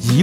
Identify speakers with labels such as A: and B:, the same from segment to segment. A: 一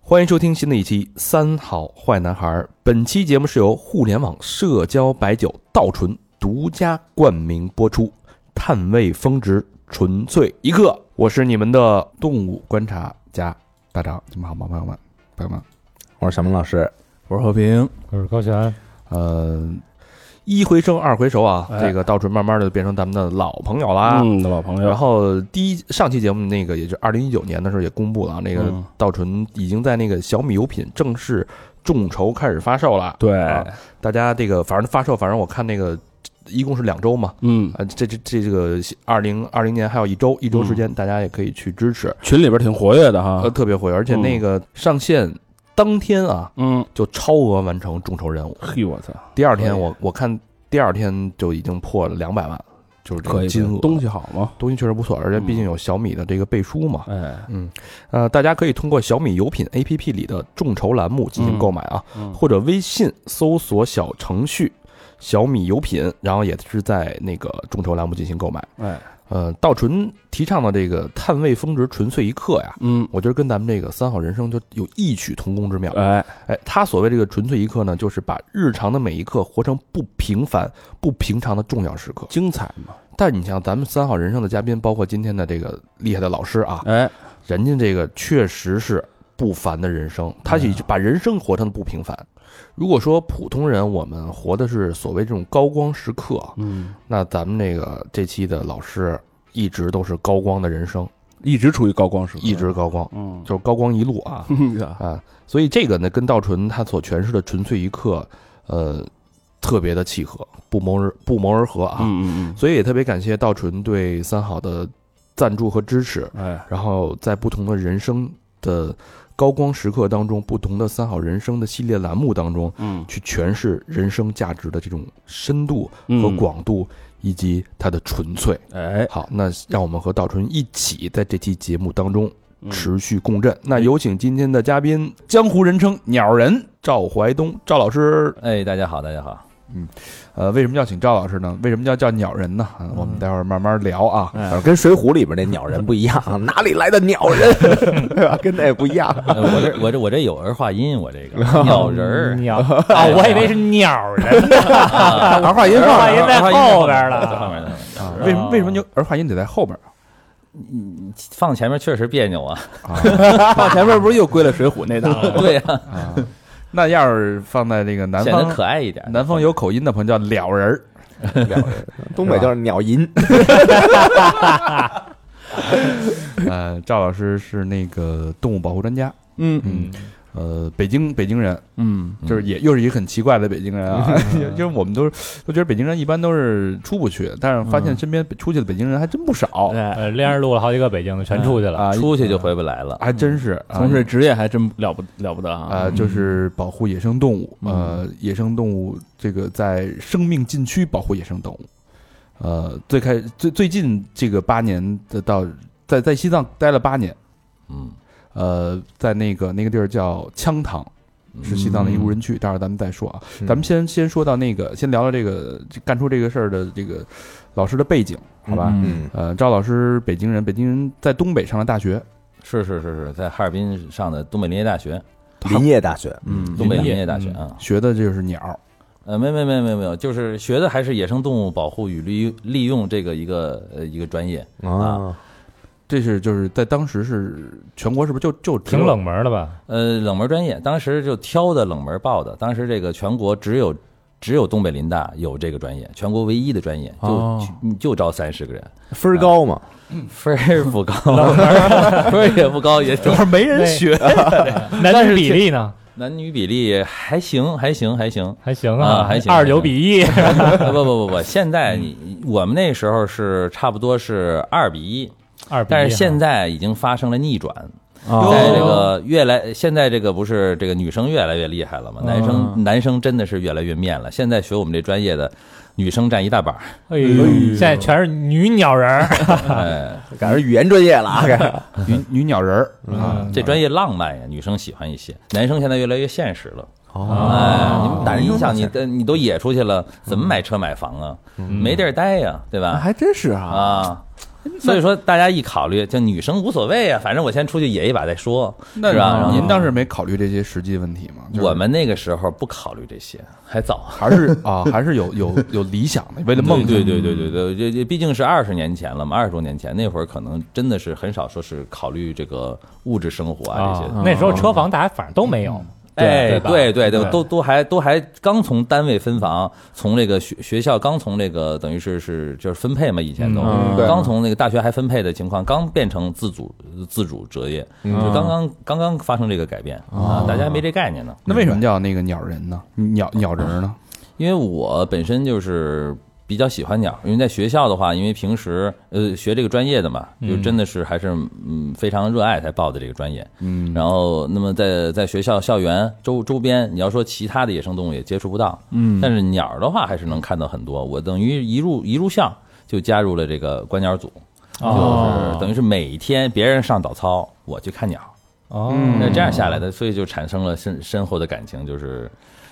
A: 欢迎收听新的一期《三好坏男孩》。本期节目是由互联网社交白酒稻醇独家冠名播出，探味峰值，纯粹一刻。我是你们的动物观察家大张，你们好吗，朋友们？朋友们，
B: 我是小明老师，
C: 我是和平，
D: 我是高璇，
A: 呃，一回生，二回熟啊。
D: 哎
A: 这个稻醇慢慢的变成咱们的老朋友啦。
B: 嗯，的老朋
A: 然
B: 友，
A: 后第一上期节目那个，也就二零一九年的时候也公布了啊，那个
B: 嗯
A: 稻醇已经在那个小米油品正式众筹开始发售了。
B: 对，
A: 啊大家这个反正发售，反正我看那个一共是两周嘛，
B: 嗯，
A: 啊，这这这这个二零二零年还有一周，一周时间，大家也可以去支持，
B: 群里边挺活跃的
A: 呃，
B: 哈，
A: 特别活跃，而且
B: 啊嗯
A: 那个上线当天啊
B: 嗯，
A: 就超额完成众筹任务，
B: 嘿，我操，
A: 第二天
B: 可以
A: 我我看第二天就已经破了两百万，就是这
B: 可
A: 个
B: 以，
A: 金额，
B: 东西好吗？
A: 东西确实不错，而且毕
B: 嗯
A: 竟有小米的这个背书嘛，
B: 哎，
A: 嗯，呃，大家可以通过小米有品 APP 里的众筹栏目进行购买啊，
B: 嗯
A: 或者微信搜索小程序“小米有品”，然后也是在那个众筹栏目进行购买。
B: 哎，
A: 呃，道纯提倡的这个探味峰值纯粹一刻呀，
B: 嗯，
A: 我觉得跟咱们这个三好人生就有异曲同工之妙。
B: 哎，
A: 哎，他所谓这个纯粹一刻呢，就是把日常的每一刻活成不平凡、不平常的重要时刻。
B: 精彩嘛，
A: 但你像咱们三好人生的嘉宾，包括今天的这个厉害的老师啊，
B: 哎，
A: 人家这个确实是不凡的人生，他已经把人生活成的不平凡。如果说普通人我们活的是所谓这种高光时刻，
B: 嗯，
A: 那咱们这个这期的老师一直都是高光的人生，
B: 一直处于高光时刻，
A: 一，直高光，
B: 嗯，
A: 就是高光一路啊啊！所以这个呢，跟道纯他所诠释的纯粹一刻，呃，特别的契合，不谋而不谋而合啊。
B: 嗯嗯
A: 所以也特别感谢道纯对三好的赞助和支持。
B: 嗯，哎，
A: 然后在不同的人生的高光时刻当中，不同的三好人生的系列栏目当中，
B: 嗯，
A: 去诠释人生价值的这种深度和
B: 嗯，
A: 广度，以及它的纯粹。
B: 哎，
A: 好，那让我们和道纯一起在这期节目当中
B: 嗯
A: 持续共振。那有请今天的嘉宾，江湖人称“鸟人”赵怀东赵老师。
C: 哎，大家好，大家好，
A: 呃，为什么要请赵老师呢？为什么要叫鸟人呢？
C: 嗯
A: 啊我们待会儿慢慢聊啊。
B: 反
C: 哎
B: 正跟《水浒》里边那鸟人不一样，啊哪里来的鸟人？ 对吧？跟那也不一样。
C: 哎我这我这我这有儿化音，我这个 鸟人儿
D: 鸟啊，我以为是 鸟人，
B: 儿化
C: 哎
B: 音
D: 儿
B: 放
D: 化音在后边
C: 后面
D: 了。
C: 的
A: 啊为什么为什么牛儿化音得在后边啊？
C: 放前面确实别 扭啊，
B: 放啊前面不是又归了《水浒》那档？
D: 哦
C: 对呀，
A: 啊，那要是放在这个南
C: 显得可
A: 方，
C: 爱一点。
A: 南方有口音的朋友叫了人儿，
B: 东北叫鸟音，
C: 嗯
A: 呃，赵老师是那个动物保护专家，
B: 嗯
A: 嗯，呃，北京北京人，
B: 嗯，
A: 就是也又是一个很奇怪的北京人啊， 就是我们都是都觉得北京人一般都是出不去，但是发
B: 嗯
A: 现身边出去的北京人还真不少，
B: 哎
D: 呃，连着录了好几个北京的， 全出去了。
A: 啊，
C: 出去就回不来了。
A: 还真是，啊
B: 嗯从事职业还真了不了不得啊！
A: 呃，就是保护野生动物，呃，
B: 嗯
A: 野生动物这个在生命禁区保护野生动物，呃，最开最最近这个八年的到在在西藏待了八年，
C: 嗯，
A: 呃，在那个那个地儿叫羌塘，是西藏的一个无人区，待会儿咱们再说啊，咱们先先说到那个，先聊聊这个这干出这个事儿的这个老师的背景，好吧？
B: 嗯
A: 呃，赵老师北京人，北京人在东北上了大学，
C: 是是是是，在哈尔滨上的东北林业大学，
E: 林业大学，
A: 嗯
C: 东北林
D: 林业
C: 业大学啊，
A: 学的就是鸟，
C: 呃，没没没没没有，就是学的还是野生动物保护与利利用这个一个呃一个专业。
E: 嗯
C: 啊，
A: 这是就是在当时是全国是不是就就只有
D: 挺冷门的吧？
C: 呃，冷门专业，当时就挑的冷门报的。当时这个全国只有只有东北林大有这个专业，全国唯一的专业，就、
B: 哦
C: 就就招三十个人，啊
E: 分儿高嘛，
C: 分儿不高， 分儿也不高，也主要是 没
D: 人
C: 学，
D: 男女比例呢？
C: 男女比例还行，还行，还行。
D: 还行
C: 啊还行
D: 二九比一。
C: 不不不不，现在你我们那时候是差不多是二比一，
D: 二比一。啊
C: 但是现在已经发生了逆转，
E: 哦
C: 在这个越来现在这个不是这个女生越来越厉害了吗？男生男生真的是越来越面了。现在学我们这专业的女生占一大半儿，
D: 哎呦，啊现在全是女鸟人儿，
C: 哎，
B: 赶上语言专业了啊，赶上
A: 女女鸟人儿啊，
D: 嗯
C: 这专业浪漫呀，女生喜欢一些，男生现在越来越现实了。哎，你们
D: 啊
C: 打人想你跟你都野出去了，怎么买车买房啊？没地儿待呀，对吧？
E: 还真是啊，
C: 啊，所以说大家一考虑，就女生无所谓啊，反正我先出去野一把再说，
A: 那
C: 是吧？
A: 您当时没考虑这些实际问题吗？就是
C: 我们那个时候不考虑这些，还早。
A: 还是啊，还是有有有理想的，为了梦想。
C: 对对对对对，这这毕竟是二十年前了嘛，二十多年前那会儿，可能真的是很少说是考虑这个物质生活啊这些。
D: 啊 那时候车房大家反正都没有，
C: 哎，
D: 吧
C: 对对对，
D: 对
C: 都都还都还刚从单位分房，从这个学学校刚从这个等于是是就是分配嘛，以前都
D: 嗯
C: 刚从那个大学还分配的情况，刚变成自主自主择业，就刚刚刚刚发生这个改变啊，大家还没这概念呢。
A: 那为什么叫那个鸟人呢？鸟鸟人呢？
C: 因为我本身就是比较喜欢鸟，因为在学校的话，因为平时呃学这个专业的嘛，就真的是还是嗯非常热爱才报的这个专业。嗯，然后那么在在学校校园周周边，你要说其他的野生动物也接触不到，嗯，但是鸟的话还是能看到很多。我等于一入一入校就加入了这个观鸟组，
D: 嗯哦
C: 就是等于是每天别人上早操，我去看鸟。
D: 哦，
A: 嗯
C: 那这样下来的，所以就产生了深深厚的感情，就是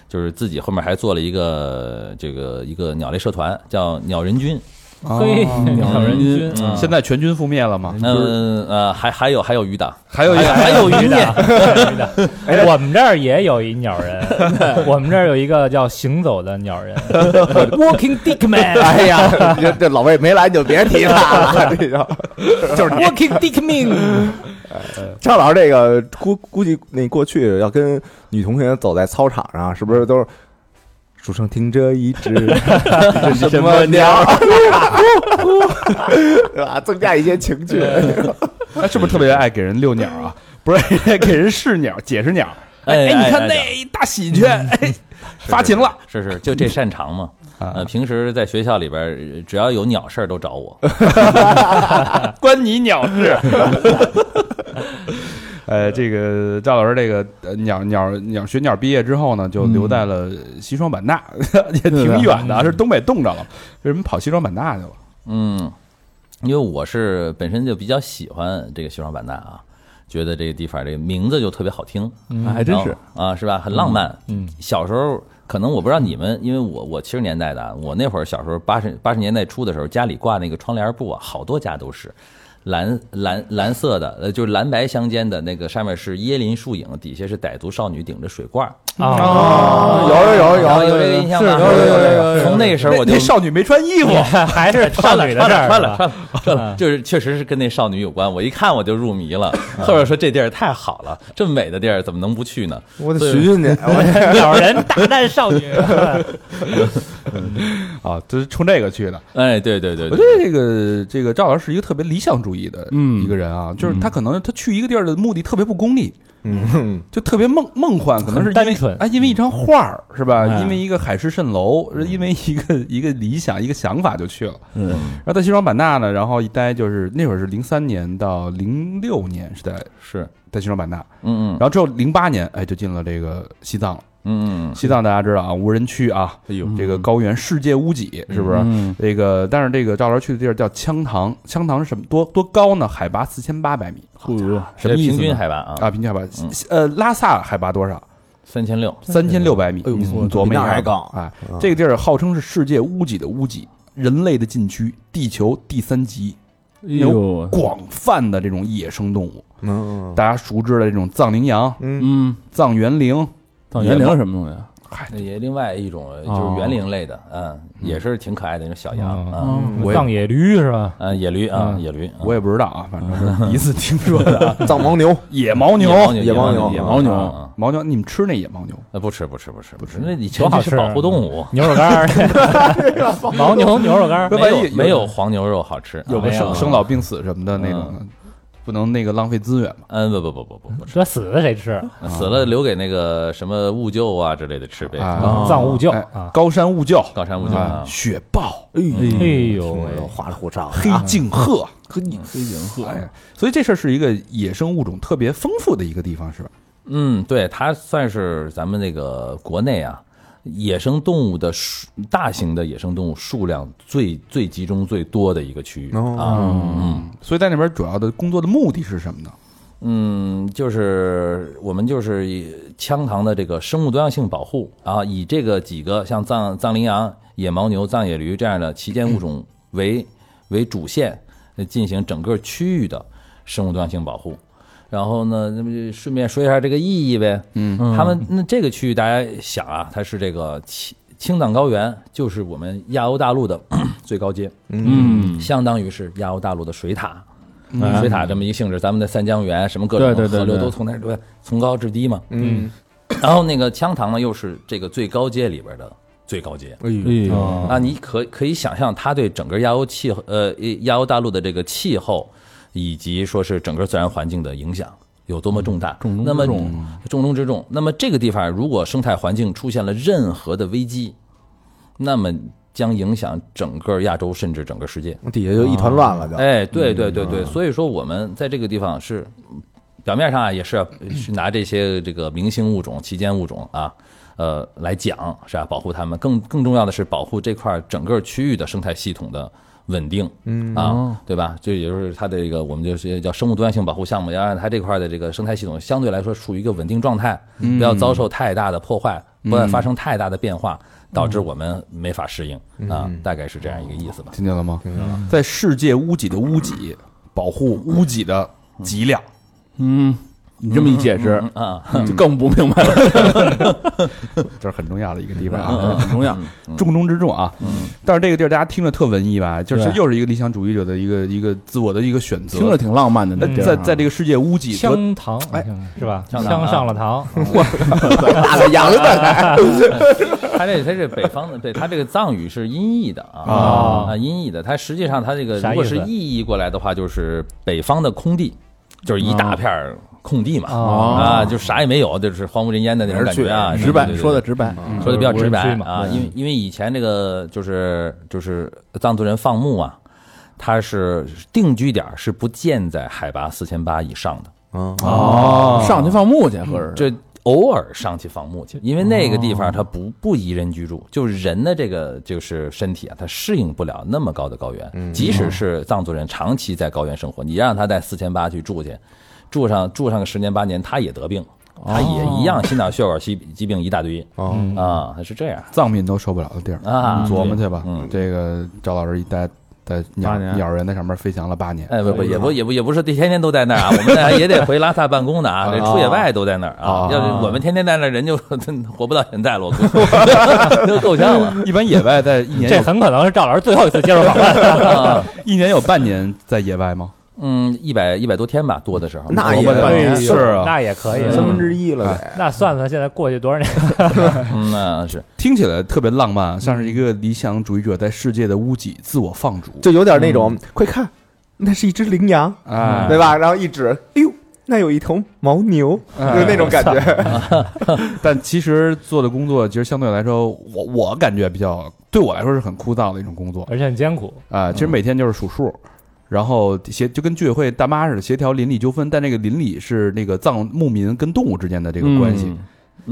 C: 就是自己后面还做了一个这个一个鸟类社团，叫鸟人军。
D: 嘿，啊鸟人啊军，
C: 嗯
A: 啊现在全军覆灭了吗？
C: 嗯呃，还还有还有余党，
A: 还有一个
C: 还 有余党，
D: 哎我们这儿也有一鸟 人，我们这儿有一个叫行走的鸟 人，Walking Dick Man。
B: 哎 呀，这这老魏没来你就别 提他
E: 哎
B: 了，这就。
D: 就是 Walking Dick Man，
E: 张老师这个估估计那过去要跟女同学走在操场上，是不是都是？树上停着一 只这是什么鸟？ 对吧？增加一些情 趣。
A: 他哎是不是特别爱给人遛鸟啊？不是， 给人试鸟、解释鸟。
C: 哎
A: 哎，你
C: 哎
A: 看
C: 哎
A: 那一大喜鹊，哎， 发情了。啊
C: 是是，就这擅 长嘛。呃，平时在学校里边儿，只要有鸟事儿都找我。
A: 关你鸟事。 呃，这个赵老师，这个呃鸟鸟鸟学鸟毕业之后呢，就留在了西双版纳， 也挺远的啊，是东北冻着了，为什么跑西双版纳去了？
C: 嗯，因为我是本身就比较喜欢这个西双版纳啊，觉得这个地方这个名字就特别好听，
E: 嗯还真是
C: 然后啊，是吧？很浪漫。嗯，小时候可能我不知道你们，因为我我七十年代的啊，我那会儿小时候八十八十年代初的时候，家里挂那个窗帘布啊，好多家都是。蓝蓝蓝色的，呃，就是蓝白相间的那个，上面是椰林树影，底下是傣族少女顶着水罐儿，
D: 啊，
E: 有有有
C: 然后
E: 哦有
C: 有这个印象吗？
E: 哎有有有有
C: 从那时候我就
A: 那少女没穿衣服，
D: 还是少女的事儿，
C: 穿了穿了穿了，就是确实是跟那少女有关。我一看我就入迷了，后边说这地儿太好了，这么美的地儿怎么能不去呢？
E: 我得寻寻去。我
D: 鸟人 大战少女，
A: 啊，就是冲这个去的。
C: 哎，对对对
A: 我
C: 对
A: 觉，得这个这个赵老师是一个特别理想主义的
D: 嗯
A: 一个人啊，就是他可能他去一个地儿的目的特别不功利，嗯， 就特别梦梦幻，可能是因为
D: 很单纯
A: 啊，因为一张画儿是吧？
D: 哎
A: 因为一个海市蜃楼，
C: 嗯
A: 因为一个一个理想一个想法就去了。嗯，然后在西双版纳呢，然后一待就是那会儿是零三年到零六年是在
C: 是，
A: 在西双版纳，
C: 嗯嗯
A: 然后之后零八年哎就进了这个西藏了。
C: 嗯嗯，
A: 西藏大家知道啊，无人区啊，
C: 哎呦，
A: 这个
B: 嗯
D: 嗯
A: 高原世界屋脊是不是？
C: 嗯
A: 这个，但是这个赵老师去的地儿叫羌塘，羌塘是什么多多高呢？海拔四千八百米
B: 哎
C: 什么平均海拔啊？
A: 啊，平均海拔。呃，拉萨海拔多少？
C: 三千六，
A: 三千六百米。哎嗯
B: 呦
A: 你
B: 我
A: 你琢磨一
B: 比那
A: 下，
B: 还高
A: 啊！这个地儿号称是世界屋脊的屋脊，人类的禁区，地球第三极，有广泛的这种野生动物，
E: 嗯，
A: 大家熟知的这种藏羚羊、
F: 嗯，
A: 藏原羚。
F: 藏原羚是什么东西啊？
C: 那也另外一种就是园林类的，嗯，也是挺可爱的那种小羊啊，
D: 嗯
A: 我也
D: 藏野驴是吧？
C: 嗯，野驴啊，野驴，
A: 我也不知道啊，反正是一次听说的 啊。
E: 藏牦牛，
A: 野牦牛，
C: 野牦牛，
A: 牦牛，你们吃那野牦牛？
C: 呃，不吃不吃不吃不吃，那你
D: 多好
C: 这是
D: 吃啊
C: 保护动物，
D: 牛肉干儿， 牦牛牛肉干儿，
C: 没有没有黄牛肉好吃，啊
A: 有个
C: 没
A: 生生老病死什么的那种，不能那个浪费资源嘛。
C: 嗯，不不不不不不吃，
D: 说死的谁吃？
C: 死了留给那个什么物臼啊之类的吃呗。
A: 啊
D: 藏物教
A: 哎
D: 啊！
A: 高山物教
C: 高山物臼
A: 啊
C: 啊，
A: 雪豹、
D: 哎呦喂，
B: 花里胡哨的
A: 黑
B: 啊，
A: 颈鹤，
B: 黑黑影鹤
A: 哎，所以这事儿是一个野生物种特别丰富的一个地方，是吧？
C: 嗯，对，它算是咱们那个国内啊，野生动物的数大型的野生动物数量最最集中最多的一个区域
A: 哦
C: 啊。嗯，
A: 所以在那边主要的工作的目的是什么呢？
C: 嗯，就是我们就是以羌塘的这个生物多样性保护啊，以这个几个像藏藏羚羊、野牦牛、藏野驴这样的旗舰物种为为主线，呃进行整个区域的生物多样性保护。然后呢，那么就顺便说一下这个意义呗。嗯，他们那这个区域大家想啊，它是这个青青藏高原，就是我们亚欧大陆的 最高阶，嗯，相当于是亚欧大陆的水塔。水塔这么一个性质，咱们的三江源什么各
F: 嗯对对
C: 种
F: 对
C: 河流
F: 对
C: 都从那儿对从高至低嘛。嗯，然后那个羌塘呢，又是这个最高阶里边的最高阶
E: 哎呦，
F: 哎呦，
C: 啊，你可可以想象它对整个亚欧气候呃亚欧大陆的这个气候，以及说是整个自然环境的影响。有多么重大？重
F: 嗯
C: 中那么重中之重。那么这个地方如果生态环境出现了任何的危机，那么将影响整个亚洲，甚至整个世界。
E: 底下就一团乱了，就
C: 哎，对对对对，所以说我们在这个地方是表面上啊也是啊是拿这些这个明星物种、旗舰物种啊，呃来讲是吧、保护它们。更更重要的是保护这块整个区域的生态系统的稳定，嗯啊，对吧？这也就是它的这个我们就是叫生物多样性保护项目，要让它这块的这个生态系统相对来说处于一个稳定状态，不要遭受太大的破坏，不要发生太大的变化。导致我们没法适应啊，大概是这样一个意思吧。
A: 听见了吗？在世界屋脊的屋脊，保护屋脊的脊梁。
F: 嗯，你这么一解释，
C: 啊，
F: 就更不明白了，
A: 这是很重要的一个地方啊，
F: 很重要。
A: 重中之重啊。但是这个地儿大家听着特文艺吧，就是
F: 对
A: 又是一个理想主义者的一个一个自我的一个选择。
F: 听着挺浪漫的，那地儿
A: 在
F: 啊
A: 在这个世界屋脊和
D: 枪堂
A: 哎
D: 是吧？
C: 枪
D: 枪
C: 堂啊
D: 上了膛，
E: 打个 羊的，
C: 它这它这北方的，对它这个藏语是音译的啊
D: 啊
C: 啊音译的。它实际上它这个
D: 啥
C: 如果
D: 意思
C: 是意译过来的话，就是北方的空地，就是一大片儿空地嘛
D: 哦
C: 啊，就啥也没有，就是荒无人烟的那种感觉啊。
F: 直
C: 对
F: 白
C: 对对
F: 说的直白，嗯
C: 说的比较直
D: 无
C: 白
D: 人区嘛
C: 啊，因为因为以前这个就是就是藏族人放牧啊，它是定居点儿是不建在海拔四千八以上的。
F: 哦，上去放牧去，合着是
C: 这偶尔上去放牧去，因为那个地方它不不宜人居住，就是人的这个就是身体啊，它适应不了那么高的高原。即使是藏族人长期在高原生活，你让他在四千八去住去，住上住上个十年八年，他也得病，他也一样心脑血管疾疾病一大堆啊，他是这样
A: 藏民都受不了的地儿，
C: 啊，
A: 琢磨去吧。
C: 嗯
A: 这个赵老师一待在鸟
F: 八年
A: 鸟人在上面飞翔了八年，
C: 哎，不不，也不也不也不是天天都在那儿 啊，我们那也得回拉萨办公的啊，这出野外都在那儿
A: 啊。
C: 啊要是我们天天在那儿，人就 活不到现在了，我估 计都够呛了。
A: 一般野外 在一年
D: 这
A: 有
D: 很可能是赵老师最后一次接受访问。
C: 啊
A: 一年有半年在野外吗？
C: 嗯，一百一百多天吧，多的时候。
E: 那
A: 我
E: 也
A: 们
E: 半
A: 哎
E: 年
A: 是啊，
D: 那也可以。
E: 三分之一了得。
D: 那算算现在过去多少年？
C: 嗯，那是
A: 听起来特别浪漫，像是一个理想主义者在世界的屋脊自我放逐。
E: 就有点那种，快看，那是一只羚羊，
A: 哎
E: 对吧？然后一指，哎呦，那有一头牦牛，就是那种感觉。
A: 但其实做的工作，其实相对来说，我我感觉比较对我来说是很枯燥的一种工作
D: 而且很艰苦。
A: 啊、
E: 嗯
A: 其实每天就是数数，然后协就跟居委会大妈似的协调邻里纠纷，但这个邻里是那个藏牧民跟动物之间的这个关系。。
C: 嗯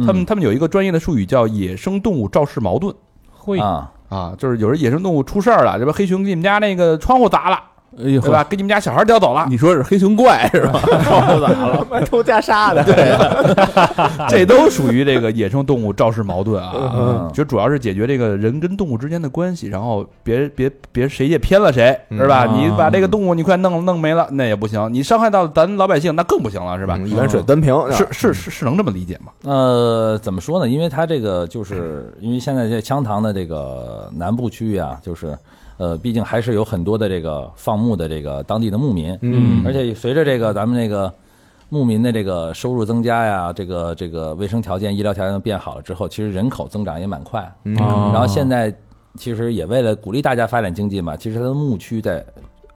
A: 他们他们有一个专业的术语叫野生动物肇事矛盾
D: 会
C: 啊，
A: 啊，就是有人野生动物出事儿了，这不黑熊给你们家那个窗户砸了，
F: 哎呦，
A: 对吧？给你们家小孩叼 走了，
F: 你说是黑熊怪是吧？
E: 满头袈裟的，对，
A: 这都属于这个野生动物肇事矛 盾啊
C: 嗯。
A: 就主要是解决这个人跟动物之间的关系，然后别别别谁也偏了谁，是
E: 啊
A: 吧？
F: 嗯
A: 你把这个动物你快弄弄没了，那也不行，你伤害到咱老百姓那更不行了，是吧？
E: 嗯一碗水端平，
A: 是是是是能这么理解吗？
C: 呃，怎么说呢？因为它这个 就是因为现在这羌塘的这个南部区域啊，就是呃，毕竟还是有很多的这个放牧的这个当地的牧民，
E: 嗯，
C: 而且随着这个咱们这个牧民的这个收入增加呀，这个这个卫生条件、医疗条件变好了之后，其实人口增长也蛮快。
E: 嗯
C: 然后现在其实也为了鼓励大家发展经济嘛，其实它的牧区在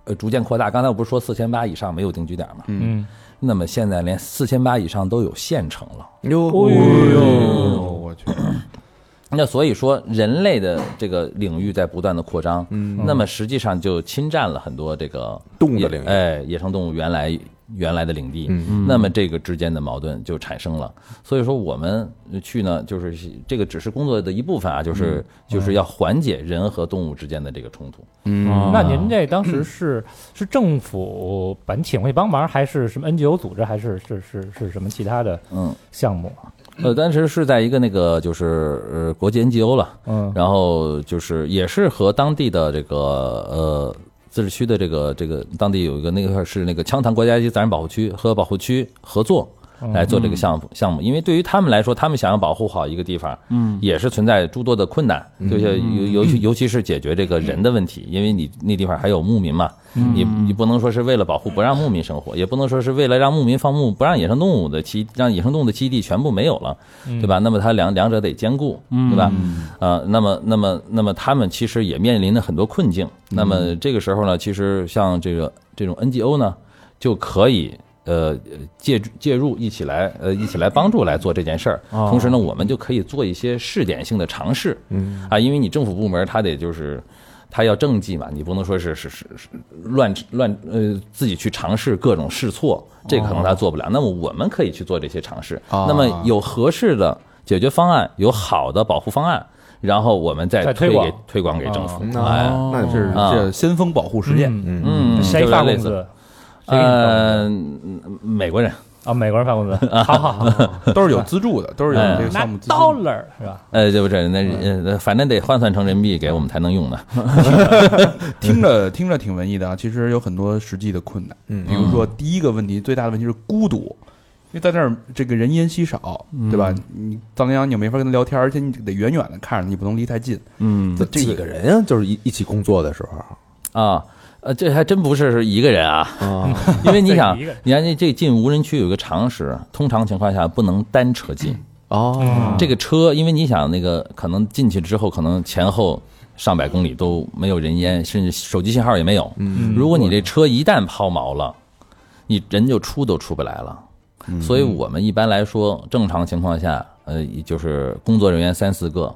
C: 呃逐渐扩大。刚才我不是说四千八以上没有定居点嘛？
D: 嗯，
C: 那么现在连四千八以上都有县城了。
E: 哟，
D: 哦哎呦，
A: 我去，
C: 那所以说，人类的这个领域在不断的扩张，嗯，那么实际上就侵占了很多这个
E: 动物的领域
C: 野哎，野生动物原来原来的领地，嗯，那么这个之间的矛盾就产生了。所以说，我们去呢，就是这个只是工作的一部分啊，就是
E: 嗯
C: 就是要缓解人和动物之间的这个冲突。嗯
D: 那
C: 哦
D: 您这当时是是政府把请会帮忙，还是什么 NGO 组织，还是是是是什么其他的
C: 嗯，
D: 项目？啊
C: 呃，当时是在一个那个就是呃国际 NGO 了，
D: 嗯
C: 然后就是也是和当地的这个呃自治区的这个这个当地有一个那个是那个羌塘国家级自然保护区和保护区合作来做这个项目项目，因为对于他们来说，他们想要保护好一个地方，嗯，也是存在诸多的困难，就是尤尤其尤其是解决这个人的问题，因为你那地方还有牧民嘛，你你不能说是为了保护不让牧民生活，也不能说是为了让牧民放牧不让野生动物的栖让野生动物的栖地全部没有了，对吧？那么它两两者得兼顾，对吧？呃，那么那么那么他们其实也面临了很多困境。那么这个时候呢，其实像这个这种 NGO 呢，就可以呃介介入一起来呃一起来帮助来做这件事儿。同时呢，我们就可以做一些试点性的尝试。嗯啊，因为你政府部门它得就是。它要政绩嘛，你不能说是是是是乱乱呃自己去尝试各种试错，这个可能他做不了。那么我们可以去做这些尝试。
F: 哦
C: 那么有合适的解决方案，有好的保护方案，然后我们再
D: 再推
C: 推
D: 广
C: 给推广给政府。哎，
E: 那那
F: 是
C: 啊
A: 这先锋保护实验，
D: 嗯，
C: 嗯，
D: 谁
C: 就
D: 发
C: 类
D: 工
C: 似
D: 资？啊谁给你发工资
C: 呃，美国人，
D: 啊，美国人发工资， 好好好，
A: 都是有资助的，都是有这个
D: 嗯哎拿
A: 项目资助。
D: dollar 是吧？
C: 呃，这不是那
D: 嗯
C: 呃，反正得换算成人民币给我们才能用呢。
A: 听着 听着挺文艺的啊，其实有很多实际的困难。
E: 嗯
A: 比如说第一个问题，最大的问题是孤独，因为在那儿这个人烟稀少，对吧？你藏羚羊你没法跟他聊天，而且你得远远的看着，你不能离太近。
C: 嗯
E: 这几个人啊，就是一一起工作的时候
C: 啊。呃，这还真不是是一个人啊，
E: 啊，
C: 因为你 想
D: 哦一个人，
C: 你看这这进无人区有一个常识，通常情况下不能单车进，
E: 哦，
C: 这个车，因为你想那个可能进去之后，可能前后上百公里都没有人烟，甚至手机信号也没有。
A: 嗯
C: 如果你这车一旦抛锚了，你人就出都出不来了。
A: 嗯
C: 所以我们一般来说，正常情况下，呃，也就是工作人员三四个。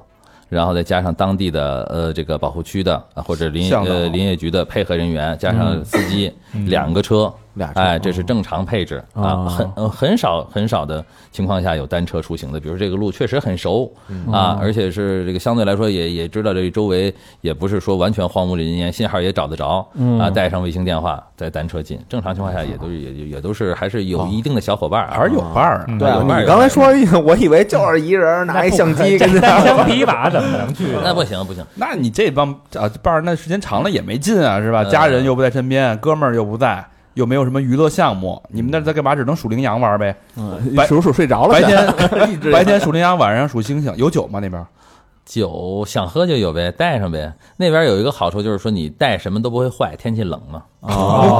C: 然后再加上当地的呃这个保护区的啊或者林
A: 向导嗯
C: 呃林业局的配合人员，加上司机，两个车，
E: 俩车嗯
C: 哎，这是正常配置啊，很呃很少很少的情况下有单车出行的，比如这个路确实很熟
E: 嗯
C: 啊，而且是这个相对来说也也知道这周围也不是说完全荒无人烟，信号也找得着
E: 嗯
C: 啊，带上卫星电话再单车进，正常情况下也都是也也也都是还是有一定的小伙伴
E: 哦
C: 啊，
A: 还是有伴儿啊，
D: 嗯
E: 对啊，
C: 有伴儿
E: 你刚才说，我以为就是一人拿一相机 跟那
D: 单
E: 儿
D: 枪匹马怎么能去？
C: 那不行不行，
A: 那你这帮啊伴儿，那时间长了也没劲啊，是吧？
C: 嗯
A: 家人又不在身边，哥们儿又不在，又没有什么娱乐项目，你们那儿在干嘛？只能数羚羊玩呗。白
E: 数数睡着了，
A: 白 天白天数羚羊，晚上数星星。有酒吗？那边
C: 酒想喝就有呗，带上呗。那边有一个好处就是说你带什么都不会坏，天气冷嘛。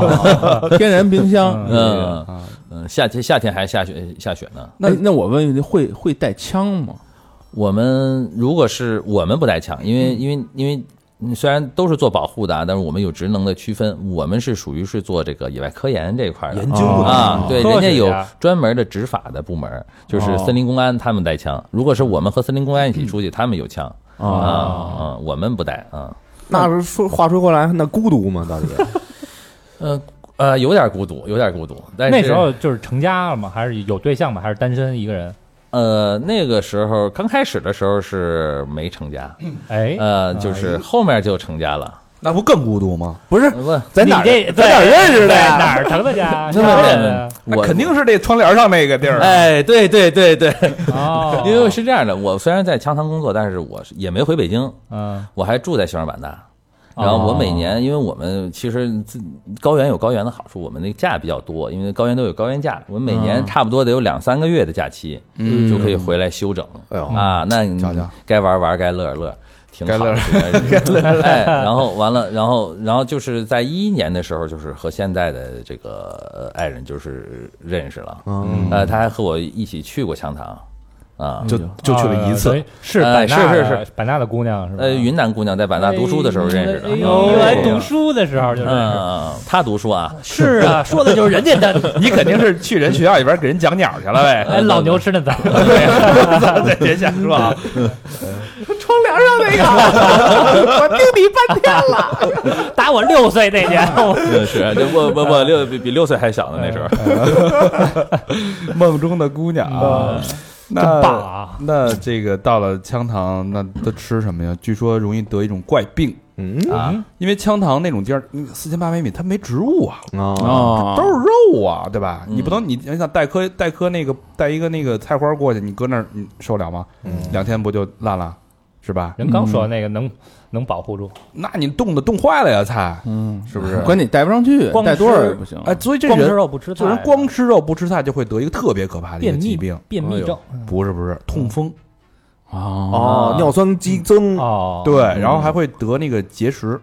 F: 天然冰箱。
C: 嗯嗯，夏天夏天还下雪下雪呢。
F: 那那我问一句，会会带枪吗？
C: 我们如果是我们不带枪，因为因为因为嗯虽然都是做保护的啊，但是我们有职能的区分，我们是属于是做这个野外科研这一块的。
E: 究
D: 哦
C: 啊，对，
D: 科
C: 人
D: 学
C: 家有
D: 家
C: 专门的执法的部门，就是森林公安他们带枪。如果是我们和森林公安一起出去，他们有枪啊啊，我们不带啊。
E: 那是说话说回来，那孤独吗？到底
C: 呃呃，有点孤独，有点孤独。但是
D: 那时候就是成家了吗？还是有对象吗？还是单身一个人？
C: 呃，那个时候刚开始的时候是没成家，
D: 哎，
C: 呃，就是后面就成家了。
A: 那不更孤独吗？
E: 不是
C: 呃不，
E: 在
D: 你
E: 哪儿
D: 这
E: 在哪儿认识的
D: 对
E: 呀？
D: 哪儿成 的家？
C: 真的
D: 的
A: 那肯定是这窗帘上那个地儿。啊
C: 哎，对对对对，
D: 哦，
C: 因为是这样的，我虽然在羌塘工作，但是我是也没回北京，
D: 嗯
C: 我还住在西双版纳。然后我
A: 哦
C: 每年，因为我们其实自高原有高原的好处，我们那个假比较多，因为高原都有高原假，我们每
A: 嗯
C: 年差不多得有两三个月的假期，就可以回来休整。
E: 哎呦
C: 啊，那你
A: 瞧瞧
C: 该玩玩，该乐儿乐儿，挺好
A: 该乐
C: 的。这个 日子哎，然后完了，然后然后就是在一一年的时候，就是和现在的这
A: 哦
C: 个呃爱人就是认识了，嗯，呃，他还和我一起去过羌塘。啊。
A: 就就去了一
D: 啊
A: 次
D: 对。是
C: 哎
D: 版纳
C: 是是
D: 的版纳的姑娘是吧？
C: 呃，云南姑娘在版纳读书的时候认识的
D: 哎，呦，
C: 嗯
D: 原来读书的时候就认识。
C: 嗯，她读书啊，
D: 是啊，说的就是人家的。
A: 你肯定是去人学校里边给人讲鸟去了呗
D: 哎，老牛吃的早，
A: 对，在别瞎说 啊。
D: 打我六岁那年，我
C: 嗯是，这我我我六比比六岁还小呢那 时候。
A: 梦中的姑娘啊，那
D: 真棒啊
A: 那这个到了羌塘，那都吃什么呀？据说容易得一种怪病
E: 嗯
A: 啊，因为羌塘那种地儿，四千八百米，它没植物啊，
E: 啊，
F: 啊，
A: 都是肉啊，对吧？
C: 嗯
A: 你不能你你想带颗带颗那个带一个那个菜花过去，你搁那儿你受得了吗？
F: 嗯
A: 两天不就烂了，是吧？
D: 人刚说那个能能保护住，
A: 那你冻的冻坏了呀，菜
F: 嗯，
A: 是不是？
F: 关键带不上去，
D: 光
F: 带多少也
D: 吃
F: 不行。
A: 哎，所以这
D: 光吃
A: 人
D: 肉不吃
A: 这人
D: 菜，啊
A: 光吃肉不吃菜就会得一个特别可怕的一
D: 便
A: 个疾
D: 秘
A: 病，
D: 便秘症
A: 不是不是痛风。
F: 啊，
E: 哦，尿酸激增，
D: 哦，
A: 对，然后还会得那个结石，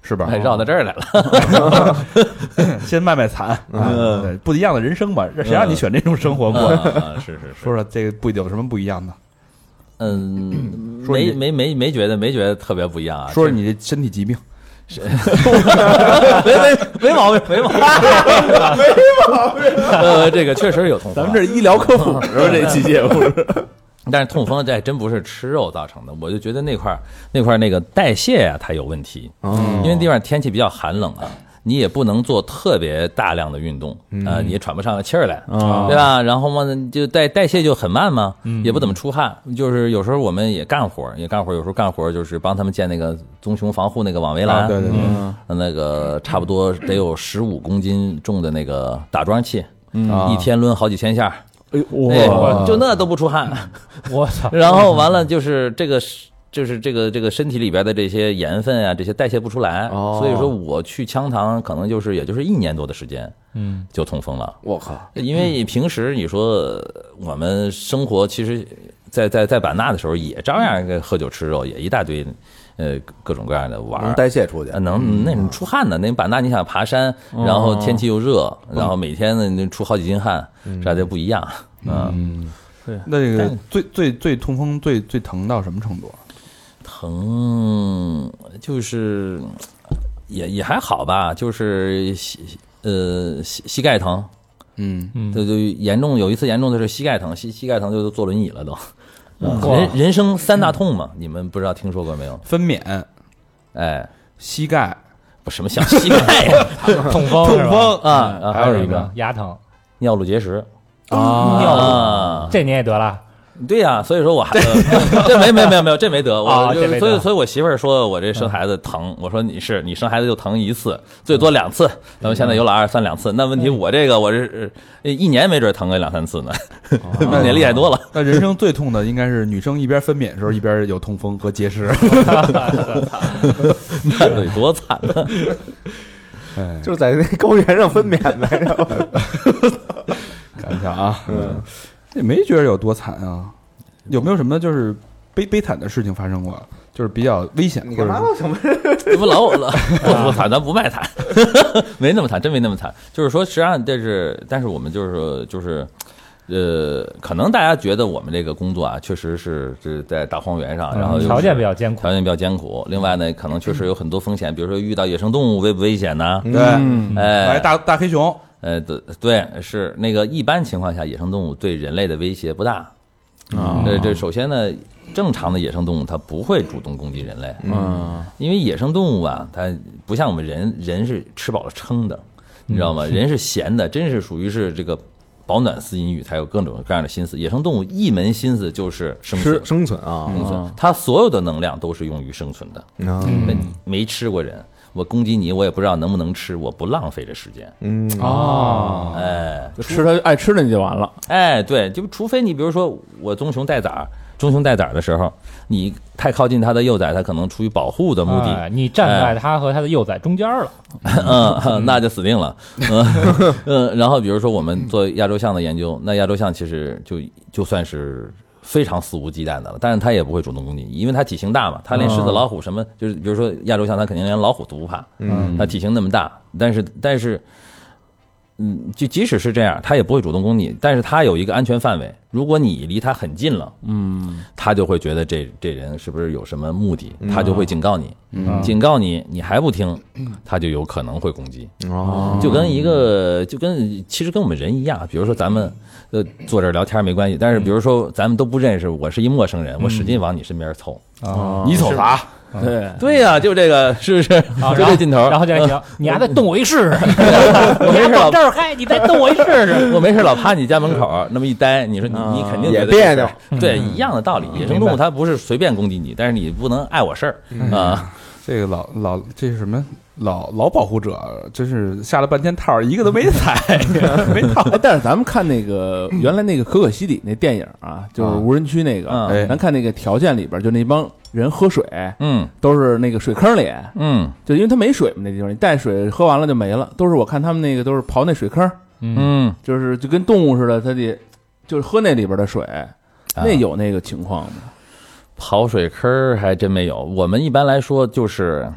A: 是吧
C: 哎，？绕到这儿来了，
A: 先卖卖惨，啊对不一样的人生吧，谁让你选这种生活过？
C: 嗯是是是，
A: 说说这个不有什么不一样的？
C: 嗯，
A: 说
C: 没
A: 你
C: 没没没觉得没觉得特别不一样啊。
A: 说说你这身体疾病，
C: 没没没毛病，没毛病，没毛病。 呃，这个确实有痛风
F: 咱
C: 啊
F: 们， 这是医疗科普是吧？这期节目
C: 但是痛风这还真不是吃肉造成的，我就觉得那块儿那块儿那个代谢啊，它有问题，
A: 哦
C: 因为地方天气比较寒冷啊。你也不能做特别大量的运动，
A: 嗯
C: 啊，你也喘不上气儿来，
A: 哦
C: 对吧？然后嘛，你就代代谢就很慢嘛，
A: 嗯
C: 也不怎么出汗。就是有时候我们也干活儿，也干活儿，有时候干活儿就是帮他们建那个棕熊防护那个网围栏，嗯
A: 啊对对对
C: 那个差不多得有十五公斤重的那个打桩器，
A: 啊
C: 一天抡好几千下儿，
A: 哇
C: 哎就那都不出汗。
D: 我 操，
C: 然后完了就是这个是。就是这个这个身体里边的这些盐分啊，这些代谢不出来，
E: 哦
C: 所以说我去羌塘可能就是也就是一年多的时间
D: 嗯，
C: 就痛风了，
E: 我靠，
C: 因为平时你说呃我们生活其实在，在在版纳的时候也照样喝酒吃肉，也一大堆，呃各种各样的玩
E: 能
C: 儿，
E: 代谢出去
C: 啊，，能那种出汗的，那版纳你想爬山，然后天气又热，然后每天呢你出好几斤汗，这就不一样。嗯，
A: 那这个最最最痛风最最疼到什么程度？啊
C: 疼就是呃也也还好吧，就是膝呃膝膝盖疼，
A: 嗯，
C: 对对，严重有一次严重的是膝盖疼，膝膝盖疼就坐轮椅了都。
D: 嗯
C: 人人生三大痛嘛，你们不知道听说过没有？
A: 分娩、
C: 哎，
A: 膝盖，
C: 不什么小膝盖呀
D: 痛风是吧，
C: 啊啊，还
A: 还
C: 有
A: 有一
D: 什
A: 个
D: 么牙疼，
C: 尿路结石
D: 尿
C: 啊
D: 这你也得了，
C: 对呀、所以说我 还呃这没没没有没有这没得，我、
D: 啊
C: 就
D: 这没得
C: 所以所以我媳妇儿说我这生孩子疼，我说你是你生孩子就疼一次，最多两次，
D: 嗯
C: 咱们现在有老二算两次，那问题我这个我这是呃一年没准疼个两三次呢，比
D: 哦
C: 你厉害多 了。
A: 那人生最痛的应该是女生一边分娩的时候一边有痛风和结 石。
C: 那得多惨啊！
A: 哎，
E: 就是在那高原上分娩来着。
A: 看一下啊，嗯，也没觉得有多惨啊。有没有什么就是悲悲惨的事情发生过？就是比较危险，
E: 你
A: 或
E: 干
A: 者
E: 嘛
A: 是
E: 老想问？
C: 这不老老不不惨，咱不卖惨，没那么惨，真没那么惨。就是说，实际上这是，但是我们就是说就是。呃，可能大家觉得我们这个工作啊，确实是是在大荒原上，然嗯后又是
D: 嗯条件比较艰苦
C: 条，件比较艰苦。另外呢，可能确实有很多风险，比如说遇到野生动物危不危险呢？
A: 对，嗯来
C: 哎，
A: 大大黑熊，
C: 呃，对对，是那个一般情况下，野生动物对人类的威胁不大。啊，这这首先呢，正常的野生动物它不会主动攻击人类，
F: 嗯，
C: 因为野生动物啊，它不像我们人，人是吃饱了撑的，你知道吗？人是闲的，真是属于是这个饱暖思淫欲，才有各种各样的心思。野生动物一门心思就是生存
E: 吃，生存啊，
C: 生存，它所有的能量都是用于生存的。
E: 嗯
C: 那你没吃过人，我攻击你，我也不知道能不能吃，我不浪费这时间。
E: 嗯，
F: 哦，
C: 哎
F: 就吃他爱吃的你就完了。
C: 哎，对，就除非你比如说我棕熊带崽儿，棕熊带崽儿的时候，你太靠近它的幼崽，它可能出于保护的目的，
D: 哎你站在他和他的幼崽中间了，
C: 嗯，那就死定了。嗯 嗯，然后比如说我们做亚洲象的研究，那亚洲象其实就就算是非常肆无忌惮的了，但是它也不会主动攻击你，因为它体型大嘛，它连狮子、老虎什么，就是比如说亚洲象，它肯定连老虎都不怕，嗯，它体型那么大，但是嗯但是。嗯，就即使是这样，它也不会主动攻击你，但是它有一个安全范围，如果你离他很近了，
F: 嗯，
C: 他就会觉得这这人是不是有什么目的，他就会警告你，
D: 啊
C: 警告你，你还不听，他就有可能会攻击。
E: 哦，
C: 就跟一个就跟其实跟我们人一样，比如说咱们呃坐这儿聊天没关系，但是
D: 嗯
C: 比如说咱们都不认识，我是一陌生人，我使劲往你身边凑，
D: 啊
A: 你瞅啥？
F: 对，
C: 对呀、就这个是不是？
D: 啊
C: 就这劲头，
D: 然后就还行，你还得动我一试试，
C: 我没事老
D: 往 这儿嗨，你再动我一试试。
C: 我没事老趴你家门口那么一待，你说你
D: 哦
C: 你肯定觉得
E: 也别扭，
D: 嗯
C: 对，一样的道理。野生动物它不是随便攻击你，但是你不能碍我事儿
D: 嗯
C: 啊。
A: 这个老老这是什么？老老保护者真是下了半天套，一个都没踩， 没套。
F: 哎，但是咱们看那个原来那个可可西里那电影啊，就是无人区那个，
C: 嗯
A: 哎
F: 咱看那个条件里边，就那帮人喝水
C: 嗯
F: 都是那个水坑里，
C: 嗯
F: 就因为他没水嘛，那地方你带水喝完了就没了，都是我看他们那个都是刨那水坑，
C: 嗯，
F: 就是就跟动物似的，他得就是喝那里边的水，那有那个情况吗？
C: 跑水坑儿还真没有。我们一般来说就是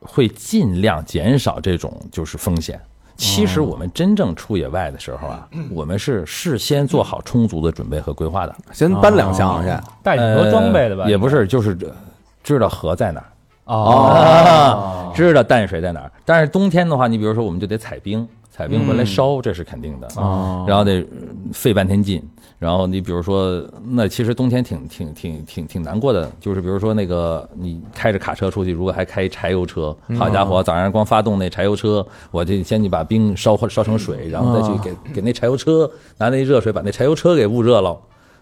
C: 会尽量减少这种就是风险。其实我们真正出野外的时候啊，我们是事先做好充足的准备和规划的。
E: 先搬两箱去，
D: 带挺多装备的吧？
C: 呃也不是，就是呃知道河在哪儿。啊，
D: 哦，
C: 知道淡水在哪儿。但是冬天的话，你比如说我们就得采冰，采冰
D: 嗯
C: 回来烧，这是肯定的。
F: 哦
C: 然后得呃费半天劲。然后你比如说，那其实冬天挺挺挺挺挺难过的，就是比如说那个你开着卡车出去，如果还开柴油车，好家
D: 嗯
C: 伙，早上光发动那柴油车，我就先去把冰烧烧成水，然后再去给给那柴油车拿那热水把那柴油车给捂热了。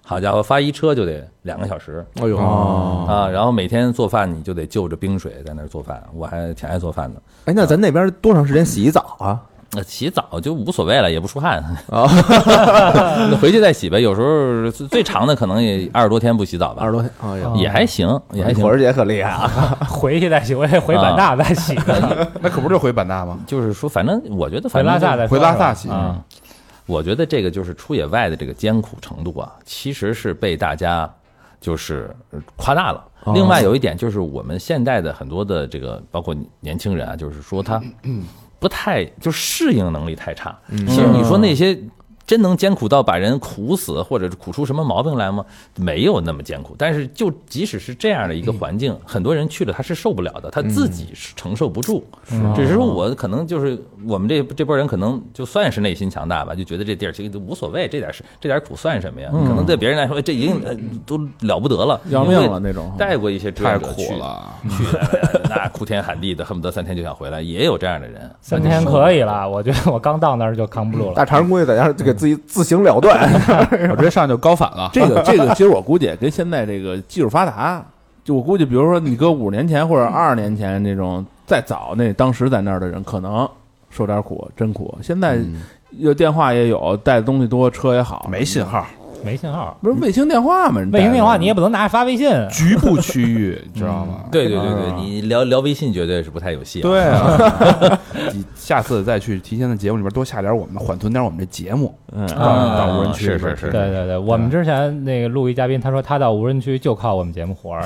C: 好家伙，发一车就得两个小时，
E: 哎
A: 哦
E: 呦，
C: 啊，然后每天做饭你就得就着冰水在那儿做饭，我还挺爱做饭的。
E: 哎，那咱那边多长时间洗一澡啊？
C: 那洗澡就无所谓了，也不出汗，
E: 哦
C: 回去再洗呗。有时候最最长的可能也二十多天不洗澡吧，
E: 二十多天，哎呦，
C: 也还行，也还行
E: 火。儿姐可厉害啊！
D: 回去再洗，我 也回版纳再洗，
A: 那可不就回版纳吗？
C: 就是说，反正我觉得， 反
D: 回
C: 正
D: 拉萨
C: 就是
D: 再
A: 回拉萨洗，
C: 啊，我觉得这个就是出野外的这个艰苦程度啊，其实是被大家就是呃夸大了。
E: 哦
C: 另外有一点就是，我们现代的很多的这个，包括年轻人啊，就是说他不太就适应能力太差。其实你说那些真能艰苦到把人苦死，或者是苦出什么毛病来吗？没有那么艰苦。但是就即使是这样的一个环境，很多人去了他是受不了的，他自己是承受不住。只是说我可能就是我们这这波人可能就算是内心强大吧，就觉得这地儿其实都无所谓，这点是这点苦算什么呀？可能对别人来说这已经呃都了不得了，
F: 要命了那种
C: 带过一些志
A: 太
C: 愿者
A: 苦
C: 去，
A: 了。
C: 去的 那哭天喊地的，恨不得三天就想回来，也有这样的人。
D: 三天可以了。我觉得我刚到那儿就扛不住了。
E: 大肠估计在家就给自己自行了断，
A: 我直接上就高反了。
F: 这个这个，其实我估计也跟现在这个技术发达，就我估计，比如说你搁五年前或者二十年前这种再早那当时在那儿的人，可能受点苦，真苦。现在有电话也有，带的东西多，车也好，
A: 没信号，
C: 嗯
D: 没信号，
F: 不是卫星电话吗？
D: 卫星电话你
F: 也
D: 也不能拿着发微信啊。
A: 局部区域，你知道吗？
C: 嗯
A: 嗯
C: 对对对对，你聊聊微信绝对是不太有戏、啊。
A: 对啊， 你下次再去提前的节目里边多下点我们，缓存点我们这节目。
C: 啊，
A: 到无人区
C: 是
A: 里边
C: 是是，
D: 对对对，我们之前那个录一嘉宾，他说他到无人区就靠我们节目活儿。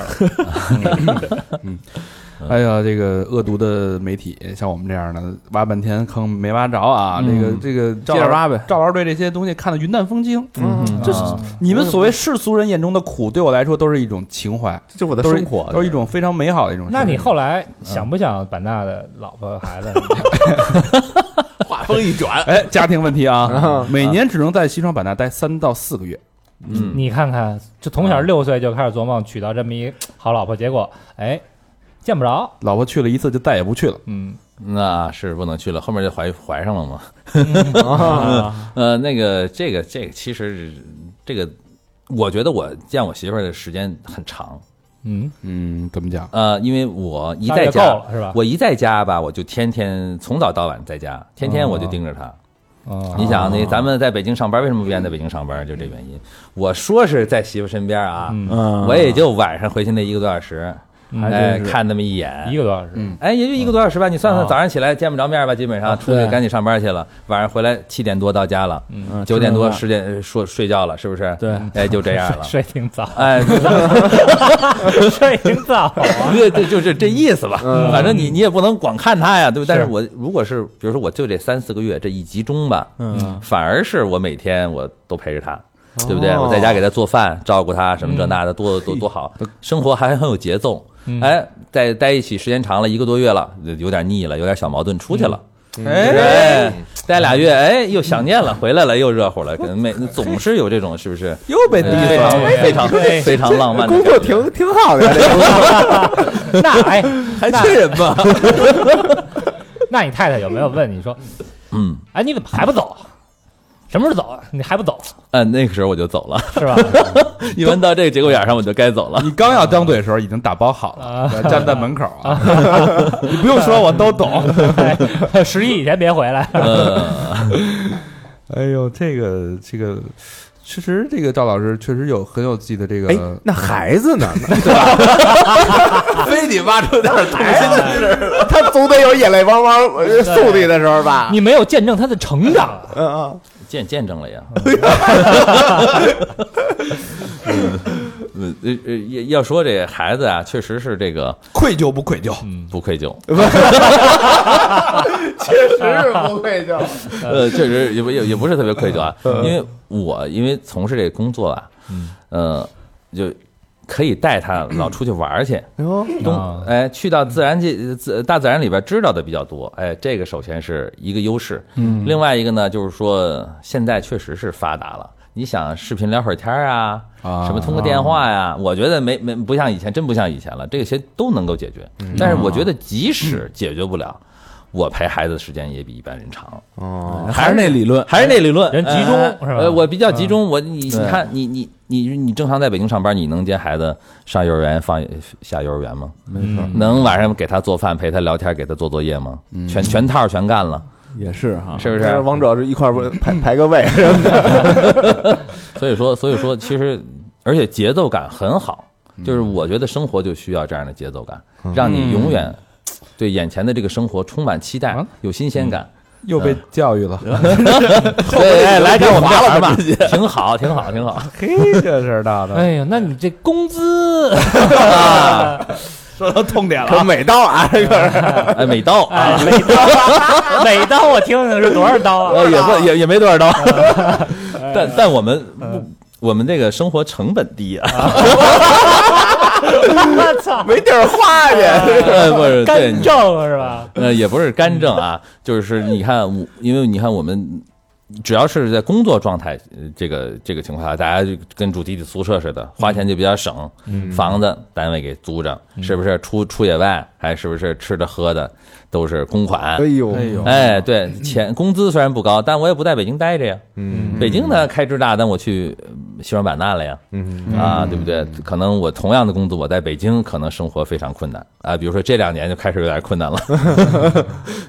A: 哎呀，这个恶毒的媒体，像我们这样的挖半天坑没挖着啊！
C: 嗯
A: 这个这个，
F: 照着挖呗
A: 赵老师对这些东西看得云淡风轻，
E: 嗯
A: 这是
D: 啊
A: 你们所谓世俗人眼中的苦，对我来说都是一种情怀，
E: 就我的
A: 都是
E: 生活，
A: 都是一种非常美好的一种事。
D: 那你后来想不想版纳的老婆孩子？
F: 话锋一转，
A: 哎，家庭问题 啊，每年只能在西双版纳待三到四个月，
C: 嗯，
D: 你看看，就从小六岁就开始做梦娶到这么一好老婆，结果哎见不着，
A: 老婆去了一次就再也不去了。
D: 嗯，
C: 那是不能去了，后面就怀怀上了嘛。呃，那个，这个，这个，其实这个，我觉得我见我媳妇儿的时间很长，
D: 嗯，
A: 嗯，怎么讲？
C: 呃，因为我一
D: 大
C: 在
D: 概
C: 家
D: 够了是吧
C: 我一在家吧，我就天天从早到晚在家，天天
D: 嗯
C: 我就盯着她。
D: 哦
C: 你想，那咱们在北京上班，为什么不愿意在北京上班？就这
D: 嗯
C: 原因。我说是在媳妇身边啊，
F: 嗯
C: 我也就晚上回去那一个多小时，
D: 嗯
C: 哎，看那么一眼，
D: 一个多小时，
C: 哎，也就一个多小时吧。你算算，
D: 啊
C: 早上起来见不着面吧，基本上出去
F: 哦对
C: 赶紧上班去了，晚上回来七点多到家了，
F: 嗯
C: 九点多十点呃睡睡觉了，是不是？
F: 对
C: 哎，就这样了。
D: 睡挺早，
C: 哎，
D: 睡挺早。
C: 对对，就是这意思吧。
F: 嗯
C: 反正你你也不能光看他呀，对不对？但是我如果是，比如说我就这三四个月这一集中吧，
F: 嗯，哦
C: 反而是我每天我都陪着他。对不对？我在家给他做饭，照顾他什
F: 嗯
C: 么这那的，多多多好，生活还很有节奏。哎，在待一起时间长了，一个多月了，有点腻了，有点小矛盾，出去
F: 嗯
C: 了。
A: 嗯
C: 哎，待俩月，哎，又想念了，回来了，又热乎 了，可能每总是有这种，是不是？
E: 又被
C: 非常非常非常浪漫的
E: 工
C: 感
E: 作
C: 觉，
E: 挺挺好的呀， 这个
D: 那哎，
C: 还缺人吗？
D: 那你太太有没有问你说，
C: 嗯，
D: 哎，你怎么还不走？什么时候走啊？你还不走
C: 嗯，那个时候我就走了，
D: 是吧？
C: 一般到这个节骨眼上我就该走了。
A: 你刚要张嘴的时候，已经打包好了，站在门口啊！你不用说，我都懂。
D: 哎十一以前别回来。
C: 呃，
A: 哎呦，这个这个，其实这个赵老师确实有很有自己的这
E: 哎
A: 个，，
E: 那孩子 呢？
C: 非得挖出点儿痛心的事儿。
E: 他总得有眼泪汪汪呃送你的时候吧？
D: 你没有见证他的成长啊，
E: 嗯嗯，
C: 见见证了 呀。嗯，呃呃，要要说这孩子啊，确实是这个
A: 愧疚不愧疚？
E: 嗯
C: 不愧 疚，
E: 真是不愧疚。嗯
C: 呃，确实也不也也不是特别愧疚啊，因为我因为从事这个工作啊，呃，就可以带他老出去玩儿去，东哎，去到自然界自大自然里边知道的比较多，哎，这个首先是一个优势，嗯，另外一个呢就是说现在确实是发达了，你想视频聊会儿天儿啊，
A: 啊
C: 什么通个电话呀、我觉得没没不像以前，真不像以前了，这些都能够解决，但是我觉得即使解决不了。我陪孩子的时间也比一般人长，啊
E: 哦，
F: 还是那理论，
C: 还是那理论，
D: 人集中
C: 哎
D: 是吧
C: 呃，我比较集中，我你你看你你你你正常在北京上班，你能接孩子上幼儿园放下幼儿园吗？
F: 没错，
C: 能晚上给他做饭、陪他聊天、给他做作业吗？全全套全干了，
F: 也是哈，
C: 是不
E: 跟
C: 是？
E: 王者是一块儿排排个位，
C: 所以说，所以说，其实而且节奏感很好，就是我觉得生活就需要这样的节奏感，让你永远对眼前的这个生活充满期待
A: 嗯，
C: 有新鲜感。
A: 又被教育了。
C: 对， 哎来这我们这玩吧，挺好，挺好，挺好。
A: 嘿，这事儿闹的，
D: 哎呀，那你这工资，
A: 说到痛点
E: 可
A: 了。
E: 美刀啊，这个是
C: 哎，美刀
D: 哎
C: 啊，，
D: 每刀每刀我听听是多少刀啊？
C: 呃，也不也也没多少刀， 嗯但但我们不，我们这个生活成本低啊，
D: 我操，
C: 哎
E: 没地儿花 去。
C: 呃不是对
D: 干
C: 你
D: 正是吧？
C: 呃，也不是干政啊，就是你看我，因为你看我们。只要是在工作状态，呃这个这个情况下，大家就跟住集体宿舍似的，花钱就比较省。房子单位给租着，是不是出出野外，还是不是吃的喝的都是公款
E: 哎？呦，
A: 哎呦，
C: 哎，对，钱工资虽然不高，但我也不在北京待着呀。
E: 嗯
C: 北京呢开支大，但我去呃西双版纳了呀。
E: 嗯，
C: 啊，对不对？可能我同样的工作，我在北京可能生活非常困难啊。比如说这两年就开始有点困 难了，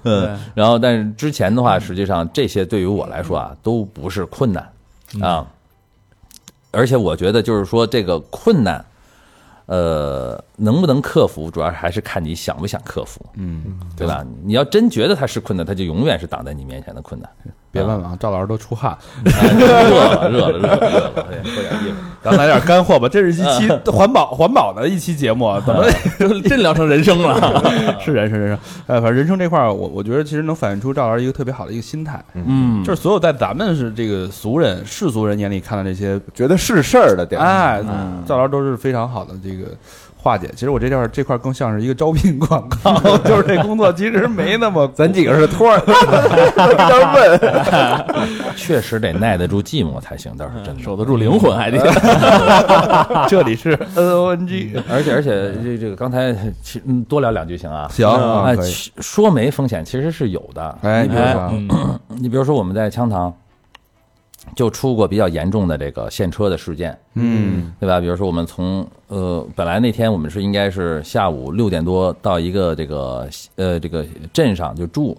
C: 嗯。 然后，但是之前的话，实际上这些对于我来说啊，都不是困难啊。而且我觉得，就是说这个困难，呃，能不能克服，主要还是看你想不想克服，
A: 嗯，
C: 对吧？你要真觉得它是困难，它就永远是挡在你面前的 困难。
A: 别问了啊，赵老师都出汗，
C: 哎热了，热了，热了，热了，哎喝点热。
A: 咱来点干货吧。这是一期环保环保的一期节目啊，怎么
C: 真聊成人生了。
A: 是人生人生？呃，反正人生这块儿，我我觉得其实能反映出赵老师一个特别好的一个心态，
F: 嗯，
A: 就是所有在咱们是这个俗人世俗人眼里看到这些
E: 觉得是事儿的地儿，
A: 哎，赵老师都是非常好的这个化解。其实我这块这块更像是一个招聘广告， 就是这工作其实没那么
E: 咱几个是托儿，在这儿问。
C: 确实得耐得住寂寞才行，倒是真的。
F: 守得住灵魂还得。
A: 这里是 N O N G
C: 而且而且这这个刚才其嗯多聊两句行啊。
A: 行啊
C: 哎，
A: 可以
C: 其说没风险其实是有的。
A: 哎，
C: 你
A: 你说说
F: 哎
C: 比如你比如说我们在羌塘就出过比较严重的这个陷车的事件，
A: 嗯
C: 对吧？比如说我们从呃本来那天我们是应该是下午六点多到一个这个呃这个镇上就住，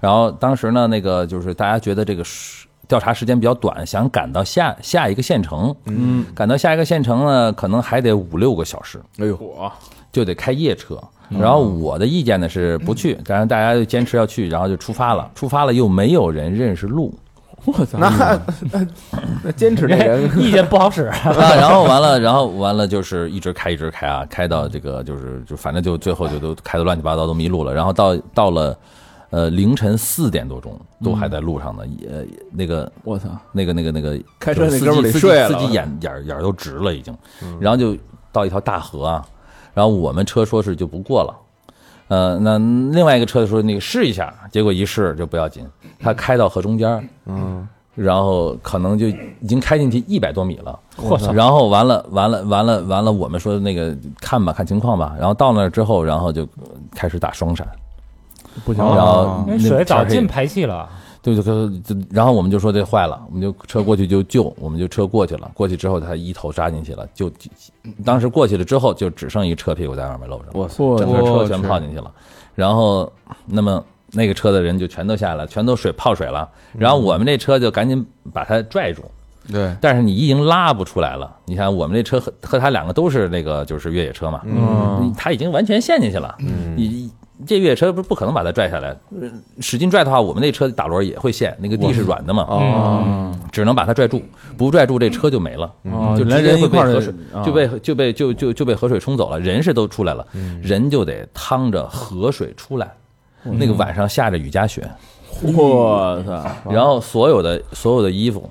C: 然后当时呢那个就是大家觉得这个时调查时间比较短，想赶到下下一个县城，嗯，赶到下一个县城呢可能还得五六个小时，
E: 哎呦，
C: 就得开夜车。然后我的意见呢是不去，但是大家就坚持要去，然后就出发了。出发了又没有人认识路，
F: 我操，
E: 那那那坚持的人
D: 意见不好使，
C: 啊，然后完了，然后完了，就是一直开，一直开啊，开到这个就是就反正就最后就都开的乱七八糟，都迷路了。然后到到了，呃，凌晨四点多钟都还在路上呢，也那个
F: 我操，
C: 那个那个那个
F: 开车
C: 就是
F: 那哥们儿
C: 司
F: 得
C: 机
F: 睡了
C: 司机司机眼眼儿眼儿都直了已经，然后就到一条大河啊，然后我们车说是就不过了，呃，那另外一个车说那个试一下，结果一试就不要紧，他开到河中间，嗯，然后可能就已经开进去一百多米了，
D: 嚯
C: 然后完了完了完了完了，我们说那个看吧看情况吧，然后到那儿之后，然后就呃开始打双闪，
F: 不行
C: 然
F: 了，
C: 后
D: 因为
C: 那
D: 哎水
C: 天
D: 早
C: 儿黑
D: 进排气了，
C: 对对对，就然后我们就说这坏了，我们就车过去就救，我们就车过去了，过去之后他一头扎进去了，就当时过去了之后就只剩一车屁股在外面露着，
F: 我操
C: 整个车全泡进去了。然后那么那个车的人就全都下来了，全都水泡水了，
F: 嗯
C: 然后我们这车就赶紧把他拽住，
A: 对，
C: 但是你已经拉不出来了。你看我们这车和和他两个都是那个就是越野车嘛，
F: 嗯，
C: 他已经完全陷进去了。
E: 嗯
C: 你这越野车不不可能把它拽下来，呃使劲拽的话，我们那车打轮也会陷，那个地是软的嘛，
F: 哦，
C: 只能把它拽住，不拽住这车就没了，
F: 哦
C: 嗯就
F: 原来
C: 直接
F: 人
C: 会
F: 一
C: 被
F: 块儿
C: 河
F: 的
C: 水
F: 啊
C: 就被就被就就就被河水冲走了，人是都出来了，
F: 嗯
C: 人就得趟着河水出来。那个晚上下着雨夹雪，
F: 我操，
C: 然后所有的所有的衣服，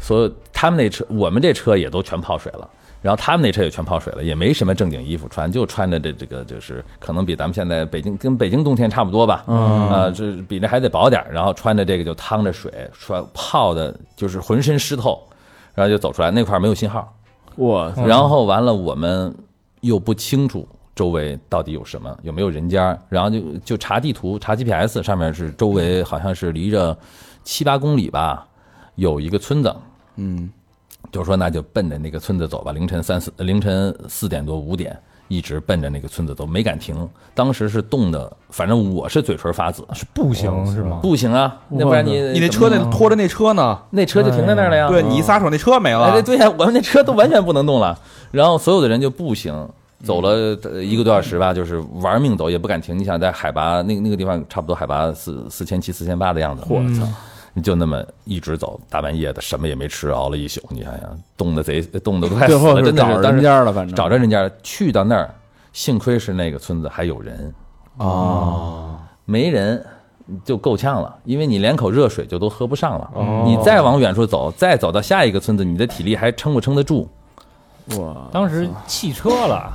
C: 所有他们那车，我们这车也都全泡水了，然后他们那车也全泡水了，也没什么正经衣服穿，就穿着这这个就是可能比咱们现在北京跟北京冬天差不多吧，嗯，啊，这比那还得薄点儿，然后穿着这个就趟着水，穿泡的就是浑身湿透，然后就走出来，那块儿没有信号，
F: 我
A: 嗯
F: 操，
C: 然后完了我们又不清楚。周围到底有什么？有没有人家？然后就就查地图，查 GPS，上面是周围好像是离着七八公里吧，有一个村子，
A: 嗯，
C: 就说那就奔着那个村子走吧。凌晨三四，凌晨四点多五点，一直奔着那个村子走，没敢停。当时是冻的，反正我是嘴唇发紫，
D: 是步行
E: 哦
D: 是吗？
C: 不行啊，要不然你
A: 你那车那拖着那车呢？
C: 啊那车就停在那儿了呀。
A: 对你一撒手，那车没
C: 嗯
A: 啊
C: 哎，
A: 了
C: 对。对呀、我们那车都完全不能动了。然后所有的人就步行走了呃一个多小时吧，就是玩命走，也不敢停。你想在海拔那那个地方，差不多海拔四四千七、四千八的样子，我操！你就那么一直走，大半夜的，什么也没吃，熬了一宿。你想想，冻的贼，冻的都快死
F: 最后
C: 了，真的
F: 找
C: 是
F: 着
C: 当
F: 人
C: 时
F: 家了，反正
C: 找着人家去到那儿，幸亏是那个村子还有人哦，没人就够呛了，因为你连口热水就都喝不上了。你再往远处走，再走到下一个村子，你的体力还撑不撑得住？
F: 我
D: 当时弃车了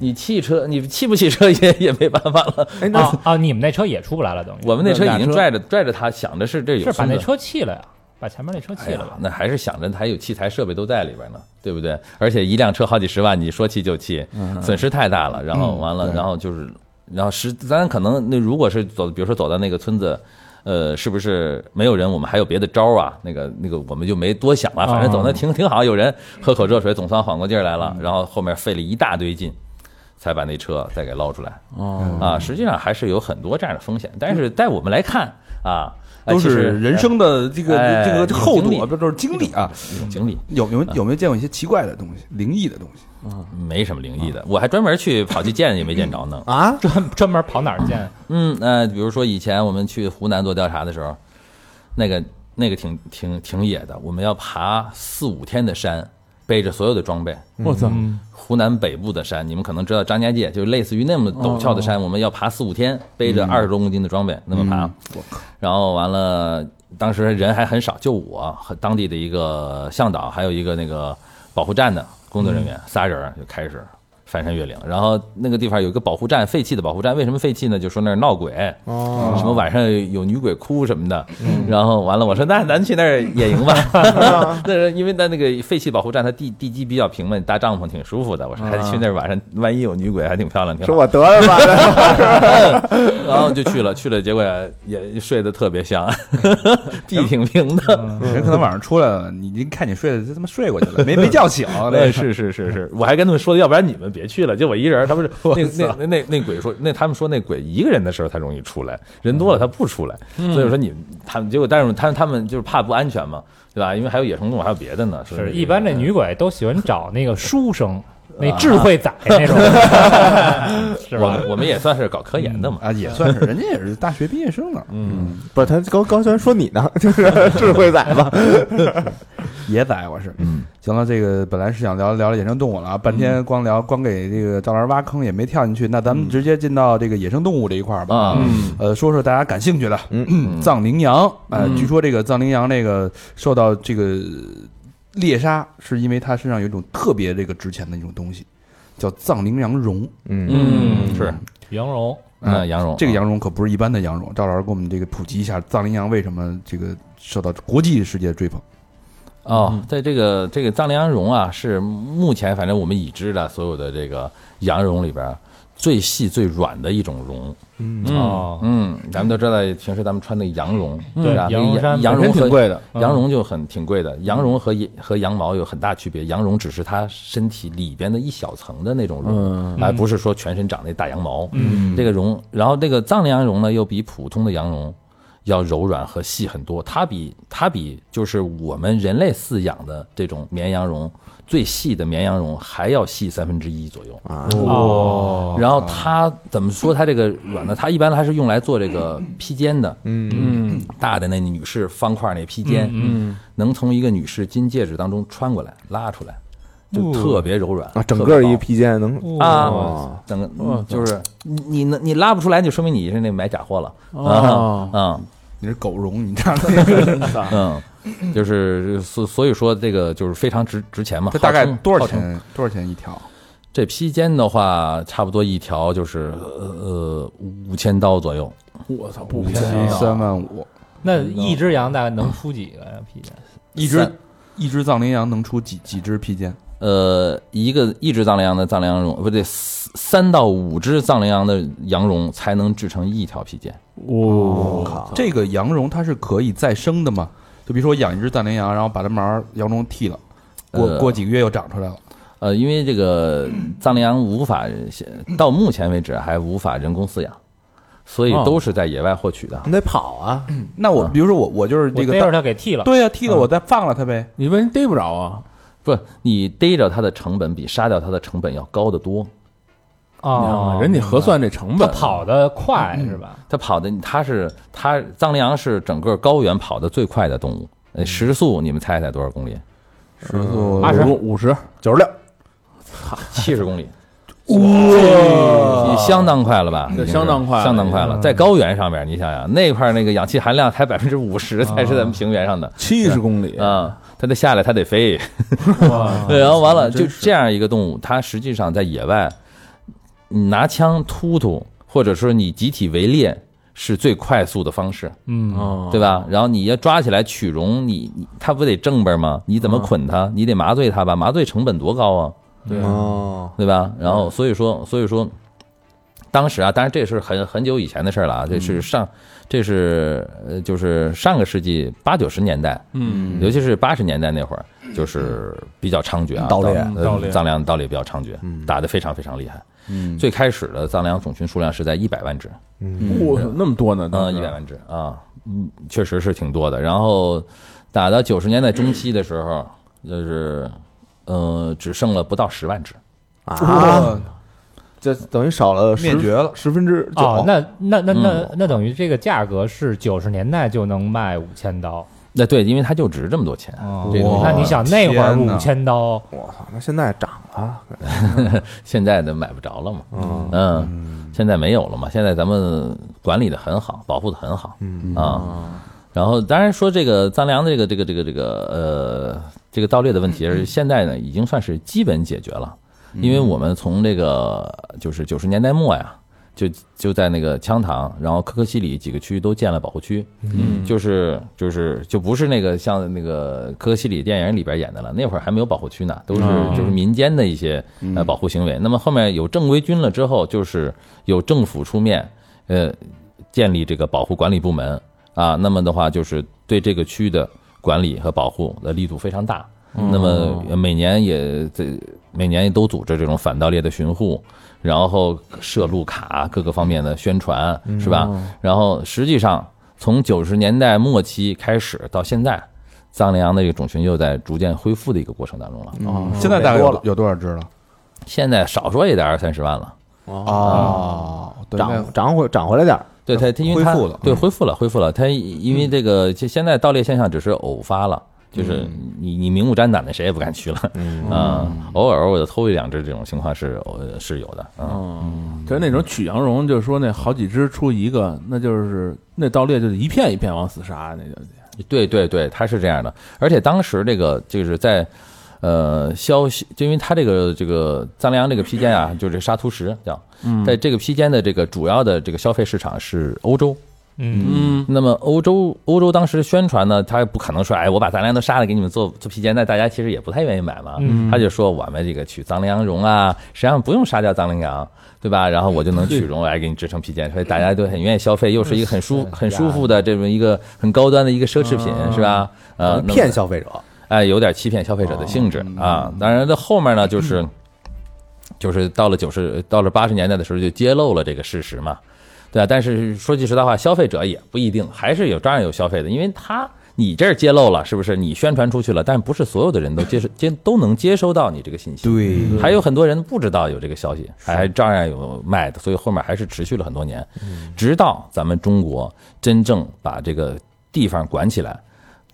C: 你汽车，你汽不汽车 也也没办法了。
E: 哎，那
D: 啊啊！你们那车也出不来了，等于
C: 我们那车已经
F: 那
C: 拽着拽着他，想着是这有
D: 是把
C: 村子
D: 那车弃了呀，把前面那车弃
C: 哎呀
D: 了吧。
C: 那还是想着还有器材设备都在里边呢，对不对？而且一辆车好几十万，你说弃就弃，损失太大了。然后完了，然后就是，然后实咱可能那如果是走，比如说走到那个村子。呃，是不是没有人？我们还有别的招儿啊？那个那个，我们就没多想了，反正走那挺挺好，有人喝口热水，总算缓过劲儿来了。然后后面费了一大堆劲，才把那车再给捞出来。
F: 哦，
C: 啊，实际上还是有很多这样的风险，但是在我们来看啊，哎
A: 都
C: 其实
A: 是人生的这个
C: 哎
A: 这个厚
C: 经历嗯
A: 度，不都是经历啊？
C: 一种经历。
A: 有没有有没有见过一些奇怪的东西、灵异的东西？
C: 没什么灵异的，我还专门去跑去见也没见着呢。
E: 啊，
D: 专专门跑哪儿见？
C: 嗯，呃，比如说以前我们去湖南做调查的时候，那个那个挺挺挺野的，我们要爬四五天的山，背着所有的装备。嗯
F: 我操，
C: 湖南北部的山，你们可能知道张家界，就是类似于那么陡峭的山，我们要爬四五天，背着二十多公斤的装备那么爬。然后完了，当时人还很少，就我和当地的一个向导，还有一个那个保护站的工作人员，仨人儿就开始翻山越岭。然后那个地方有一个保护站，废弃的保护站，为什么废弃呢？就说那儿闹鬼，什么晚上有女鬼哭什么的。然后完了，我说那咱去那儿野营吧，那是因为在那个废弃保护站，它地地基比较平嘛，你搭帐篷挺舒服的。我说还去那儿晚上，万一有女鬼，还挺漂亮，挺好
E: 说。我得了 吧？
C: 然后就去了，去了，结果也睡得特别 香，地挺平的。
A: 嗯人可能晚上出来了，你你看你睡的就他妈睡过去了，没没叫 醒。
C: 对，哎是是是是，我还跟他们说，要不然你们别去了，就我一人儿。他们是 那那那那那鬼说，那他们说那鬼一个人的时候他容易出来，人多了他不出来。所以说你他们结果，但是他们他们就是怕不安全嘛，对吧？因为还有野生动物，还有别的呢。所以嗯
D: 是一般这女鬼都喜欢找那个书生，那智慧仔那种， 是吧？
C: 我我们也算是搞科研的嘛。
A: 啊，也算是，人家也是大学毕业生呢。
E: 不是，他高高轩说你呢，就是智慧仔吧？
A: 野仔我是。嗯，行了，这个本来是想聊聊野生动物了啊，半天光聊光给这个赵老师挖坑也没跳进去，那咱们直接进到这个野生动物这一块儿吧。
C: 啊，
A: 呃，说说大家感兴趣的，
E: 嗯
A: 藏羚羊，呃，
F: 嗯
A: 据说这个藏羚羊这个受到这个猎杀，是因为它身上有一种特别这个值钱的一种东西，叫藏羚羊绒。
E: 嗯
C: 嗯，是
D: 羊绒
C: 那羊绒
A: 这个羊绒可不是一般的羊绒，赵老师给我们这个普及一下藏羚羊为什么这个受到国际世界的追捧。
C: 哦，在这个这个藏羚羊绒啊，是目前反正我们已知的所有的这个羊绒里边儿最细最软的一种绒。
D: 哦，
C: 嗯，咱们都知道，平时咱们穿的羊绒，
D: 对
C: 是吧？
D: 羊绒衫
C: 羊
F: 本身
C: 绒
F: 挺
C: 和
F: 贵的，
D: 嗯
C: 羊绒就很挺贵的，羊绒和和羊毛有很大区别，羊绒只是它身体里边的一小层的那种
F: 嗯
C: 绒，而不是说全身长那大羊毛。嗯，这个绒，然后这个藏羚羊绒呢，又比普通的羊绒要柔软和细很多，它比它比就是我们人类饲养的这种绵羊绒最细的绵羊绒还要细三分之一左右。
E: 啊，
A: 哦
C: 然后它怎么说？它这个软的，它一般还是用来做这个披肩的。
E: 嗯
C: 大的那女士方块那披肩，嗯，能从一个女士金戒指当中穿过来拉出来，就特别柔软
E: 啊，整个一
C: 特别
E: 披肩能
C: 薄啊
E: 哦，
C: 整个嗯就是你你能你拉不出来，就说明你是那买假货了
A: 哦
C: 啊，嗯
A: 你是狗绒，你知道吗？啊
C: 嗯，就是所所以说这个就是非常值值钱嘛，
A: 这大概
C: 号称
A: 多少？
C: 号称
A: 钱？多少钱一条？
C: 这披肩的话，差不多一条就是呃五千刀左右，
F: 我操，不便宜
A: 三
F: 啊，
A: 三万五，
D: 那一只羊大概能出几个呀？披肩？
A: 一只一只藏羚羊能出几几只披肩？
C: 呃，一个一只藏羚羊的藏羚羊绒，不对，三三到五只藏羚羊的羊绒才能制成一条披肩。
E: 我靠，
A: 这个羊绒它是可以再生的吗？就比如说我养一只藏羚羊，然后把它毛儿羊绒剃了，过
C: 呃
A: 过几个月又长出来了。
C: 呃，因为这个藏羚羊无法到目前为止还无法人工饲养，所
A: 哦
C: 以都是在野外获取的。
E: 你得跑啊，嗯
A: 那我比如说我我就是这
D: 我
A: 个
D: 逮着
A: 大，
D: 它给剃了。
A: 对呀，剃了我再放了它呗。
F: 你为什么逮不着啊？
C: 不，你逮着它的成本比杀掉它的成本要高得多。
D: 哦，
F: 人家核算这成
D: 它
F: 本，
D: 跑得快是吧？
C: 它跑的，它是它藏羚羊是整个高原跑得最快的动物，呃时速你们猜猜多少公里？
A: 时速
D: 八十
F: 五十，
E: 九十六，
C: 七十公里。哇，相当快了吧？
F: 这
C: 已经是
F: 相当快了
C: 相当快了。嗯在高原上面，你想想那块儿那个氧气含量才百分之五十，才是咱们平原上的
F: 七十公里，
C: 啊。它得下来，它得飞。 对，然后完了，就这样一个动物，它实际上在野外，你拿枪突突，或者说你集体围猎，是最快速的方式。
F: 哦
C: 对吧？然后你要抓起来取容，你你它不得正本吗？你怎么捆它？你得麻醉它吧？麻醉成本多高啊，
E: 哦，
C: 对吧？然后所以说，所以说，当时啊，当然这是很很久以前的事儿了啊，这是上，这是呃，就是上个世纪八九十年代，
F: 嗯，
C: 尤其是八十年代那会儿，就是比较猖獗啊，
E: 盗猎
C: 呃
F: 盗猎
C: 藏羚羊盗猎比较猖獗，打得非常非常厉害。
A: 嗯
C: 最开始的藏羚羊种群数量是在一百万只，
E: 嗯
F: 我操那么多呢，
C: 嗯，一百万只啊，嗯，确实是挺多的。然后打到九十年代中期的时候，就是呃，只剩了不到十万只。
E: 啊，这等于少了十
A: 灭绝了
E: 十啊分
A: 嗯
E: 之
D: 哦
E: 九，，
D: 那那那那那等于这个价格是九十年代就能卖五千刀。
C: 那对，因为它就值这么多钱。
D: 哦
C: 这个东西
D: 那你想那会儿
A: 天哪
D: 五千刀，
E: 我操，那现在涨了，
C: 现在的买不着了嘛，
E: 嗯
C: 嗯，现在没有了嘛，现在咱们管理的很好，保护的很好，
E: 嗯
C: 啊。然后，当然说这个藏羚羊的这个这个这个这个呃这个盗猎的问题，是现在呢已经算是基本解决了，因为我们从这个就是九十年代末呀，就就在那个羌塘，然后可可西里几个区域都建了保护区，嗯，就是就是就不是那个像那个可可西里电影里边演的了，那会儿还没有保护区呢，都是就是民间的一些呃保护行为。那么后面有正规军了之后，就是有政府出面，呃，建立这个保护管理部门啊，那么的话就是对这个区的管理和保护的力度非常大。
F: 嗯
C: 那么每年也这每年都组织这种反盗猎的巡护，然后设路卡各个方面的宣传，是吧？然后实际上从九十年代末期开始到现在，藏羚羊的这个种群又在逐渐恢复的一个过程当中了。
A: 嗯现在大概
E: 嗯多
A: 有
E: 了
A: 有多少只了？
C: 现在少说也得二三十万了。
A: 哦，对那
E: 啊涨涨回涨回来点儿，
C: 对它，它因为
A: 恢
C: 它
A: 复了嗯
C: 对恢复了，恢复了。它因为这个，现在盗猎现象只是偶发了，
A: 嗯
C: 就是你你明目张胆的谁也不敢去了， 啊，偶尔我就偷一两只这种情况是呃是有的，嗯，
F: 嗯，就是那种取羊绒，就是说那好几只出一个，那就是那盗猎就是一片一片往死杀，那就
C: 对对对，它是这样的，而且当时这个就是在。呃，消息就因为它这个这个藏羚羊这个披肩啊，就是沙图什叫，
A: 嗯
C: 在这个披肩的这个主要的这个消费市场是欧洲，
D: 嗯，
F: 嗯
C: 那么欧洲欧洲当时宣传呢，他不可能说，哎，我把藏羚羊都杀了给你们做做披肩，那大家其实也不太愿意买嘛。
D: 嗯
C: 他就说我们这个取藏羚羊绒啊，实际上不用杀掉藏羚羊，对吧？然后我就能取绒哎来给你制成披肩，所以大家都很愿意消费，又是一个很舒很舒服的这么一个很高端的一个奢侈品，是吧？呃，那么
E: 骗消费者，
C: 哎，有点欺骗消费者的性质啊。当然，这后面呢，就是就是到了九十到了八十年代的时候，就揭露了这个事实嘛，对啊。但是说句实在话，消费者也不一定，还是有照样有消费的，因为他你这儿揭露了，是不是？你宣传出去了，但不是所有的人都接受接都能接收到你这个信息。
A: 对，
C: 还有很多人不知道有这个消息，还照样有卖的，所以后面还是持续了很多年，直到咱们中国真正把这个地方管起来，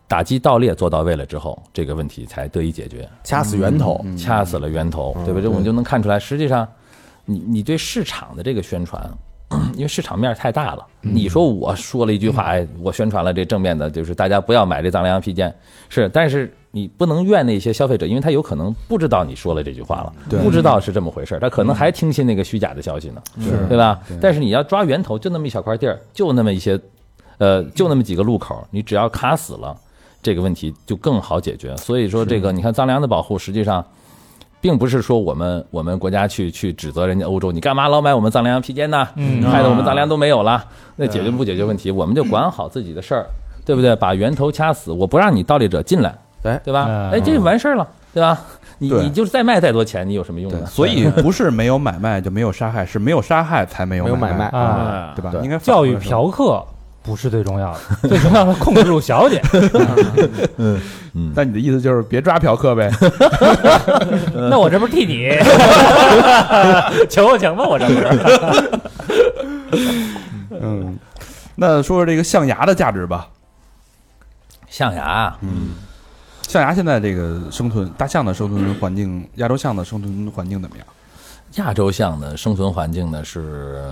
C: 打击盗猎做到位了之后，这个问题才得以解决，
E: 掐死源头，
C: 掐死了源头，对吧？这我们就能看出来，实际上你你对市场的这个宣传。 因为市场面太大了，你说我说了一句话，哎，我宣传了这正面的，就是大家不要买这藏羚羊披肩，是，但是你不能怨那些消费者，因为他有可能不知道你说了这句话了，不知道是这么回事儿，他可能还听信那个虚假的消息呢，
E: 嗯
A: 嗯
C: 对吧？但是你要抓源头，就那么一小块地儿，就那么一些，呃，就那么几个路口，你只要卡死了，这个问题就更好解决。所以说，这个你看藏羚羊的保护，实际上。并不是说我们我们国家去去指责人家欧洲，你干嘛老买我们藏羚羊披肩呢？
D: 嗯
C: 害得我们藏羚羊都没有了，那解决不解决问题，我们就管好自己的事儿，对不对？把源头掐死，我不让你盗猎者进来，
E: 哎
C: 对吧
D: 嗯？
C: 哎，这就完事儿了，对吧？你
E: 对
C: 你就是再卖再多钱，你有什么用呢？
A: 所以不是没有买卖就没有杀害，是没有杀害才没有
E: 没有
A: 买
E: 买卖，
C: 嗯
D: 啊，
A: 对吧？
E: 对
A: 应该
D: 教育
A: 嫖，
D: 嫖客不是最重要的，最重要的控制住小姐。
A: 那你的意思就是别抓嫖客呗？
D: 那我这不是替你，求我请吧，我这不是。
A: 嗯，那说说这个象牙的价值吧。
C: 象牙啊，
A: 象牙现在这个生存，大象的生存环境，亚洲象的生存环境怎么样？
C: 亚洲象的生存环境呢是，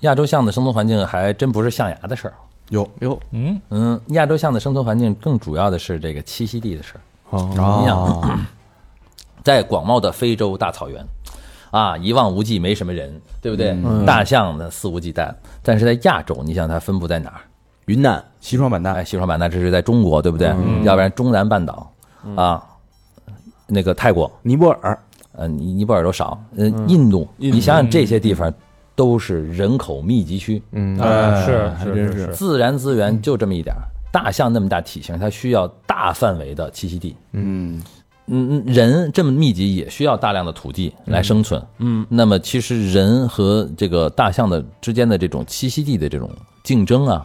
C: 亚洲象的生存环境还真不是象牙的事儿。
A: 有有
D: 嗯，
C: 嗯，亚洲象的生存环境更主要的是这个栖息地的事儿。
A: 哦
C: 你想， 在广袤的非洲大草原，啊，一望无际，没什么人，对不对？大象呢肆无忌惮，但是在亚洲，你想它分布在哪儿？
E: 云南
A: 西双版纳
C: 哎，西双版纳这是在中国，对不对？要不然中南半岛啊，那个泰国，
E: 尼泊尔，
C: 呃，尼尼泊尔都少，呃，印度，你想想这些地方都是人口密集区，
E: 嗯
D: 啊是
F: 还
D: 是
F: 真
D: 是，
F: 是
C: 自然资源就这么一点儿，大象那么大体型，它需要大范围的栖息地。嗯嗯，人这么密集也需要大量的土地来生存。嗯，那么其实人和这个大象的之间的这种栖息地的这种竞争啊，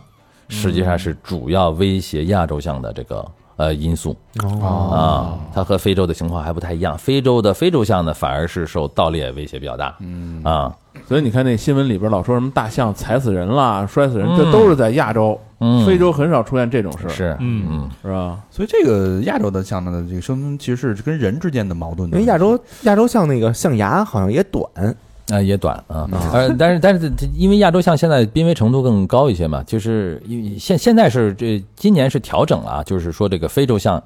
C: 实际上是主要威胁亚洲象的这个呃因素。
E: 哦
A: 哦
C: 啊，它和非洲的情况还不太一样。非洲的非洲象呢，反而是受盗猎威胁比较大。嗯啊，
F: 所以你看那新闻里边老说什么大象踩死人啦、摔死人，
C: 嗯
F: 这都是在亚洲，
C: 嗯
F: 非洲很少出现这种事，儿，
C: 是
D: 嗯
C: 嗯，
F: 是吧？
A: 所以这个亚洲的象呢，这个生存其实是跟人之间的矛盾
E: 因
A: 的。
E: 为亚洲亚洲像那个象牙好像也短，
C: 啊、也短啊，而但是但是这因为亚洲象现在濒危程度更高一些嘛，就是因为现现在是这今年是调整了啊，就是说这个非洲象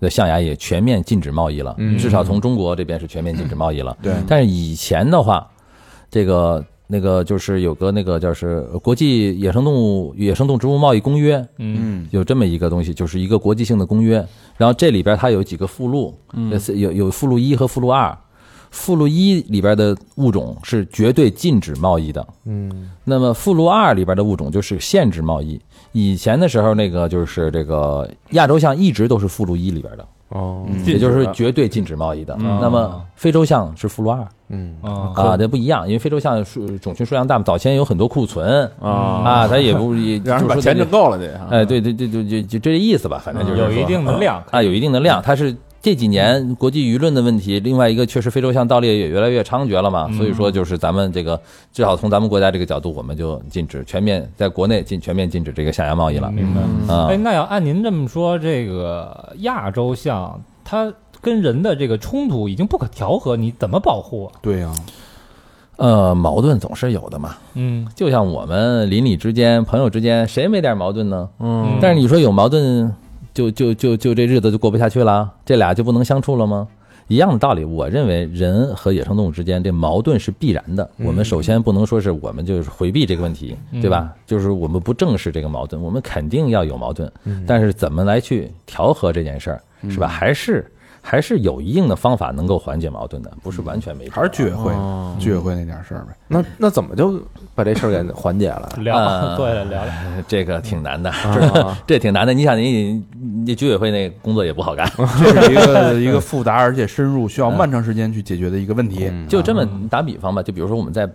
C: 的象牙也全面禁止贸易了，至少从中国这边是全面禁止贸易了。
A: 对
C: 但是以前的话，这个那个就是有个那个叫是国际野生动物野生动植物贸易公约，
D: 嗯
C: 有这么一个东西，就是一个国际性的公约。然后这里边它有几个附录，
E: 嗯
C: 呃是有有附录一和附录二。附录一里边的物种是绝对禁止贸易的，
E: 嗯，
C: 那么附录二里边的物种就是限制贸易。以前的时候，那个就是这个亚洲象一直都是附录一里边的，
E: 哦，
A: 嗯
C: 也就是说绝对禁止贸易的。那么非洲象是附录二
E: 嗯，
D: 啊
C: 啊，这不一样，因为非洲象数种群数量大嘛，早先有很多库存
F: 啊，
C: 啊，它也不也
F: 让人把
C: 就是说
F: 钱
C: 这
F: 挣够了得，
C: 呃哎，对对对，就就就这这意思吧，反正就是
D: 嗯有一
C: 说
D: 定的量，
C: 啊，有一定的量，它是这几年国际舆论的问题，另外一个确实非洲象盗猎也越来越猖獗了嘛，所以
D: 嗯
C: 说就是咱们这个至少从咱们国家这个角度，我们就禁止全面在国内禁全面禁止这个象牙贸易了
D: 明白。
C: 啊
D: 哎，。那要按您这么说，这个亚洲象它跟人的这个冲突已经不可调和，你怎么保护啊？
E: 对呀、
C: 呃，矛盾总是有的嘛，
D: 嗯，
C: 就像我们邻里之间、朋友之间，谁没点矛盾呢？
D: 嗯
C: 但是你说有矛盾，就就就就这日子就过不下去了，这俩就不能相处了吗？一样的道理，我认为人和野生动物之间这矛盾是必然的。我们首先不能说是我们就是回避这个问题，对吧？就是我们不正视这个矛盾，我们肯定要有矛盾，但是怎么来去调和这件事儿，是吧？还是还是有一定的方法能够缓解矛盾的，不是完全没辙。
A: 还是居委会，
E: 哦
A: 居委会那点事 儿呗。
E: 那那怎么就把这事儿给缓解了？
D: 聊
C: 呃
D: 对了，聊聊。
C: 这个挺难的，
E: 啊，
C: 这挺难的。你想你，你你居委会那工作也不好干，
A: 这是一个一个复杂而且深入，
E: 嗯
A: 需要漫长时间去解决的一个问题。
C: 就这么打比方吧，就比如说我们在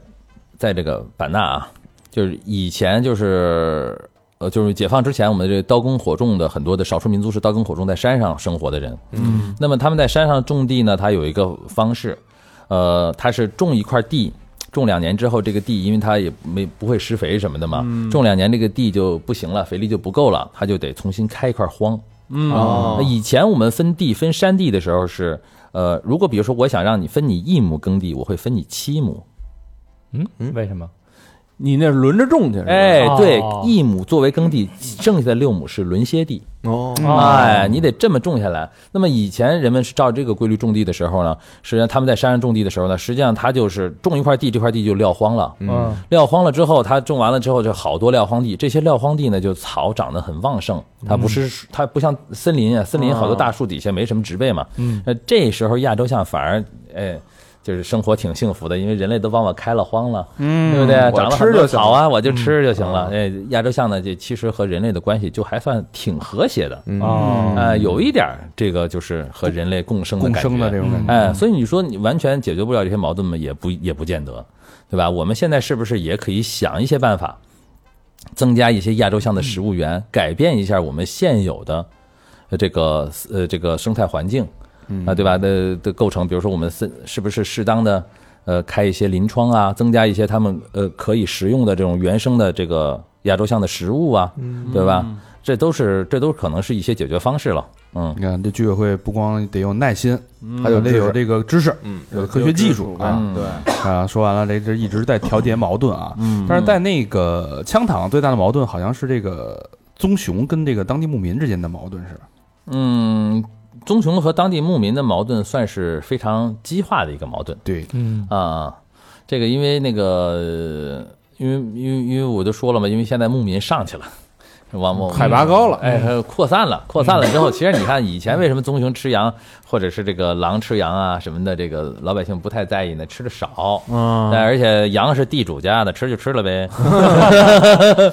C: 在这个版纳啊，就是以前就是呃，就是解放之前，我们这刀耕火种的很多的少数民族是刀耕火种在山上生活的人。嗯，那么他们在山上种地呢，它有一个方式，呃，它是种一块地。种两年之后，这个地因为它也没不会施肥什么的嘛，种两年这个地就不行了，肥力就不够了，它就得重新开一块荒。啊那以前我们分地分山地的时候是，呃，如果比如说我想让你分你一亩耕地，我会分你七亩。
D: 嗯，为什么？
F: 你那轮着种去，是吧
C: 哎，对
D: 哦，
C: 一亩作为耕地，剩下的六亩是轮歇地。
E: 哦，
C: 哎，你得这么种下来。那么以前人们是照这个规律种地的时候呢，实际上他们在山上种地的时候呢，实际上他就是种一块地，这块地就撂荒了。
D: 嗯
C: 撂荒了之后，它种完了之后，就好多撂荒地。这些撂荒地呢，就草长得很旺盛，它不是它不像森林啊，森林好多大树底下没什么植被嘛。嗯，那这时候亚洲象反而哎。就是生活挺幸福的，因为人类都帮我开了荒了，嗯，对不对？长了很多草啊，我就吃就行了。哎，亚洲象呢，这其实和人类的关系就还算挺和谐的，嗯，
D: 哦，
C: 呃，有一点儿这个就是和人类共生的
A: 共
C: 感
A: 生的
C: 觉
A: 这种感觉，
E: 嗯
C: 哎，所以你说你完全解决不了这些矛盾嘛，也不也不见得，对吧？我们现在是不是也可以想一些办法，增加一些亚洲象的食物源，改变一下我们现有的呃这个呃这个生态环境啊，对吧？的的构成，比如说我们是是不是适当的呃开一些林窗啊，增加一些他们呃可以食用的这种原生的这个亚洲象的食物啊，对吧？这都是这都可能是一些解决方式了，嗯。
A: 你看这居委会不光得有耐心，还
E: 有
A: 得
E: 知识
A: 有这个知识，
E: 嗯，
A: 有科学技术啊。
C: 嗯
E: 对，
A: 啊，说完了，这这一直在调节矛盾啊。但是在那个羌塘最大的矛盾好像是这个棕熊跟这个当地牧民之间的矛盾是吧？
C: 嗯，棕熊和当地牧民的矛盾算是非常激化的一个矛盾
A: 对，
D: 嗯
C: 啊。这个因为那个，因为因为因为我就说了嘛，因为现在牧民上去了。 往往
F: 嗯海拔高了嗯
C: 哎，还有扩散了，扩散了之后，其实 你看以前为什么棕熊吃羊，或者是这个狼吃羊啊什么的，这个老百姓不太在意呢，吃的少，
F: 嗯
C: 但而且羊是地主家的，吃就吃 了呗。
F: 啊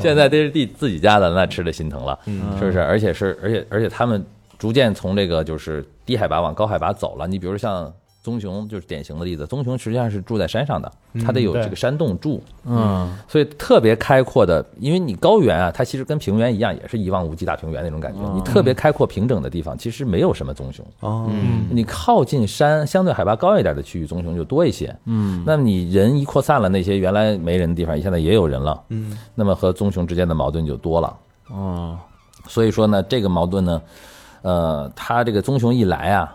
C: 现在这是地自己家的，那吃的心疼了，是不是？而且是，而且而且他们逐渐从这个就是低海拔往高海拔走了。你比如像棕熊，就是典型的例子。棕熊实际上是住在山上的，它得有
D: 对
C: 这个山洞住，
F: 嗯
C: 所以特别开阔的，因为你高原啊，它其实跟平原一样，也是一望无际大平原那种感觉。你特别开阔平整的地方，其实没有什么棕熊。
E: 哦，
D: 嗯
C: 你靠近山，相对海拔高一点的区域，棕熊就多一些。嗯，那么你人一扩散了，那些原来没人的地方，现在也有人了。嗯，那么和棕熊之间的矛盾就多了。
F: 哦，
C: 所以说呢，这个矛盾呢，呃，它这个棕熊一来啊，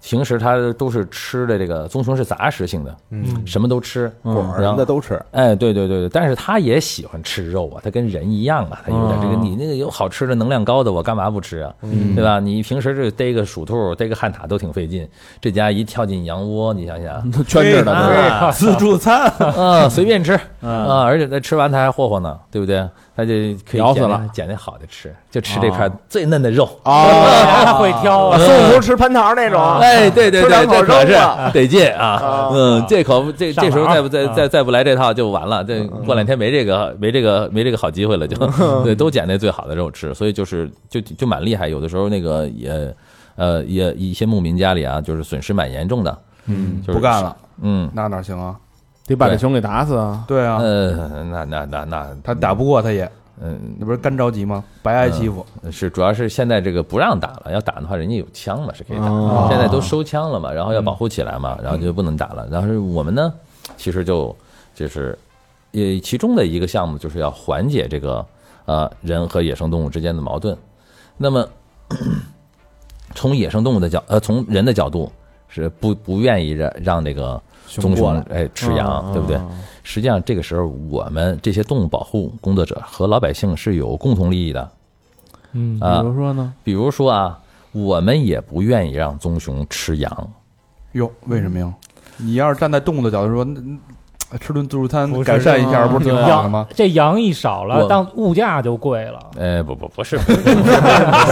C: 平时它都是吃的这个棕熊是杂食性的，
D: 嗯
C: 什么都吃，果
E: 什么的都吃，
C: 哎，对对对对，但是它也喜欢吃肉啊，它跟人一样啊，它有点这个，
F: 哦
C: 你那个有好吃的、能量高的，我干嘛不吃啊？
F: 嗯
C: 对吧？你平时这逮个鼠兔、逮个旱獭都挺费劲，这家一跳进羊窝，你想想，
F: 圈着的都是
C: 啊
A: 自助 餐，
C: 啊，随便吃
F: 嗯
C: 啊，而且它吃完它还霍霍呢，对不对？它就可以
F: 咬死
C: 捡那
F: 了，哦
C: 捡那好的吃，就吃这块最嫩的肉。
D: 啊， 会挑啊，
E: 宋叔吃蟠桃那种，
A: 啊
C: 哎，对对对，
E: 吃两口
C: 这可
E: 肉啊
C: 是得劲啊！嗯，这口这
D: 上
C: 这时候
D: 网
C: 再不再
D: 啊
C: 再再不来这套就完了，
A: 嗯
C: 这过两天没这个没这个没这个好机会了，就对，都捡那最好的肉吃，所以就是就就蛮厉害，有的时候那个也呃也一些牧民家里啊，就是损失蛮严重的，
A: 嗯，
C: 就是
A: 不干了，
C: 嗯
A: 那哪行啊？
F: 得把这熊给打死啊！
A: 对啊，
C: 呃，那那那那
A: 他打不过他也，
C: 嗯，
A: 那不是干着急吗？白挨欺负，
C: 是，主要是现在这个不让打了，要打的话，人家有枪嘛，是可以打。
A: 啊
E: 哦
C: 现在都收枪了嘛，然后要保护起来
E: 嗯
C: 嘛，然后就不能打了。然后是我们呢，其实就就是，也其中的一个项目就是要缓解这个呃人和野生动物之间的矛盾。那么 从野生动物的角呃从人的角度是不不愿意让让这个棕
E: 过
C: 熊
E: 来啊
C: 哎吃羊，对不对？实际上这个时候我们这些动物保护工作者和老百姓是有共同利益的。
D: 嗯
C: 啊
F: 比如说呢，
C: 比如说啊，我们也不愿意让棕熊吃羊，
A: 哟，为什么呀？你要是站在动物的角度说，那那吃顿自助餐
D: 不是
A: 改善一下，
F: 啊
A: 不是挺好的吗？
D: 这羊一少了，
C: 我
D: 当物价就贵了。
C: 哎，不不不是，不是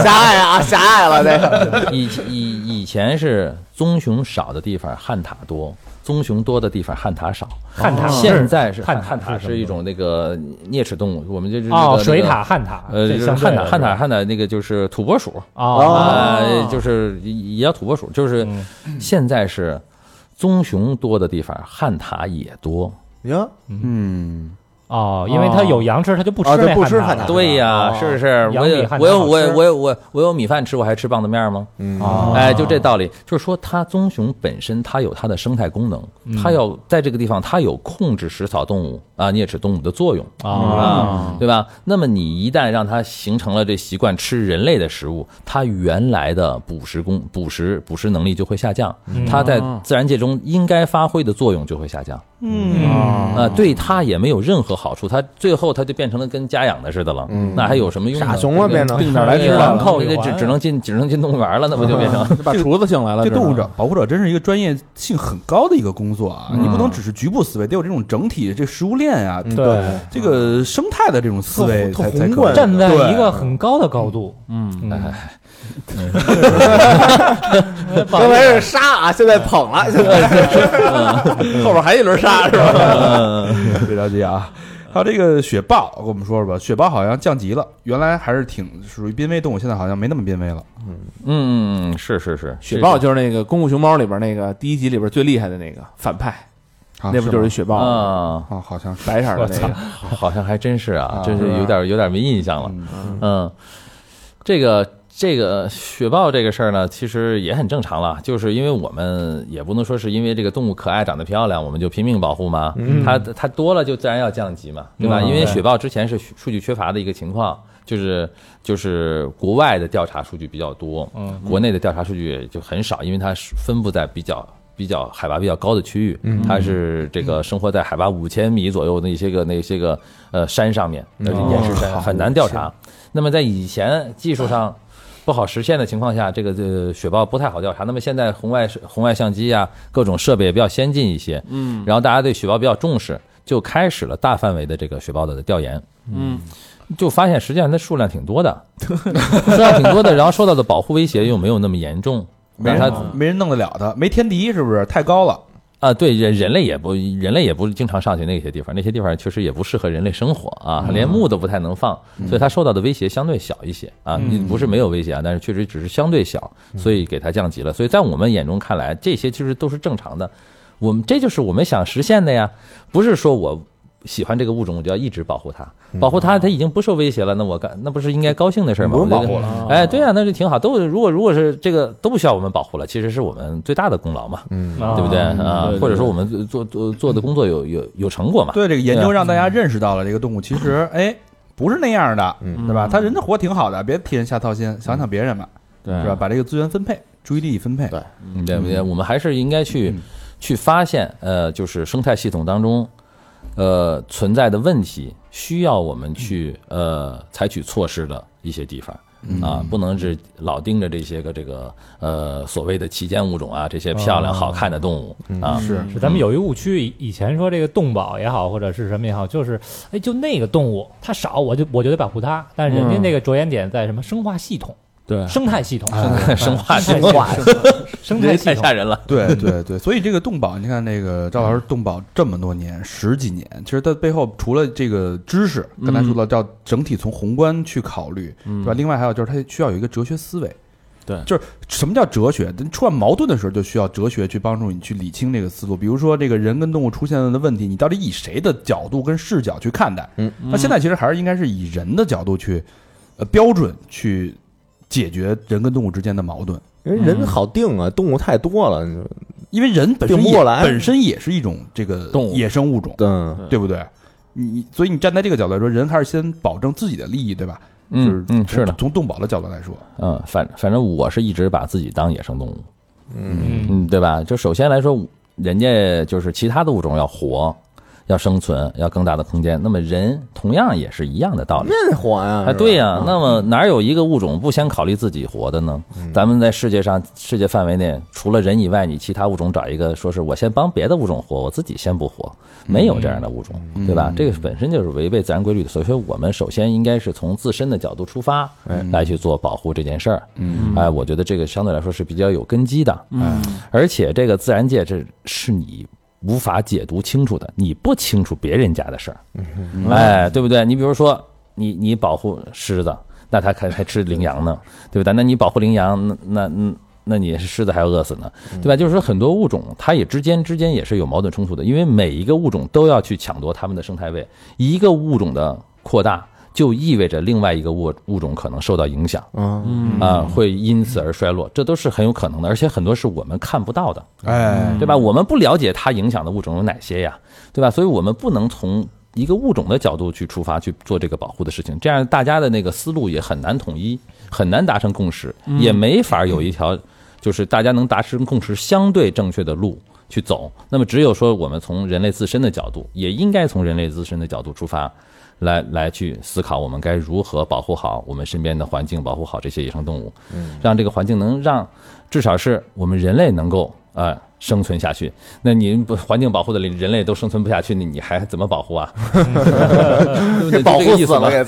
B: 狭隘啊，狭隘了这个。
C: 以以以前是棕熊少的地方旱獭多，棕熊多的地方旱獭少。
D: 旱獭是
C: 哦现在是
D: 旱
C: 旱
D: 獭
C: 獭
D: 是什么
C: 是一种那个啮齿动物，我们就是那个
D: 哦，水。
C: 那
D: 獭、
C: 个
D: 旱獭，
C: 呃，
D: 这
C: 就是
D: 相对
C: 旱
D: 的
C: 獭，旱獭，旱獭，那个就是土拨鼠
D: 哦，
C: 啊，就是也也叫土拨鼠，就是
D: 嗯
C: 现在是棕熊多的地方，旱獭也多。
E: 呀，
A: 嗯，
D: 哦，因为它有羊吃，它就不吃
C: 哦
E: 啊
D: 那
E: 它不吃
D: 旱
E: 旱獭
C: 对呀，是不是？
D: 羊
C: 我
D: 米
C: 有
D: 旱
C: 我
D: 獭
C: 有
D: 好
C: 我有
D: 吃
C: 我有我我有米饭吃，我还吃棒子面吗？
E: 嗯
D: 哦
C: 哎，就这道理，就是说它棕熊本身它有它的生态功能，它要在这个地方它有控制食草动物啊啮齿动物的作用啊，对吧？那么你一旦让它形成了这习惯吃人类的食物，它原来的捕食功捕食捕食能力就会下降，嗯
D: 嗯
C: 它在自然界中应该发挥的作用就会下降。
D: 嗯，
C: 啊，对它也没有任何好处，它最后它就变成了跟家养的似的了，那还有什么用呢？
E: 傻熊了啊变成
F: 定点来
C: 对
F: 吃
C: 呀
D: 了
F: 了，
D: 扣一
C: 那
D: 环
C: 只只能进只能进动物园了，那不就 变成？
F: 把厨子请来了，
A: 啊这动物
F: 这
A: 者保护者真是一个专业性很高的一个工作啊！你不能只是局部思维，得有这种整体这食物链啊，
D: 嗯对，
A: 这个生态的这种思维
E: 特
A: 才
E: 宏
A: 才
E: 观
A: 可以。
D: 站在一个很高的高度，嗯，
C: 哎
D: 哎
B: 刚才是杀啊，现在捧 了，现在
F: 嗯
B: 是后边还一轮杀是吧？
A: 别着急啊。还有这个雪豹，跟我们说说吧。雪豹好像降级了，原来还是挺属于濒危动物，现在好像没那么濒危了。
C: 嗯，嗯嗯是是是，
F: 雪豹就是那个《功夫熊猫》里边那个第一集里边最厉害的那个反派，
A: 啊
F: 那不就是雪豹吗？
C: 啊，
A: 啊？好像是
F: 白色儿的那个，
C: 好像还真是啊
A: 啊，
C: 真是有点有点没印象了。
A: 嗯
C: 嗯，这个这个雪豹这个事儿呢，其实也很正常了，就是因为我们也不能说是因为这个动物可爱、长得漂亮，我们就拼命保护嘛。它它多了就自然要降级嘛，对吧？
F: 嗯
C: 因为
F: 对
C: 雪豹之前是数据缺乏的一个情况，就是就是国外的调查数据比较多，嗯，国内的调查数据就很少，因为它是分布在比较。比较海拔比较高的区域，它是这个生活在海拔五千米左右的一些个那些个呃山上面，而且岩石山很难调查。那么在以前技术上不好实现的情况下，这个呃雪豹不太好调查。那么现在红外红外相机啊，各种设备也比较先进一些，嗯，然后大家对雪豹比较重视，就开始了大范围的这个雪豹的调研，
F: 嗯，
C: 就发现实际上它数量挺多的，数量挺多的，然后受到的保护威胁又没有那么严重。
A: 没
C: 让它
A: 人没人弄得了它，没天敌是不是？太高了。
C: 啊，对人人类也不人类也不经常上去那些地方，那些地方确实也不适合人类生活啊，连木都不太能放，所以它受到的威胁相对小一些啊。你不是没有威胁啊，但是确实只是相对小，所以给它降级了。所以在我们眼中看来，这些其实都是正常的，我们这就是我们想实现的呀，不是说我。喜欢这个物种，我就要一直保护它，保护它，它已经不受威胁了，那我干，那不是应该高兴的事儿吗？
E: 不用
C: 我觉
E: 保
C: 得
E: 护
D: 哦
F: 了
C: 哎，对啊，那就挺好。都如果如果是这个都不需要我们保护了，其实是我们最大的功劳嘛。
E: 嗯
D: 嗯
C: 对不对啊
F: 对对？
C: 或者说我们做做做的工作有有有成果嘛？
A: 对这个研究让大家认识到了这个动物其实哎不是那样的，
E: 嗯
A: 对吧？它人家活挺好的，别替人瞎操心，想想别人吧，
F: 对
A: 是吧？？把这个资源分配、注意力分配，
E: 对
C: 嗯对不对？我们还是应该去去发现，呃，就是生态系统当中，呃，存在的问题，需要我们去呃采取措施的一些地方。啊，不能是老盯着这些个这个呃所谓的旗舰物种啊，这些漂亮好看的动物啊，
A: 是
D: 是咱们有一误区，以以前说这个动保也好，或者是什么也好，就是哎，就那个动物它少，我就我就得保护它。但是人家
F: 嗯
D: 那个着眼点在什么生化系统、
F: 对，
D: 生态系统、
C: 哎生化系
D: 生
C: 统
D: 化 系统、生
C: 这
D: 态
C: 也
D: 系
C: 太
D: 统
C: 吓人了。
A: 对对对，所以这个动保，你看那个赵老师动保这么多年，十几年，其实它背后除了这个知识，刚才说到叫整体从宏观去考虑，对吧？另外还有就是它需要有一个哲学思维，
F: 对
A: 就是什么叫哲学？出现矛盾的时候，就需要哲学去帮助你去理清这个思路。比如说，这个人跟动物出现的问题，你到底以谁的角度跟视角去看待？
E: 嗯，
A: 那现在其实还是应该是以人的角度去，呃，标准去解决人跟动物之间的矛盾，
E: 因为人好定啊，动物太多了，你说
A: 因为人本身
E: 定不
A: 也
E: 过来
A: 本身也是一种这个
C: 动物
A: 野生物种，
E: 嗯，
A: 对不对？你所以你站在这个角度来说，人还是先保证自己的利益，对吧？就是
C: 嗯嗯是的，
A: 从动保的角度来说，
C: 嗯，反反正我是一直把自己当野生动物，
D: 嗯
C: 嗯，对吧？就首先来说，人家就是其他的物种要活，要生存，要更大的空间。那么人同样也是一样的道理。
E: 任活呀，
C: 哎，嗯对呀、
E: 啊是吧
C: 那么哪有一个物种不先考虑自己活的呢？咱们在世界上世界范围内，除了人以外，你其他物种找一个说是我先帮别的物种活，我自己先不活，没有这样的物种，对吧？这个本身就是违背自然规律的，所以说我们首先应该是从自身的角度出发来去做保护这件事儿。嗯，哎，我觉得这个相对来说是比较有根基的。嗯，而且这个自然界这是你。无法解读清楚的，你不清楚别人家的事儿，哎，对不对？你比如说，你你保护狮子，那它还还吃羚羊呢，对不对？那你保护羚羊，那那那那你狮子还要饿死呢，对吧？就是说，很多物种它也之间之间也是有矛盾冲突的，因为每一个物种都要去抢夺它们的生态位，一个物种的扩大。就意味着另外一个物物种可能受到影响，嗯啊，会因此而衰落，这都是很有可能的，而且很多是我们看不到的，
A: 哎，
C: 对吧？我们不了解它影响的物种有哪些呀，对吧？所以我们不能从一个物种的角度去出发去做这个保护的事情，这样大家的那个思路也很难统一，很难达成共识，也没法有一条就是大家能达成共识相对正确的路。去走，那么只有说我们从人类自身的角度，也应该从人类自身的角度出发，来来去思考我们该如何保护好我们身边的环境，保护好这些野生动物，让这个环境能让至少是我们人类能够呃生存下去。那你不环境保护的人人类都生存不下去，你你还怎么保护啊？ 对不对
E: 保
C: 就这
E: 护
C: 个意
E: 死
C: 思
E: 了
C: 吧，
E: 给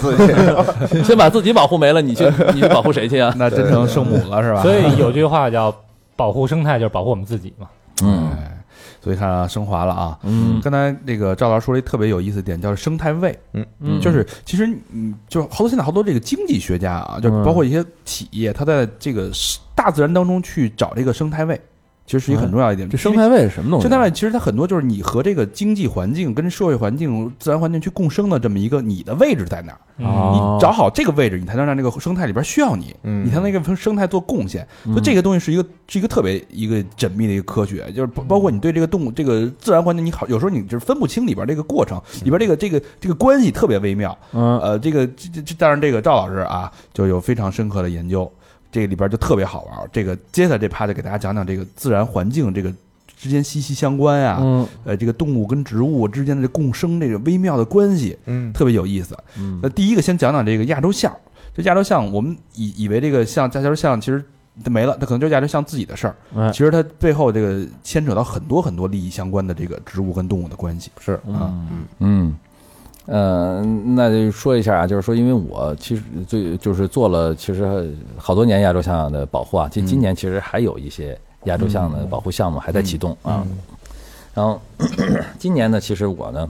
E: 自 己，
C: 先把自己保护没了，你去你去保护谁 去啊？
A: 那真成圣母了是吧？
D: 所以有句话叫“保护生态”，就是保护我们自己嘛。
C: 嗯
A: 哎，所以看啊，升华了啊。嗯，刚才那个赵老师说了一特别有意思的点，叫生态位。
C: 嗯
A: 就是其实嗯，就是好多现在好多这个经济学家啊，就
C: 嗯
A: 包括一些企业，他在这个大自然当中去找这个生态位，其实
C: 嗯
A: 是一个很重要一点。
F: 这生态位是什么东西？
A: 生态位其实它很多就是你和这个经济环境、跟社会环境、自然环境去共生的这么一个你的位置在哪儿。
C: 嗯
D: 啊，
A: 你找好这个位置，你才能让这个生态里边需要你，
E: 嗯
A: 你才能给生态做贡献。所以这个东西是一个是一个特别一个缜密的一个科学，就是包包括你对这个动物、这个自然环境，你好有时候你就是分不清里边这个过程，里边这个这个这个关系特别微妙。
F: 嗯
A: 呃，这个这这这当然这个赵老师啊，就有非常深刻的研究，这个里边就特别好玩儿。这个接下来这趴就给大家讲讲这个自然环境这个之间息息相关呀、
F: 嗯
A: 呃，这个动物跟植物之间的这共生这个微妙的关系，
E: 嗯，
A: 特别有意思。那第一个先讲讲这个亚洲象。这亚洲象，我们以以为这个象亚洲象其实它没了，它可能就是亚洲象自己的事儿。
F: 哎
A: 其实它背后这个牵扯到很多很多利益相关的这个植物跟动物的关系。是啊，
C: 嗯，呃，那就说一下啊，就是说，因为我其实最就是做了，其实好多年亚洲象的保护啊，今今年其实还有一些亚洲象的保护项目还在启动啊。然后嗯今年呢，其实我呢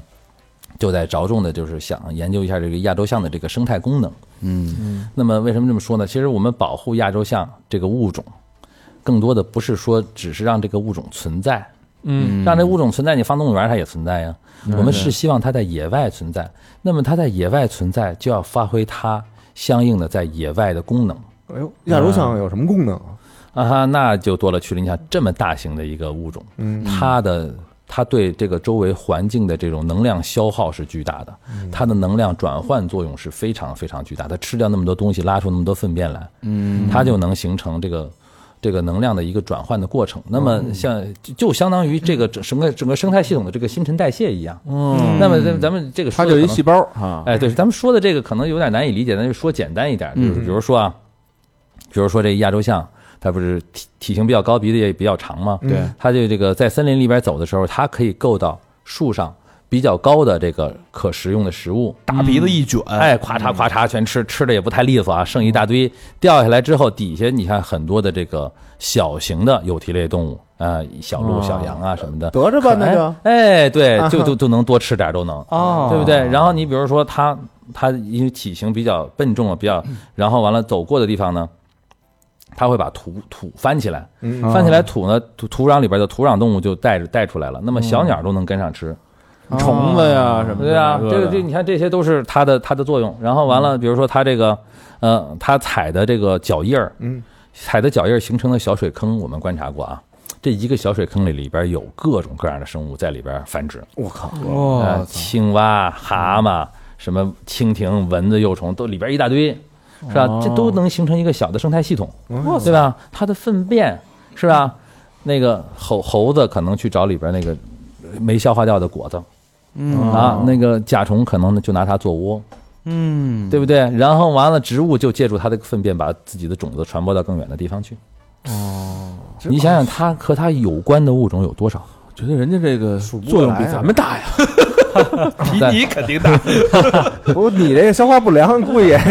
C: 就在着重的就是想研究一下这个亚洲象的这个生态功能。嗯，那么为什么这么说呢？其实我们保护亚洲象这个物种，更多的不是说只是让这个物种存在，
F: 嗯
C: 让这物种存在，你放动物园它也存在呀。我们是希望它在野外存在，那么它在野外存在就要发挥它相应的在野外的功能
E: 哎呦，亚洲象有什么功能啊？
C: 啊哈，那就多了去了。你想这么大型的一个物种，它的它对这个周围环境的这种能量消耗是巨大的，它的能量转换作用是非常非常巨大。它吃掉那么多东西，拉出那么多粪便来，嗯，它就能形成这个。这个能量的一个转换的过程，那么像就就相当于这个整整个整个生态系统的这个新陈代谢一样，嗯，那么咱咱们这个
F: 它
C: 说的
F: 就一
C: 可能
F: 细胞啊，
C: 哎，对，咱们说的这个可能有点难以理解，咱就说简单一点，就是比如说啊，比如说这亚洲象，它不是体体型比较高，鼻子也比较长吗？
A: 对，
C: 它就这个在森林里边走的时候，它可以够到树上比较高的这个可食用的食物，
A: 大鼻子一卷，
C: 哎，咵嚓咵嚓全吃，吃的也不太利索啊，剩一大堆。掉下来之后，底下你看很多的这个小型的有蹄类动物，呃，小鹿、小羊啊什么的，
E: 得着吧，那就
C: 哎，对，就就就能多吃点儿都能
D: 哦
C: 对不对？然后你比如说它，
F: 嗯
C: 它因为体型比较笨重啊，比较，然后完了走过的地方呢，它会把土土翻起来，
F: 哦
E: 嗯
C: 翻起来土呢，土土壤里边的土壤动物就带着带出来了，那么小鸟都能跟上吃，
F: 哦
E: 哦
F: 虫子呀什么的，嗯
C: 对啊，这个这
F: 这
C: 你看这些都是它的它的作用。然后完了，比如说它这个，呃，它踩的这个脚印儿，
E: 嗯，
C: 踩的脚印儿形成的小水坑，我们观察过啊，这一个小水坑里里边有各种各样的生物在里边繁殖，
E: 我靠，
A: 哦
C: 呃，青蛙、蛤蟆、什么蜻蜓、蚊子、幼虫都里边一大堆，是吧？这都能形成一个小的生态系统，对吧？它的粪便是吧？那个猴猴子可能去找里边那个没消化掉的果子，啊，那个甲虫可能就拿它做窝，
A: 嗯，
C: 对不对？然后完了，植物就借助它的粪便，把自己的种子传播到更远的地方去。哦，你想想，它和它有关的物种有多少？
F: 觉得人家这个作用比咱们大呀，
A: 比你肯定大。
E: 不，你这个消化不良，估计也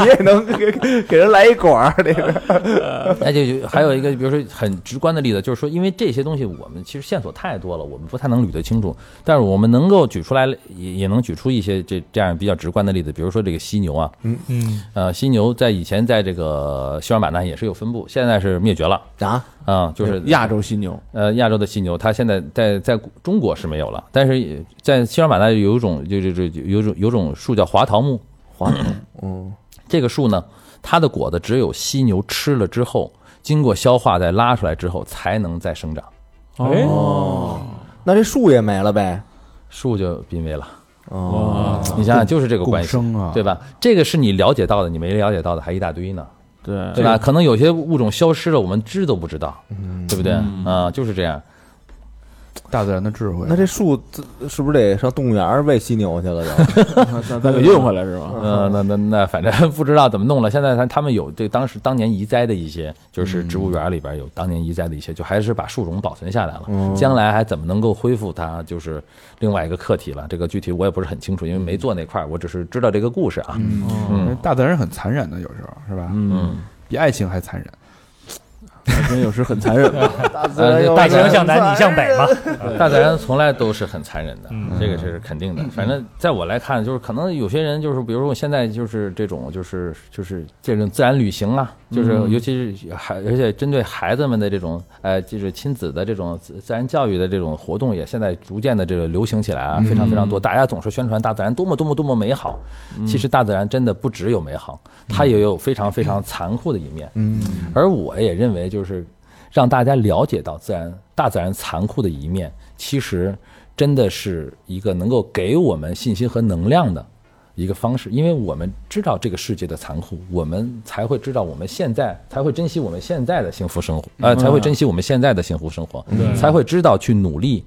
E: 你也能给给人来一管儿，这个
C: 那就有还有一个，比如说很直观的例子，就是说，因为这些东西我们其实线索太多了，我们不太能捋得清楚，但是我们能够举出来，也也能举出一些这这样比较直观的例子，比如说这个犀牛啊，
D: 嗯，
C: 呃，犀牛在以前在这个西双版纳也是有分布，现在是灭绝了
E: 啊，
C: 啊、就是
F: 亚洲犀牛，
C: 呃，亚洲的犀牛，它现在在在中国是没有了，但是也在西双版纳有一种，就就就就有一种有一种树叫华桃木，华桃，嗯，这个树呢，它的果子只有犀牛吃了之后，经过消化再拉出来之后，才能再生长，
D: 哎，
E: 那这树也没了呗？
C: 树就濒危了。哦，你想想，就是这个关系，
A: 生啊
C: 对吧？这个是你了解到的，你没了解到的还一大堆呢，
F: 对，
C: 对吧？可能有些物种消失了，我们知都不知道，对不对？啊，就是这样。
A: 大自然的智慧
E: 那这树自是不是得上动物园儿喂犀牛去了？就
F: 咱咱给运回来是 吗？
C: 呃，那那那反正不知道怎么弄了。现在他他们有这当时当年移栽的一些，就是植物园里边有当年移栽的一些，就还是把树种保存下来了。将来还怎么能够恢复它，就是另外一个课题了。这个具体我也不是很清楚，因为没做那块儿，我只是知道这个故事啊。嗯
A: 大自然很残忍的，有时候是吧？
C: 嗯，
A: 比爱情还残忍。
F: 真有时很残忍的，
E: 大自
C: 呃
E: 有
C: 大
D: 爱
C: 自
D: 情
C: 然
D: 向南，你向北嘛。
C: 大自然从来都是很残忍的，这个是肯定的。反正在我来看，就是可能有些人就是，比如说我现在就是这种，就是就是这种自然旅行啊，就是尤其是孩，而且针对孩子们的这种，呃，就是亲子的这种自自然教育的这种活动，也现在逐渐的这个流行起来啊，非常非常多。大家总是宣传大自然多么多么多么美好，其实大自然真的不只有美好，它也有非常非常残酷的一面。而我也认为，就是让大家了解到自然大自然残酷的一面，其实真的是一个能够给我们信心和能量的一个方式，因为我们知道这个世界的残酷，我们才会知道我们现在才会珍惜我们现在的幸福生活，呃，才会珍惜我们现在的幸福生活，才会知道去努力。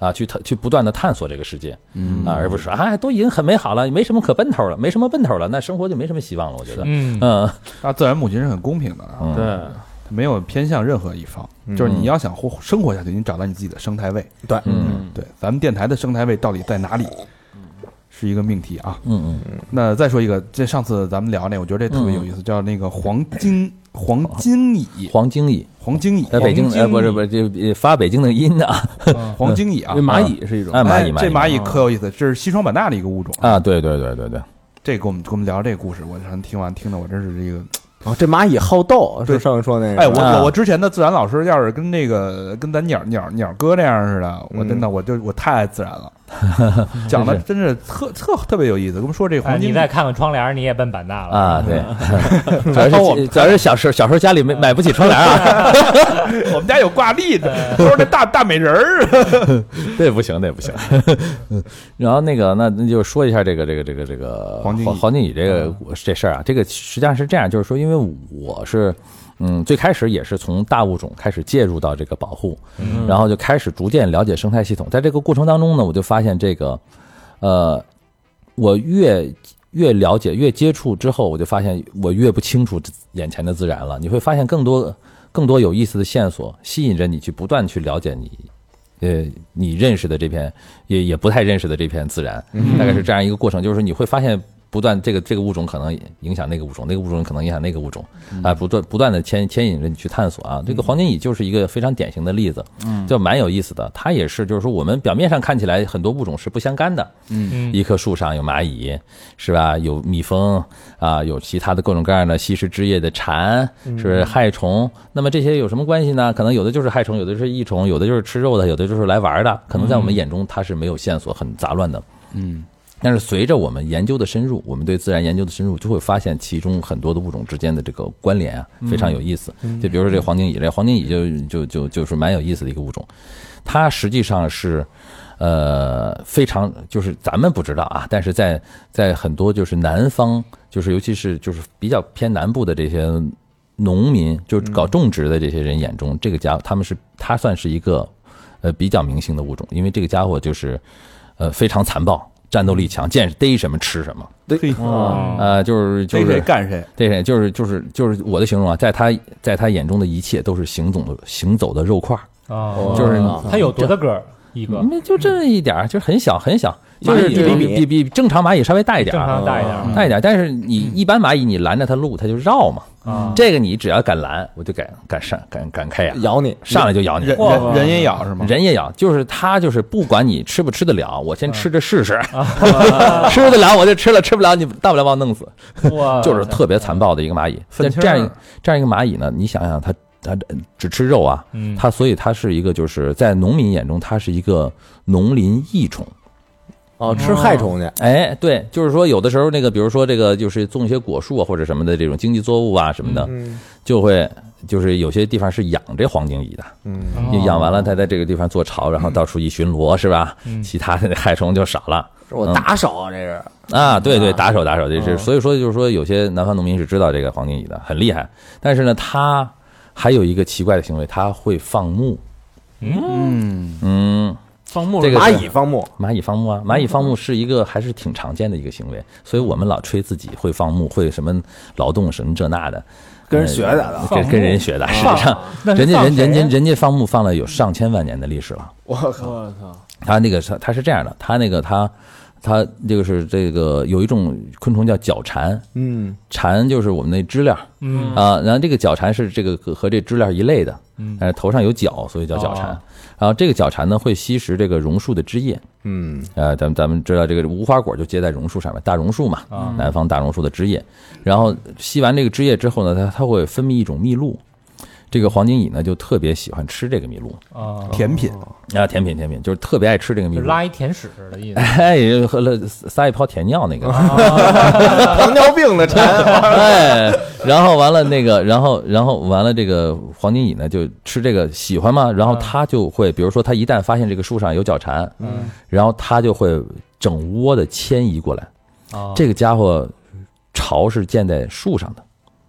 C: 啊，去探去不断的探索这个世界，嗯啊，而不是哎，都已经很美好了，没什么可奔头了，没什么奔头了，那生活就没什么希望了，我觉得，
D: 嗯
C: 嗯
A: 大自然母亲是很公平的啊，
C: 嗯，
F: 对，
A: 它没有偏向任何一方。就是你要想活生活下去，你找到你自己的生态位。
E: 对，
C: 嗯
A: 对，咱们电台的生态位到底在哪里，是一个命题啊。
C: 嗯嗯。
A: 那再说一个，这上次咱们聊那，我觉得这特别有意
C: 嗯
A: 思，叫那个黄金黄金蚁，
C: 黄经蚁，
A: 黄金蚁，
C: 在北京
A: 黄金
C: 呃不是
A: 蚁
C: 不是这发北京的音啊，
A: 黄金蚁啊
F: 那，蚂蚁是一种
C: 哎蚂蚁
A: 这
C: 蚂
A: 蚂蚁可有意思，这是西双版纳的一个物种。
C: 啊，对对对对对，
A: 这给我们给我们聊这个故事，我让听完听的我真是这个，
E: 哦，这蚂蚁好斗，
A: 对
E: 是上回说那个，
A: 哎，我
C: 啊
A: 我我之前的自然老师要是跟那个跟咱鸟鸟鸟哥那样似的，我真的我就我太爱自然了，讲的真是特特特别有意思。跟我们说这
D: 哎
A: 黄金
D: 你
A: 蚁
D: 再看看窗帘，你也奔版纳了。
C: 啊 对，主要是主要是小时候小时候家里没买不起窗帘啊，
A: 我们家有挂历的，都是那大大美人儿。
C: 这不行这不行， 嗯然后那个那那就说一下这个这个这个这个
A: 黄金蚁嗯
C: 黄金蚁这个我这事儿啊，这个实际上是这样，就是说因为我是。嗯，最开始也是从大物种开始介入到这个保护，
A: 嗯
C: 然后就开始逐渐了解生态系统。在这个过程当中呢，我就发现这个，呃，我越越了解、越接触之后，我就发现我越不清楚眼前的自然了。你会发现更多、更多有意思的线索，吸引着你去不断去了解你，呃，你认识的这片也也不太认识的这片自然，大概是这样一个过程。就是你会发现不断这个这个物种可能影响那个物种，那个物种可能影响那个物种，啊，不断不断的牵牵引着你去探索啊。这个黄金蚁就是一个非常典型的例子，嗯，就蛮有意思的。它也是，就是说我们表面上看起来很多物种是不相干的，
D: 嗯
C: 一棵树上有蚂蚁，是吧？有蜜蜂啊，有其他的各种各样的吸食汁液的蝉，是不是害虫？那么这些有什么关系呢？可能有的就是害虫，有的是益虫，有的就是吃肉的，有的就是来玩的。可能在我们眼中，它是没有线索，很杂乱的。
A: 嗯，
C: 但是随着我们研究的深入，我们对自然研究的深入，就会发现其中很多的物种之间的这个关联啊，非常有意思。就比如说这个黄金蚁类，黄金蚁就就就就是蛮有意思的一个物种，它实际上是。呃，非常就是咱们不知道啊，但是在在很多就是南方，就是尤其是就是比较偏南部的这些农民，就是搞种植的这些人眼中，这个家伙他们是他算是一个呃比较明星的物种，因为这个家伙就是呃非常残暴，战斗力强，见逮什么吃什么，
D: 哦
C: 呃就是就
B: 逮谁
C: 是
B: 干谁，
C: 对对，就是就是就是我的形容啊，在他在他眼中的一切都是行走的行走的肉块儿，
D: 哦，
C: 就是嗯
D: 它有多大个儿？一个
C: 那就这一点儿，就是很小很小，就
B: 蚂
C: 是
B: 蚁
C: 就是
B: 一厘
C: 比
B: 米
C: 比比正常蚂蚁稍微大一
D: 正
C: 点儿，啊
D: 常嗯大一点儿
C: 大一点儿。但是你一般蚂蚁你拦着它路，它就绕嘛。
D: 啊，
C: 这个你只要敢拦，我就敢敢上敢敢开眼，
E: 咬你，
C: 上来就咬你。
A: 人人人也咬是吗？
C: 人也咬，就是它就是不管你吃不吃得了，我
D: 嗯
C: 先吃着试试，
D: 啊
C: 吃得了我就吃了，吃不了你大不了把我弄死。
D: 哇，
C: 就是特别
D: 啊
C: 残暴的一个蚂蚁。但这样一这样一个蚂蚁呢，你想想它它只吃肉啊，
D: 嗯
C: 它所以它是一个就是在农民眼中它是一个农林益虫。
E: 哦，吃害虫去，
C: 哎，对，就是说有的时候那个，比如说这个就是种一些果树啊或者什么的这种经济作物啊什么的，
E: 嗯
C: 就会就是有些地方是养这黄金蚁的，
E: 嗯，
D: 哦
C: 你养完了它在这个地方做巢，然后到处一巡逻是吧？
D: 嗯
C: 其他的害虫就少了。
B: 是我打手啊，这是
C: 啊，对对，
B: 啊
C: 打手打手，这是所以说就是说，有些南方农民是知道这个黄金蚁的，很厉害。但是呢，他还有一个奇怪的行为，他会放牧。
A: 嗯，
C: 嗯，
F: 放牧
C: 这个
E: 蚂
C: 是
E: 蚁放牧，
C: 蚂蚁放牧
D: 嗯
C: 啊，蚂蚁放牧是一个还是挺常见的一个行为，所以我们老吹自己会放牧，会什么劳动什么这那的，
E: 跟人学的啊
C: 呃跟
D: 放
C: 跟人学的。实
D: 放
C: 际上，
D: 那是
C: 人家
D: 放
C: 人人
D: 谁
C: 家
D: 呀
C: 人家放牧放了有上千万年的历史了。
E: 我靠，
F: 我操，
C: 他那个是他是这样的，他那个他他这个是这个有一种昆虫叫角蝉，
E: 嗯，
C: 蝉就是我们那知了。
D: 嗯
C: 啊，然后这个角蝉是这个和和这知了一类的，
D: 嗯
C: 但是头上有角，所以叫角蝉
D: 哦。
C: 然后这个角蝉呢会吸食这个榕树的枝叶，
E: 嗯，
C: 呃，咱们咱们知道这个无花果就结在榕树上面，大榕树嘛
D: 啊，
C: 南方大榕树的枝叶。然后吸完这个枝叶之后呢，它它会分泌一种麋鹿，这个黄金蚁呢就特别喜欢吃这个麋鹿
D: 啊，
A: 甜品
C: 啊，甜品甜品就是特别爱吃这个麋
D: 就
C: 鹿。
D: 拉一甜屎的意 思。
C: 哎，喝了撒一泡甜尿那个，
E: 糖尿病的蝉，
C: 哎，然后完了那个，然后然后完了这个黄金蚁呢，就吃这个喜欢嘛，然后它就会，比如说它一旦发现这个树上有角蝉，
D: 嗯，
C: 然后它就会整窝的迁移过来。
D: 啊，
C: 这个家伙巢是建在树上的，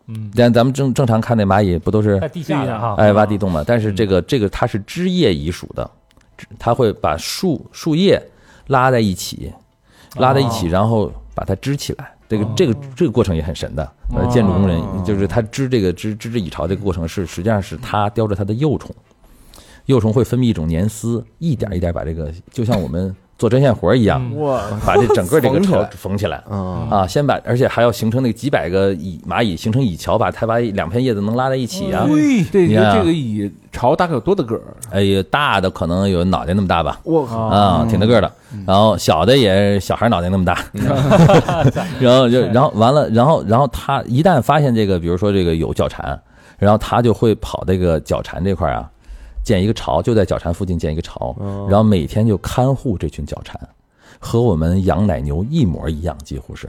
D: 嗯
C: 但咱们正正常看那蚂蚁不都是
D: 在地下的哈，嗯
C: 哎挖地洞嘛？但是这个这个它是枝叶蚁属的，枝它会把树树叶拉在一起，拉在一起，然后把它支起来。这个这个这个过程也很神的，呃，建筑工人就是他织这个织织这蚁巢这个过程是实际上是他叼着他的幼虫，幼虫会分泌一种粘丝，一点一点把这个就像我们做针线活一样，
D: 嗯
F: 我
C: 把这整个这个
E: 缝起
C: 巢
E: 来
C: 缝起来。
E: 嗯，
C: 啊，先把，而且还要形成那个几百个蚁蚂蚁形成蚁桥，把它把两片叶子能拉在一起
F: 哦
C: 啊。
F: 这
C: 你
F: 个
C: 看
F: 这个蚁巢大概有多大个儿？
C: 哎呀，大的可能有脑袋那么大吧，
E: 我靠，嗯
C: 啊，挺大个儿的。然后小的也小孩脑袋那么大， 然后就然后完了，然后然后他一旦发现这个，比如说这个有角蝉，然后他就会跑这个角蝉这块儿啊，建一个巢，就在角蝉附近建一个巢，然后每天就看护这群角蝉。和我们养奶牛一模一样，几乎是，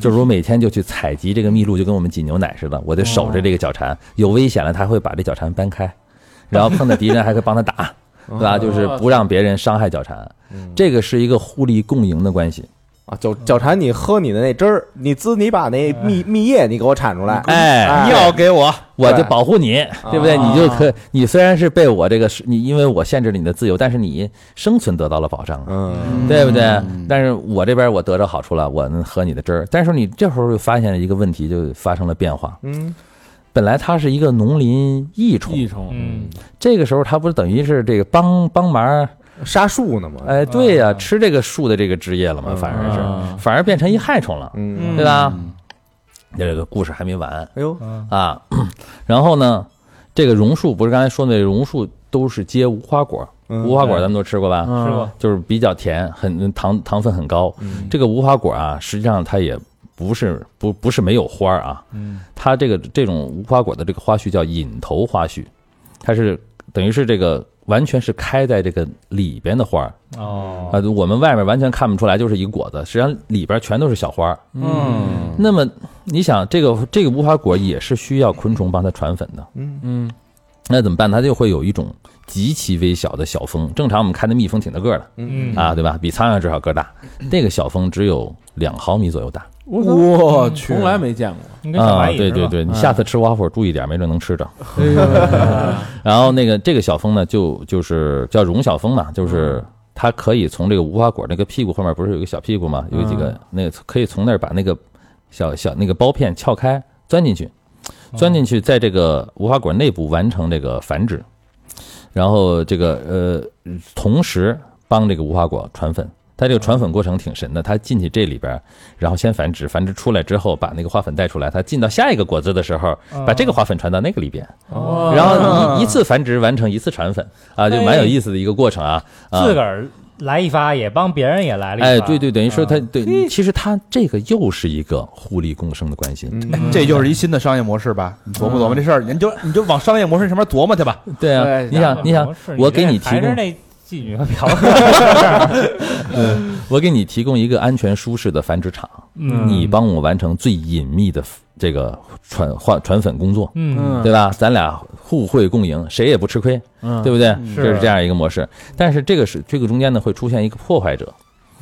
C: 就是我每天就去采集这个麋鹿，就跟我们挤牛奶似的，我得守着这个角蝉，有危险了，它会把这角蝉搬开，然后碰到敌人还会帮他打，对吧？就是不让别人伤害角蝉，这个是一个互利共赢的关系。
E: 啊，脚脚馋，你喝你的那汁儿，你滋，你把那蜜蜜液哎你给我铲出来，
C: 哎，
E: 尿
A: 给我，
C: 我就保护你，对不对？你就可，你虽然是被我这个是，你因为我限制了你的自由，但是你生存得到了保障，
E: 嗯，
C: 对不对？但是我这边我得着好处了，我能喝你的汁儿。但是你这会儿就发现了一个问题，就发生了变化。
E: 嗯，
C: 本来它是一个农林益虫，
F: 益虫，
D: 嗯，
C: 这个时候它不是等于是这个帮帮忙
E: 杀树呢嘛，
C: 哎，对
E: 啊
C: 呀、吃这个树的这个枝叶了嘛，反而
D: 啊
C: 是，反而变成一害虫了，
E: 嗯，
C: 对吧？这个故事还没完
E: 哎呦，
C: 啊。然后呢，这个榕树不是刚才说的，榕树都是结无花果，
E: 嗯
C: 无花果咱们都吃过吧？
D: 是吧？
C: 就是比较甜，很糖糖分很高。
E: 嗯
C: 这个无花果啊，实际上它也不是不不是没有花儿啊，
D: 嗯
C: 它这个这种无花果的这个花序叫引头花序，它是等于是这个完全是开在这个里边的花儿
D: 哦
C: 啊、我们外面完全看不出来，就是一果子，实际上里边全都是小花儿。
F: 嗯
C: 那么你想，这个这个无花果也是需要昆虫帮它传粉的，
F: 嗯
C: 那怎么办？它就会有一种极其微小的小蜂，正常我们看那蜜蜂挺大个儿的。
D: 嗯
C: 啊，对吧？比苍蝇至少个 儿大，那个小蜂只有两毫米左右大
E: 我去，
F: 从来没见过。
D: 你跟小
C: 啊、
D: 蚂蚁
C: 对对对，你下次吃花火注意点，没准能吃着。
D: 哎
C: 然后那个这个小蜂呢，就就是叫绒小蜂嘛，就是
D: 嗯
C: 它可以从这个无花果那个屁股后面不是有个小屁股嘛，有几
D: 嗯
C: 个、那个可以从那儿把那个小小那个苞片撬开，钻进去，
D: 嗯
C: 钻进去，在这个无花果内部完成这个繁殖，然后这个呃，同时帮这个无花果传粉。它这个传粉过程挺神的，它进去这里边儿，然后先繁殖，繁殖出来之后把那个花粉带出来，它进到下一个果子的时候，
D: 啊
C: 把这个花粉传到那个里边，
D: 哦
C: 然后一一次繁殖完成一次传粉啊，就蛮有意思的一个过程啊。啊
D: 自个儿来一发，也帮别人也来了一发。
C: 哎，对对，等于说它
D: 嗯
C: 对，其实它这个又是一个互利共生的关
D: 嗯
C: 系。
A: 这就是一新的商业模式吧？你琢磨琢磨这事儿，你就你就往商业模式上面琢磨去吧。
C: 对啊，
F: 对
C: 你想你想
D: 不是，
C: 我给
D: 这
C: 你
D: 还
C: 提
D: 是
C: 供，
D: 那妓女和 嫖客，
C: 我给你提供一个安全舒适的繁殖场，
D: 嗯
C: 你帮我完成最隐秘的这个传换传粉工作，
D: 嗯
C: 对吧？咱俩互惠共赢，谁也不吃亏，
F: 嗯
C: 对不对？
D: 是
C: 这是这样一个模式。但是这个是这个中间呢，会出现一个破坏者，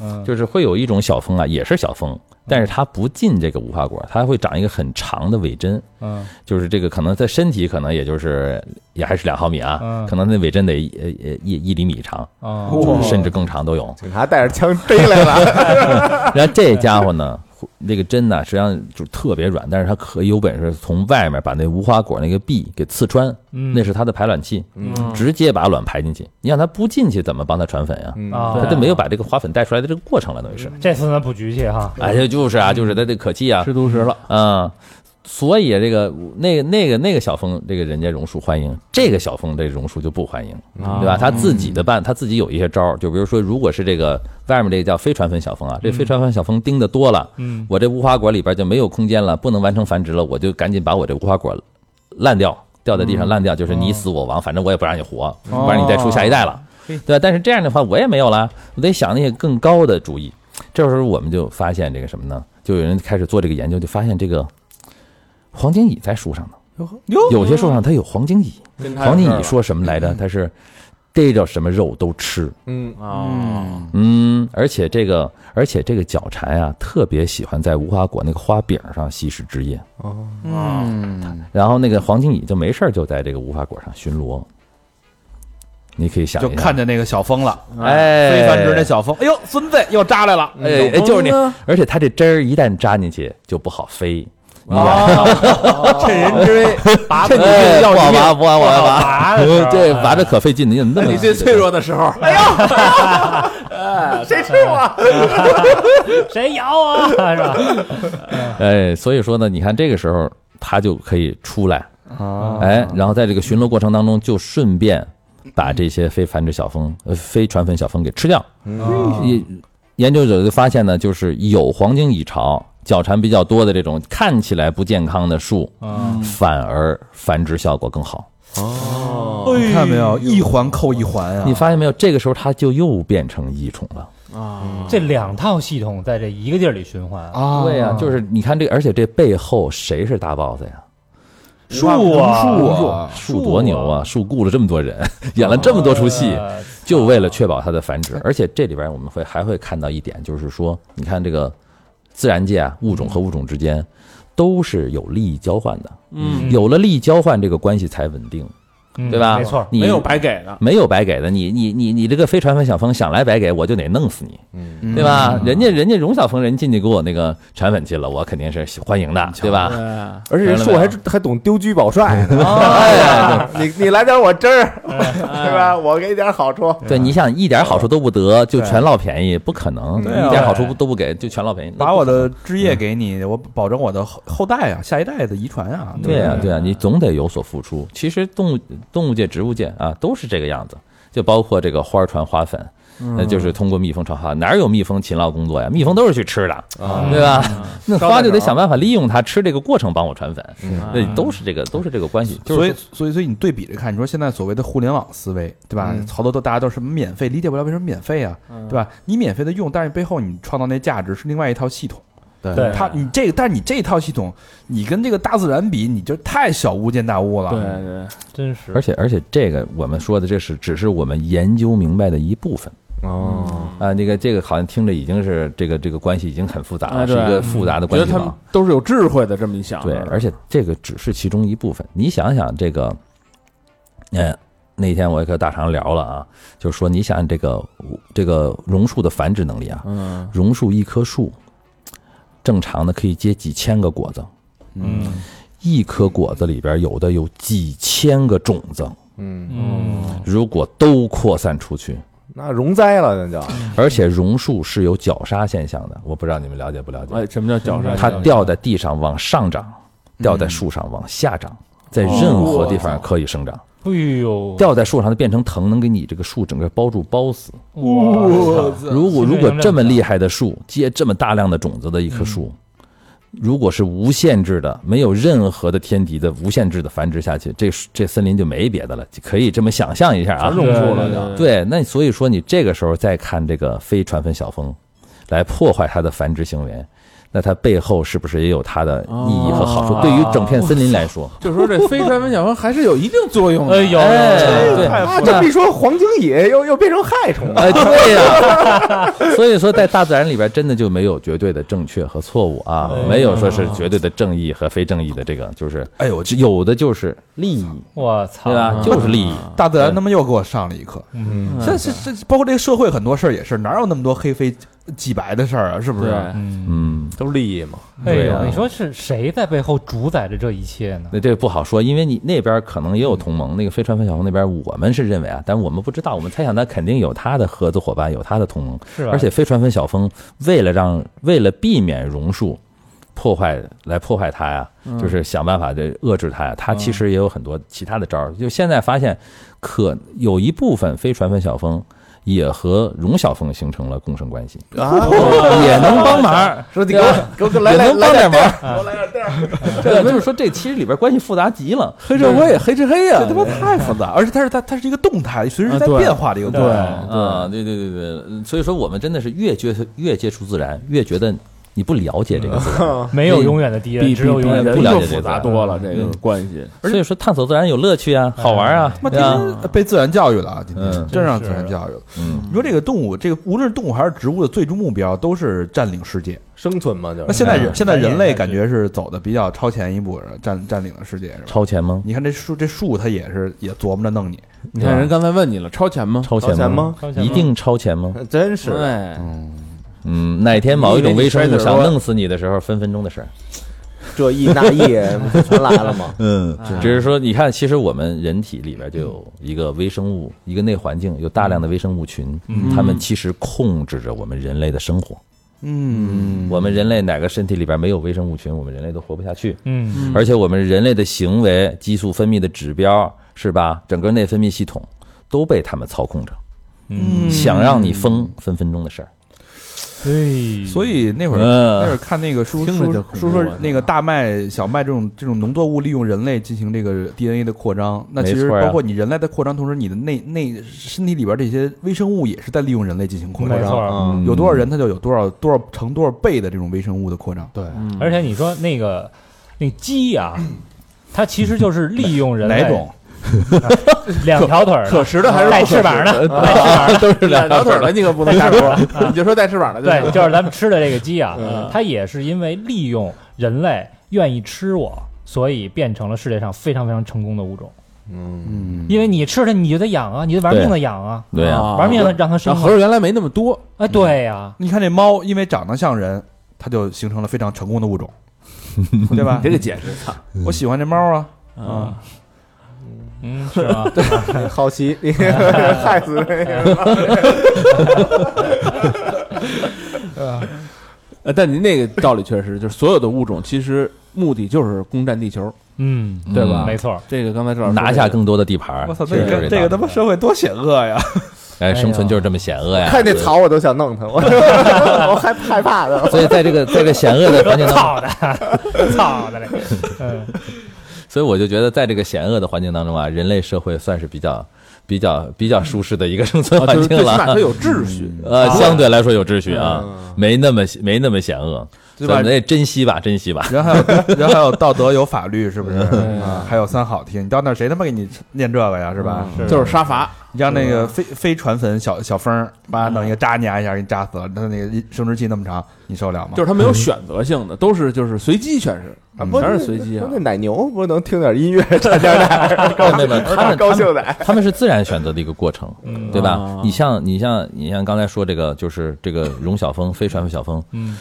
D: 嗯
C: 就是会有一种小蜂啊，也是小蜂，但是它不进这个无花果，它会长一个很长的尾针，
D: 嗯
C: 就是这个可能在身体可能也就是也还是两毫米啊
D: 嗯，
C: 可能那尾针得一呃呃一一厘米长，
D: 哦
C: 就是
E: 哇
C: 甚至更长都有。
E: 警察带着枪追 来了，
C: 然后这家伙呢， 那个针呢，实际上就特别软，但是它可有本事从外面把那无花果那个壁给刺穿，
D: 嗯
C: 那是它的排卵器，
F: 嗯
C: 直接把卵排进去。你让它不进去，怎么帮它传粉呀？
D: 啊，嗯
C: 它就没有把这个花粉带出来的这个过程了，等于是。
D: 这次呢不局气哈，
C: 哎呀，就是啊，就是它这可气啊，
F: 嗯吃独食了，
C: 嗯，所以这个那个那个那个小峰，这个人家榕树欢迎，这个小峰这榕树就不欢迎，
F: 嗯
C: 对吧？他自己的办，他自己有一些招儿，就比如说，如果是这个外面这个叫非传粉小峰啊，这非传粉小峰叮的多了，
D: 嗯，
C: 我这无花果里边就没有空间了，不能完成繁殖了，我就赶紧把我这无花果烂掉，掉在地上烂掉，就是你死我亡，反正我也不让你活，不然你再出下一代了，对吧？但是这样的话我也没有了，我得想那些更高的主意。这时候我们就发现这个什么呢？就有人开始做这个研究，就发现这个黄金蚁在树上呢。有些树上它有黄金蚁，
E: 嗯
C: 黄金蚁说什么来着？它是逮着什么肉都吃，
E: 嗯，
F: 哦，
C: 嗯，而且这个，而且这个角蝉啊，特别喜欢在无花果那个花柄上吸食汁液。啊
F: 嗯，
C: 然后那个黄金蚁就没事儿就在这个无花果上巡逻。你可以想一
A: 就
C: 下，
A: 看见那个小蜂了，
C: 哎，
A: 非繁殖那小蜂，哎呦，孙子又扎来了，
F: 嗯
C: 哎，哎就是你，而且它这汁儿一旦扎进去就不好飞。你想
D: 趁人之危，拔
C: 这
D: 腿
C: 你这要拔拔哎不拔不拔拔，
D: 拔的时候
C: 呃这拔的可费劲，你怎么那么
F: 你最脆弱的时候，
D: 谁咬我？是吧？
C: 哎，所以说呢，你看这个时候它就可以出来，哎，然后在这个巡逻过程当中，就顺便把这些非繁殖小蜂、呃非传粉小蜂给吃掉。也研究者就发现呢，就是有黄金蚁巢、脚蝉比较多的这种看起来不健康的树，反而繁殖效果更好。
A: 你嗯看没有，一环扣一环啊
C: 你！发现没有？这个时候它就又变成异虫了。
D: 这两套系统在这一个地儿里循环啊，
C: 对呀、就是你看这，而且这背后谁是大 boss 呀？
D: 树啊，
C: 树多牛啊！树雇了这么多人， 演了啊这么多出戏，
D: 呃
C: 就为了确保它的繁殖。而且这里边我们会还会看到一点，就是说，你看这个自然界啊，物种和物种之间都是有利益交换的。
F: 嗯
C: 有了利益交换，这个关系才稳定。
D: 嗯
C: 对吧？
D: 没错，
C: 你
F: 没有白给的，
C: 没有白给的，你你你你这个非传粉小峰想来白给，我就得弄死你，
E: 嗯
C: 对吧？人家人家荣小峰人进去给我那个传粉去了，我肯定是喜欢迎的，对吧？
F: 对，
E: 而且人说我还还懂丢车保帅呢，
C: 哎
F: 哦
C: 呀，
E: 你 你来点我汁儿，
F: 哎
E: 对吧？我给你点好处，
C: 对，你想一点好处都不得，就全落便宜，不可能，
A: 对啊
C: 一点好处都不给，就全落便宜。那
A: 把
C: 不
A: 我
C: 可能
A: 的枝叶给你，我保证我的后后代啊，下一代的遗传啊，
F: 嗯
C: 对呀、对呀、你总得有所付出。其实动物动物界、植物界啊，都是这个样子，就包括这个花儿传花粉，
F: 嗯
C: 那就是通过蜜蜂传花。哪有蜜蜂勤劳工作呀？蜜蜂都是去吃的，
F: 啊
C: 对吧？
F: 嗯
C: 那花就得想办法利用它吃这个过程帮我传粉，
F: 嗯
C: 那都是这个都是这个关系。就是
A: 所以，所以，所以你对比着看，你说现在所谓的互联网思维，对吧？好多都大家都是免费，理解不了为什么免费啊，对吧？你免费的用，但是背后你创造那价值是另外一套系统。
D: 对
A: 它你这个，但是你这套系统，你跟这个大自然比，你就太小巫见大巫了。
F: 对对，
D: 真是
C: 而且而且这个我们说的这是只是我们研究明白的一部分。
F: 嗯
E: 哦，
C: 啊，那个这个好像听着已经是这个这个关系已经很复杂了，
F: 啊
C: 是
F: 对
C: 一个复杂的
F: 觉
C: 关
F: 得
C: 系
F: 他们
C: 网。
F: 都是有智慧的，这么一想，
C: 对，而且这个只是其中一部分。你想想这个，呃，那天我也跟大肠聊了啊，就是说你想想这个这个榕树的繁殖能力啊，
F: 嗯，
C: 榕树一棵树正常的可以结几千个果子，
D: 嗯
C: 一颗果子里边有的有几千个种子，
E: 嗯，
D: 嗯
C: 如果都扩散出去，
E: 那容灾了，那就
C: 而且榕树是有绞杀现象的，我不知道你们了解不了解？嗯
F: 哎，什么叫绞杀？
C: 它掉在地上往上长，掉在树上往下长，在任何地方可以生长。
D: 哎呦，
C: 掉在树上它变成藤，能给你这个树整个包住包死。
D: 我操
F: 啊
C: 如果
D: 心里
C: 如果
D: 有两
C: 这么
D: 条
C: 厉害的树，结这么大量的种子的一
F: 嗯
C: 棵树，如果是无限制的，没有任何的天敌的无限制的繁殖下去，这树这森林就没别的了，可以这么想象一下啊。
F: 榕树了
D: 对
F: 就，
C: 对，那所以说你这个时候再看这个非传粉小蜂，来破坏它的繁殖行为，那它背后是不是也有它的意义和好处？
F: 哦
C: 对于整片森林来说，
F: 就说这非传粉小蜂还是有一定作用的，
D: 哎有
C: 哎，对，
E: 那这么一说，黄经野又又变成害虫了。
C: 哎，对呀、 所以说在大自然里边，真的就没有绝对的正确和错误啊，没有说是绝对的正义和非正义的这个，就是
A: 哎呦，这
C: 有的就是利益，
D: 我操，
C: 对吧？就是利益，
A: 大自然他妈又给我上了一课。
D: 嗯
A: 现在这这包括这个社会很多事儿也是，哪有那么多黑非几白的事儿啊？是不
F: 对
A: 是？
D: 嗯，
C: 嗯。
E: 都是利益嘛。
D: 哎
C: 对
D: 呦，
C: 啊
D: 你说是谁在背后主宰着这一切呢？
C: 那这不好说，因为你那边可能也有同盟，那个飞船分小红那边，我们是认为啊，但我们不知道，我们猜想他肯定有他的合作伙伴，有他的同盟，
D: 是吧？
C: 而且飞船分小蜂为了让为了避免榕树破坏来破坏它呀，
E: 嗯
C: 就是想办法的遏制它呀，它其实也有很多其他的招儿。就现在发现，可有一部分飞船分小蜂。也和榕小蜂形成了共生关系， 也能帮忙，
E: 啊
C: 啊
E: 说你给我给我给我来
C: 也
E: 来
C: 能帮
E: 来
C: 点
E: 点
C: 忙。
E: 我来点地儿。
C: 这就是说，这其实里边关系复杂极 了。
A: 黑社会，黑吃黑呀，这他妈太复杂，而且它是它它是一个动态，随时在
F: 啊对
A: 变化的一个过程。
C: 啊，对对对对，嗯所以说我们真的是越接触越接触自然，越觉得你不了解这 个自然。
D: 没有永远的敌人，
F: 比
D: 只有
F: 比
D: 永远的
C: 不
F: 人就
C: 了解这
F: 复
C: 个
F: 杂多了，这个关系
C: 所以说探索自然有乐趣啊，好玩啊，
A: 他妈
C: 对
A: 天
C: 啊，
A: 天被自然教育了啊！今天
C: 嗯
A: 真让
D: 真
A: 自
D: 是
A: 然教育了。
C: 嗯，
A: 你说这个动物，这个无论是动物还是植物的最终目标都是占领世界。
E: 生存嘛，就
A: 那
E: 是
A: 现在
C: 嗯
A: 人现在人
D: 繁衍
A: 类
D: 下去
A: 感觉是走的比较超前一步，占占领了世界是吧？
C: 超前吗？
A: 你看这树，这树它也是也琢磨着弄你。
F: 你看人刚才问你了，超前吗？哎
C: 超
E: 超
C: 前呃
E: 前？吗？
D: 超前
C: 一
D: 吗
C: 定超前吗？
E: 真是
F: 对，
C: 嗯，哪天某一种微生物想弄死你的时候，分分钟的事儿。。
E: 这意那意全来了嘛
C: 嗯，只是说，你看，其实我们人体里边就有一个微生物，一个内环境有大量的微生物群，它们其实控制着我们人类的生活。
A: 嗯，
C: 我们人类哪个身体里边没有微生物群，我们人类都活不下去。
D: 嗯，
C: 而且我们人类的行为、激素分泌的指标是吧？整个内分泌系统都被他们操控着，
D: 嗯
C: 想让你疯，分分钟的事儿。
D: 哎，
A: 所以那会儿、
C: 嗯
A: 那会儿看那个叔
F: 听着
A: 叔
F: 就恐怖
A: 叔说
F: 啊
A: 那个大麦、小麦这种这种农作物利用人类进行这个 DNA 的扩张，那其
C: 没
A: 实
C: 错呀
A: 包括你人类的扩张，同时你的内内身体里边这些微生物也是在利用人类进行扩
D: 没
A: 张。
D: 错，
C: 嗯
A: 有多少人他就有多少多少乘多少倍的这种微生物的扩张。对，
F: 嗯
D: 而且你说那个那鸡啊，它其实就是利用人 类
A: 哪种？
D: 两 条腿儿呢，
F: 可食的还是
D: 带
F: 不可
D: 翅膀
F: 食
D: 呢？
F: 的
D: 带翅膀呢？
F: 是两条腿了，你可不能瞎说，你就说带翅 膀的就
D: 对，
F: 行。
D: 就是咱们吃的这个鸡啊
F: 嗯，
D: 它也是因为利用人类愿意吃我，所以变成了世界上非常非常成功的物种。
A: 嗯，
D: 因为你吃它，你就得养啊，你得玩命的养啊，
C: 对呀、
F: 啊
D: 玩命的让它生
F: 啊合
D: 活。
F: 着原来没那么多，
D: 哎，对呀，
A: 你看这猫，因为长得像人，它就形成了非常成功的物种，对吧
F: 你？这个解释，操
A: 我喜欢这猫啊，
D: 嗯嗯，是吗？
E: 好奇，你 害死 那个。
F: 呃，但您那个道理确实就是，所有的物种其实目的就是攻占地球，
D: 嗯，
F: 对吧？
D: 没错，
F: 这个刚才赵老师说
C: 拿
F: 这
C: 下
F: 个
C: 更多的地盘儿。
A: 啊我操，
C: 确
A: 啊这
C: 实
A: 个
C: 是
A: 这个
C: 道
A: 他妈社会多险恶呀！
C: 理哎，生存就是这么险恶呀！
E: 看那草我都想弄他，我 我害害怕的。
C: 所以在这个在这个险恶的环境 当中，
D: 操的，操的嘞，嗯，
C: 所以我就觉得，在这个险恶的环境当中啊，人类社会算是比较、比较、比较舒适的一个生存
F: 啊，就
C: 环
F: 是最
C: 境
F: 起
C: 了。
F: 码它有秩序，
C: 呃，相对来说有秩序啊，没那么没那么险恶，
A: 嗯对
C: 咱
A: 吧
C: 们得珍惜吧，珍 惜吧。
A: 人还有人还有道德有法律，是不是？
F: 啊
D: 嗯
A: 啊还有三好听，你到那儿谁他妈给你念这个呀？是吧？
D: 嗯
F: 就是杀伐，
A: 你让那个非非传粉小小风儿，把弄一个扎你啊一下，给你扎死了，他那个生殖器那么长，你受得了吗？
F: 就是它没有选择性的，都是就是随机，全是
E: 啊不
F: 全是随机啊
E: 那。那奶牛不是能听点音乐，沾点奶，高
C: 妹们，他们
E: 高
C: 他们
E: 兴奶。
C: 他们是自然选择的一个过程，
D: 嗯
C: 对
F: 啊
C: 吧？你像你像你像刚才说这个，就是这个荣小峰、飞船小峰，
D: 嗯，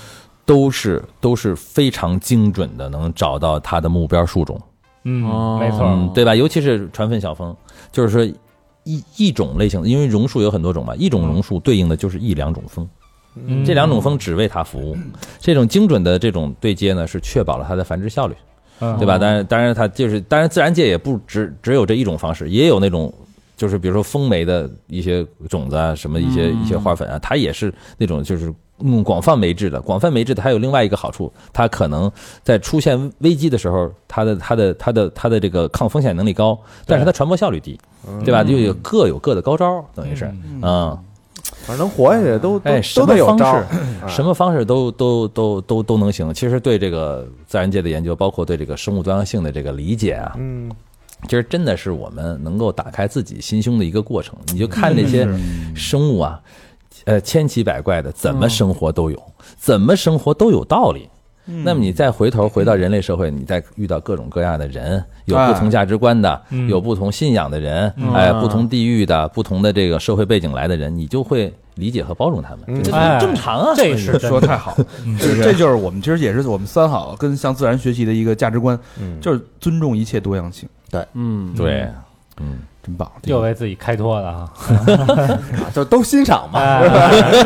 C: 都是都是非常精准的，能找到它的目标树种。
D: 嗯，
F: 哦
D: 没错，
C: 嗯，对吧？尤其是传粉小蜂，就是说一一种类型的，因为榕树有很多种嘛，一种榕树对应的就是一两种蜂，
D: 嗯
C: 这两种蜂只为它服务。这种精准的这种对接呢，是确保了它的繁殖效率，
D: 嗯
C: 对吧？当然，当然它就是，当然自然界也不只只有这一种方式，也有那种。就是比如说蜂媒的一些种子啊，什么一些一些花粉啊，它也是那种就是嗯广泛培植的。广泛培植的还有另外一个好处，它可能在出现危机的时候，它的它的它的它的这个抗风险能力高，但是它传播效率低，对吧？就有各有各的高招，等于是，嗯，
E: 反正能活下去都都
C: 哎，什
E: 都
C: 么
E: 得有
C: 方
E: 招
C: 式
E: 儿，，
C: 什么方式都都都都都能行。其实对这个自然界的研究，包括对这个生物多样性的这个理解啊，
E: 嗯，
C: 其实真的是我们能够打开自己心胸的一个过程。你就看那些
A: 嗯
D: 嗯
C: 生物啊，呃，千奇百怪的，怎么生活都有，怎么生活都有道理。那么你再回头回到人类社会，你再遇到各种各样的人，有不同价值观的，有不同信仰的人，哎，不同地域的、不同的这个社会背景来的人，你就会理解和包容他们，这
D: 哎
C: 很正常啊。
D: 这是真
A: 说
D: 的
A: 得太好了，
D: 嗯
A: 这这就是我们其实也是我们三好跟向自然学习的一个价值观，
D: 嗯
A: 就是尊重一切多样性，
F: 嗯，
C: 对，嗯。
A: 真棒！
D: 又为自己开脱了啊！
E: 就都欣赏嘛，
D: 哎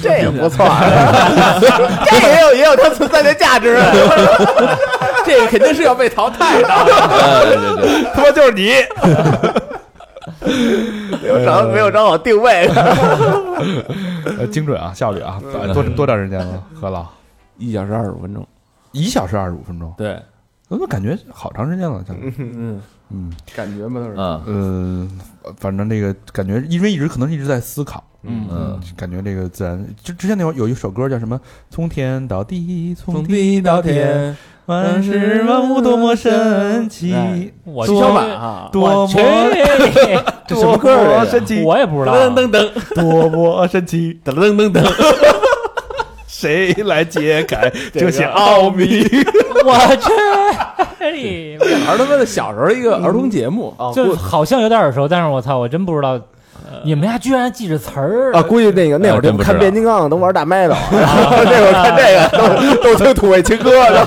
E: 这也不错，啊 这也有也有它存在的价 值，
F: 这个肯定是要被淘汰的。
E: 他妈就是你，没有找没有找好定位，
A: 呃，精准啊，效率啊，
D: 嗯
A: 多多长时间了？何老，
F: 一小时二十五分钟，
A: 一小时二十五分钟，
F: 对，
A: 我怎么感觉好长时间了？像
F: 嗯
A: 嗯，
F: 感觉嘛都是，
C: 嗯
A: 呃，反正这个感觉，因为一直可能一直在思考，呃
F: 嗯
C: 嗯，
A: 感觉这个自然，就之前那会儿有一首歌叫什么“从天到地，从
F: 从
A: 地
F: 地
A: 到
F: 到
A: 天，
F: 天，
A: 万事万物多么神奇
F: 哎”，
D: 我
F: 小
D: 去
F: 版啊，
A: 多
D: 我去，
C: 哎
A: 么这什么歌儿
E: 多
A: 啊？神奇，
D: 我也不知道，
F: 噔噔噔
A: 多么神奇，
F: 噔噔噔噔，
A: 谁来揭开这些奥秘？
D: 我去，
F: 儿他妈的小时候一个儿童节目，
D: 就好呃像有点耳熟，但是我操，我真不知道，你们家居然记着词儿
E: 啊，估计那个那会儿
C: 真
E: 就
C: 不知
E: 看
C: 道
E: 变形金刚都玩大麦了，然后那会儿 看这个 都都听土味情歌了，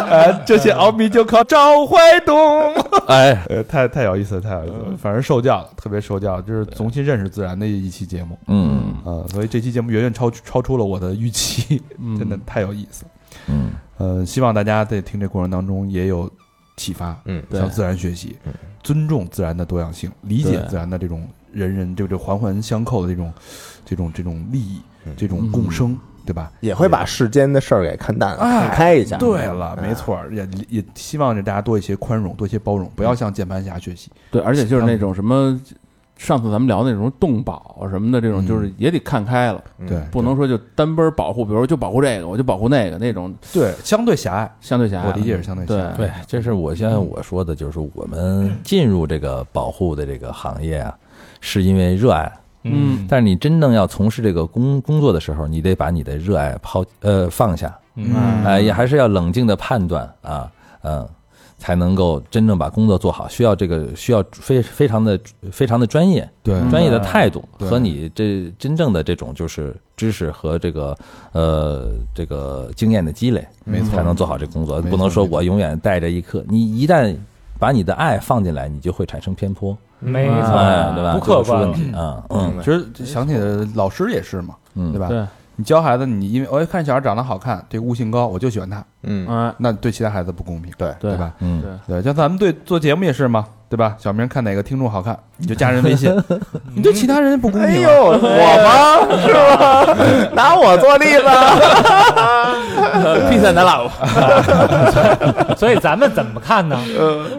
A: 啊，这些奥秘就靠赵怀东。
C: 哎，嗯
A: 呃，太太有意思了，太有意思了，反正受教了，特别受教，就是重新认识自然的一期节目
C: 嗯
A: 啊、所以这期节目远远超超出了我的预期，
F: 嗯
A: 真的太有意思了。
C: 嗯，
A: 呃，希望大家在听这过程当中也有启发，
E: 嗯，
A: 向自然学习，尊重自然的多样性，理解
F: 对
A: 自然的这种人人这这环环相扣的这种这种这种利益，这种
F: 嗯
A: 共生，对吧？
E: 也会把世间的事儿给看淡了，
A: 哎
E: 看开一下。
A: 对了，
E: 嗯
A: 没错儿，也也希望着大家多一些宽容，多一些包容，不要向键盘侠学习。
F: 对，而且就是那种什么。上次咱们聊那种动保什么的，这种就是也得看开了，
A: 对
F: 不能说就单奔保护，比如就保护这个，我就保护那个，那种
A: 对，相对狭隘，
F: 相对狭隘了。
A: 我理解是相对狭
F: 啊
A: 隘
C: 对，这是我现在我说的，就是我们进入这个保护的这个行业啊，是因为热爱。
F: 嗯
C: 但是你真正要从事这个工工作的时候，你得把你的热爱抛呃放下，
D: 嗯
C: 哎、也还是要冷静的判断啊，嗯、才能够真正把工作做好，需要这个需要非非常的非常的专业，
A: 对嗯
C: 专业的态度
A: 对
C: 和你这真正的这种就是知识和这个呃这个经验的积累，
A: 没错
C: 才能做好这工作。
A: 没错
C: 不能说我永远带着一颗，你一旦把你的爱放进来，你就会产生偏颇，
E: 嗯
D: 没
A: 啊
D: 错，
C: 哎，对吧？
D: 不客观
C: 这
D: 了
C: 就是问题啊，嗯
A: 其实想起来老师也是嘛，
C: 嗯，
A: 对吧？
F: 对，
A: 你教孩子，你因为我一看小孩长得好看，这个悟性高，我就喜欢他，
E: 嗯，
F: 哎，
A: 那对其他孩子不公平，对
F: 对
A: 吧？
C: 嗯，
A: 对，像咱们对做节目也是嘛，对吧？小明看哪个听众好看，你就加人微 信，你对其他人不公
E: 哎
A: 平
E: 呦，
A: 啊。
E: 我吗？是吧？拿我做例子，
B: 披萨男老婆，
D: 啊所以咱们怎么看呢？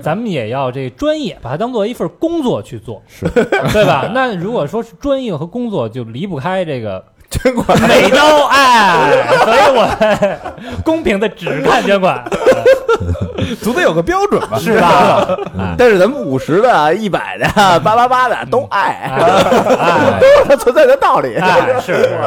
D: 咱们也要这专业，把它当做一份工作去做，是 对吧？那如果说是专业和工作就离不开这个
E: 真管
D: 美刀，哎，所以我们公平的只看捐款，
A: 总得有个标准吧？
D: 是吧？
E: 但是咱们五十的啊、一百的啊、八八八的都爱，
D: 嗯哎，
E: 都有它存在的道理。
D: 哎是是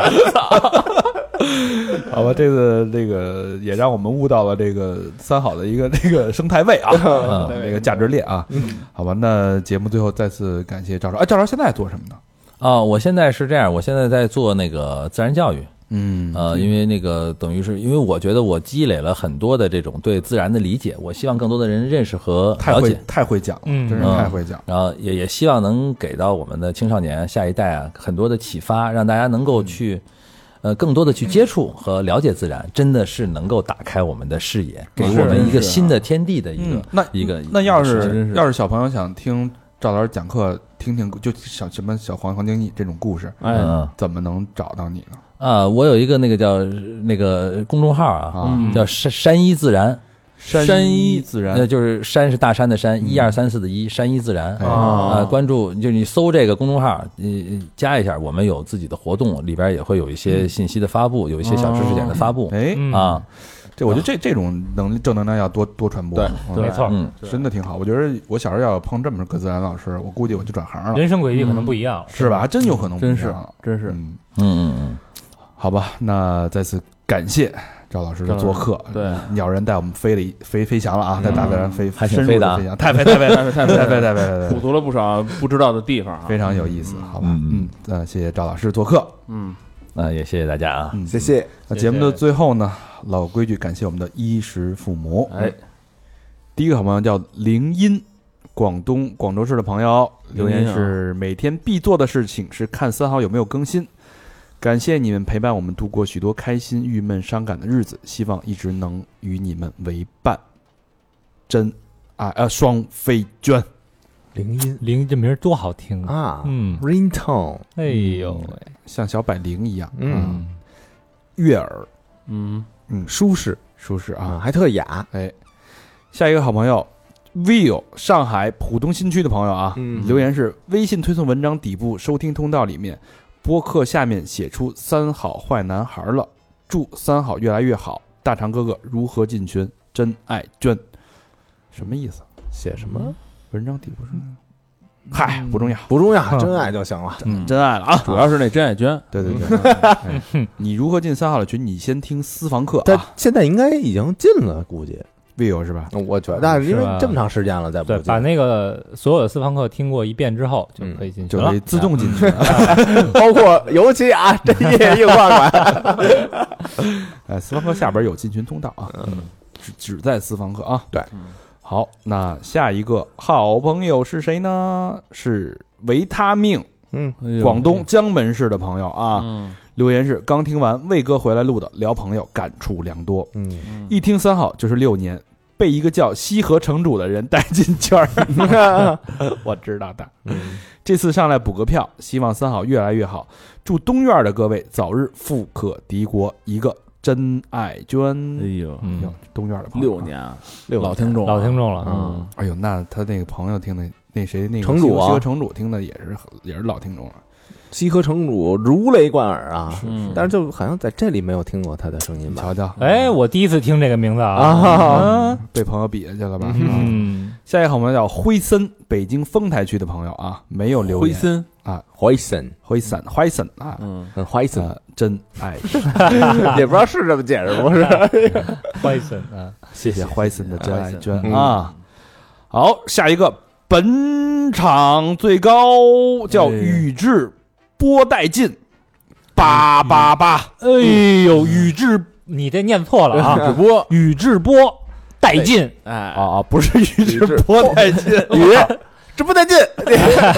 A: 好吧，这个这个也让我们悟到了这个三好的一个这个生态位啊，嗯这个价值链啊。好吧，那节目最后再次感谢赵少。哎，赵少现在做什么呢？
C: 啊，我现在是这样，我现在在做那个自然教育，
A: 嗯
C: 呃，因为那个等于是因为我觉得我积累了很多的这种对自然的理解，我希望更多的人认识和
A: 太
C: 了
A: 会
C: 解，
A: 太会讲了，
D: 嗯
A: 真是太会讲了。
C: 然后也也希望能给到我们的青少年下一代啊很多的启发，让大家能够去。呃，更多的去接触和了解自然，真的是能够打开我们的视野，给我们一个新的天地的一个、
A: 嗯那
C: 一个。
A: 那要
C: 一个事情
A: 是要是小朋友想听赵老师讲课，听听就小什么小黄黄经济这种故事，
F: 哎，
C: 嗯
A: 怎么能找到你呢？
C: 啊，我有一个那个叫那个公众号啊，
A: 啊，
C: 叫山山一自然，
A: 山
C: 一
A: 自嗯
C: 那就是山是大山的山，一二三四的一，山一自然
A: 哎
C: 啊。关注就你搜这个公众号，你加一下，我们有自己的活动，里边也会有一些信息的发布，
A: 嗯
C: 有一些小知识点的发布
A: 哎，
D: 嗯
C: 啊。
A: 这我觉得这这种能正能量要多多传播，
E: 对
A: 嗯
D: 没错，
C: 嗯，
A: 真的挺好。我觉得我小时候要碰这么个自然老师，我估计我就转行了，
D: 人生轨迹可能不一样，
A: 是吧？还真有可能不一
F: 真
A: 样
F: 是
A: 了，
F: 真是，
A: 嗯，
C: 嗯嗯嗯，
A: 好吧，那再次感谢赵老师的做客，
F: 对，
A: 鸟人带我们飞了一飞飞翔了啊，在大自然飞
C: 还挺
A: 深入
C: 飞的
A: 地
C: 啊
A: 飞翔，太飞太飞
F: 太
A: 太
F: 太太
A: 飞太飞太
F: 补
A: 飞，
F: 足了不少不知道的地方啊，
A: 非常有意思，好吧？嗯
C: 嗯，
A: 那谢谢赵老师做客。
F: 嗯，
C: 那也谢谢大家 啊。
A: 嗯
E: 谢谢，
A: 那节目的最后呢，老规矩，感谢我们的衣食父母。
F: 哎，
A: 第一个好朋友叫林音，广东广州市的朋友留言
F: 林音啊
A: 是：每天必做的事情是看三好有没有更新。感谢你们陪伴我们度过许多开心、郁闷、伤感的日子，希望一直能与你们为伴。真爱呃，双飞娟，
E: 铃音
D: 铃这名儿多好听啊！
E: 啊
D: 嗯，
E: ，ringtone，
D: 哎呦喂，
A: 像小百灵一样，
E: 嗯
A: 悦耳
F: 嗯，
A: 嗯
E: 舒适
A: 舒适啊。
E: 啊，还特雅，
A: 哎，下一个好朋友 Will，上海浦东新区的朋友啊，
E: 嗯
A: 留言是微信推送文章底部收听通道里面，播客下面写出“三好坏男孩”了，祝三好越来越好。大长哥哥如何进群？真爱娟，什么意思？
E: 写什么
A: 文章底部是？嗨，不重要，
E: 不重
D: 啊
E: 要，真爱就行了。
A: 嗯，真爱了啊！
F: 主要是那真爱娟，
A: 对对 对，哎你如何进三好的群？你先听私房课
E: 但
A: 啊
E: 现在应该已经进了，估计，
A: ，Will 是吧？
E: 我觉得，但是因
D: 嗯是吧
E: 为这么长时间了，再不
D: 对，
E: 进
D: 把那个所有的私房课听过一遍之后，
E: 嗯
D: 就可以进去
A: 就
D: 了
A: 可以。自动进群。
E: 包括尤其 啊，这夜硬饭馆，
A: 哎，私房课下边有进群通道啊，只只在私房课啊。
E: 对，
A: 好，那下一个好朋友是谁呢？是维他命，
E: 嗯，
F: 哎呦
A: 广东江门市的朋友啊，
F: 嗯
A: 留言是刚听完魏哥回来录的，聊朋友感触良多，
E: 嗯，
A: 一听三好就是六年。被一个叫西河城主的人带进圈儿，我知道的。这次上来补个票，希望三好越来越好。祝东院的各位早日富可敌国，一个真爱娟。
F: 哎呦，
A: 哎呦
D: 嗯，
A: 东院的朋友
F: 六，年啊，
E: 六
F: 老听众，
D: 老听，众了，
F: 嗯，
A: 哎呦，那他那个朋友听的那谁那个
E: 城主啊
A: 西河城主听的也是很也是老听众了，
E: 西河城主如雷贯耳啊，
F: 嗯，
E: 但是就好像在这里没有听过他的声音
A: 你
E: 吧？
A: 瞧瞧，
D: 哎，我第一次听这个名字啊，
E: 啊，
A: 被朋友比下去了吧？啊
D: 嗯，
A: 下一个好朋友叫灰森，北京丰台区的朋友啊，没有留
F: 灰
A: 言，
F: 森，
E: 怀森，
A: 灰森，灰森啊。
F: 嗯，
E: 很怀 森，
A: 呃，真爱，
E: 也不知道是这么解释不是？
D: 坏森啊，
A: 谢谢怀森的真爱
F: 怀森
A: 娟啊！好，下一个本场最高叫宇智波带进，八八嗯八，
D: 哎呦，宇智，你这念错了啊，
F: 只不过
D: 宇智波带劲，
F: 哎，
A: 嗯啊啊，不是宇智波带进，
B: 雨直播带劲，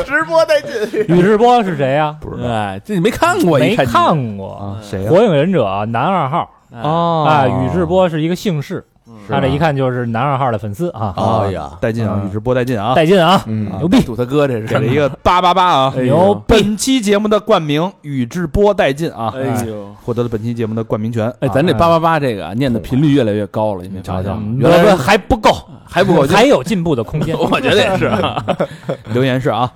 B: 直播带劲，
D: 宇智波是谁呀？
F: 哎，这你没看过，
D: 没
F: 一看就
D: 看过
A: 啊，谁
D: 《
A: 呀？
D: 火影忍者》男二号
A: 哦
D: 啊，宇智波是一个姓氏，
F: 嗯
D: 他
F: 啊
D: 这一看就是男二号的粉丝啊，
A: 啊
B: 哎呀
A: 带劲啊，宇智波带劲啊，
D: 带劲啊，
F: 嗯
D: 牛逼，
F: 赌他哥这
A: 给
F: 是
A: 了一个八八八啊。
F: 哎
D: 牛
F: 呦，
A: 本期节目的冠名宇智波带劲啊，
F: 哎呦，
A: 获得了本期节目的冠名权。
F: 哎，咱这八八八这个啊念的频率越来越高了，你没
A: 瞧
F: 发
A: 瞧
F: 现
D: 嗯
F: 吗？原来
D: 还不够，
F: 还不够，就
D: 还有进步的空间。
F: 我觉得也是啊，
A: 留言是啊，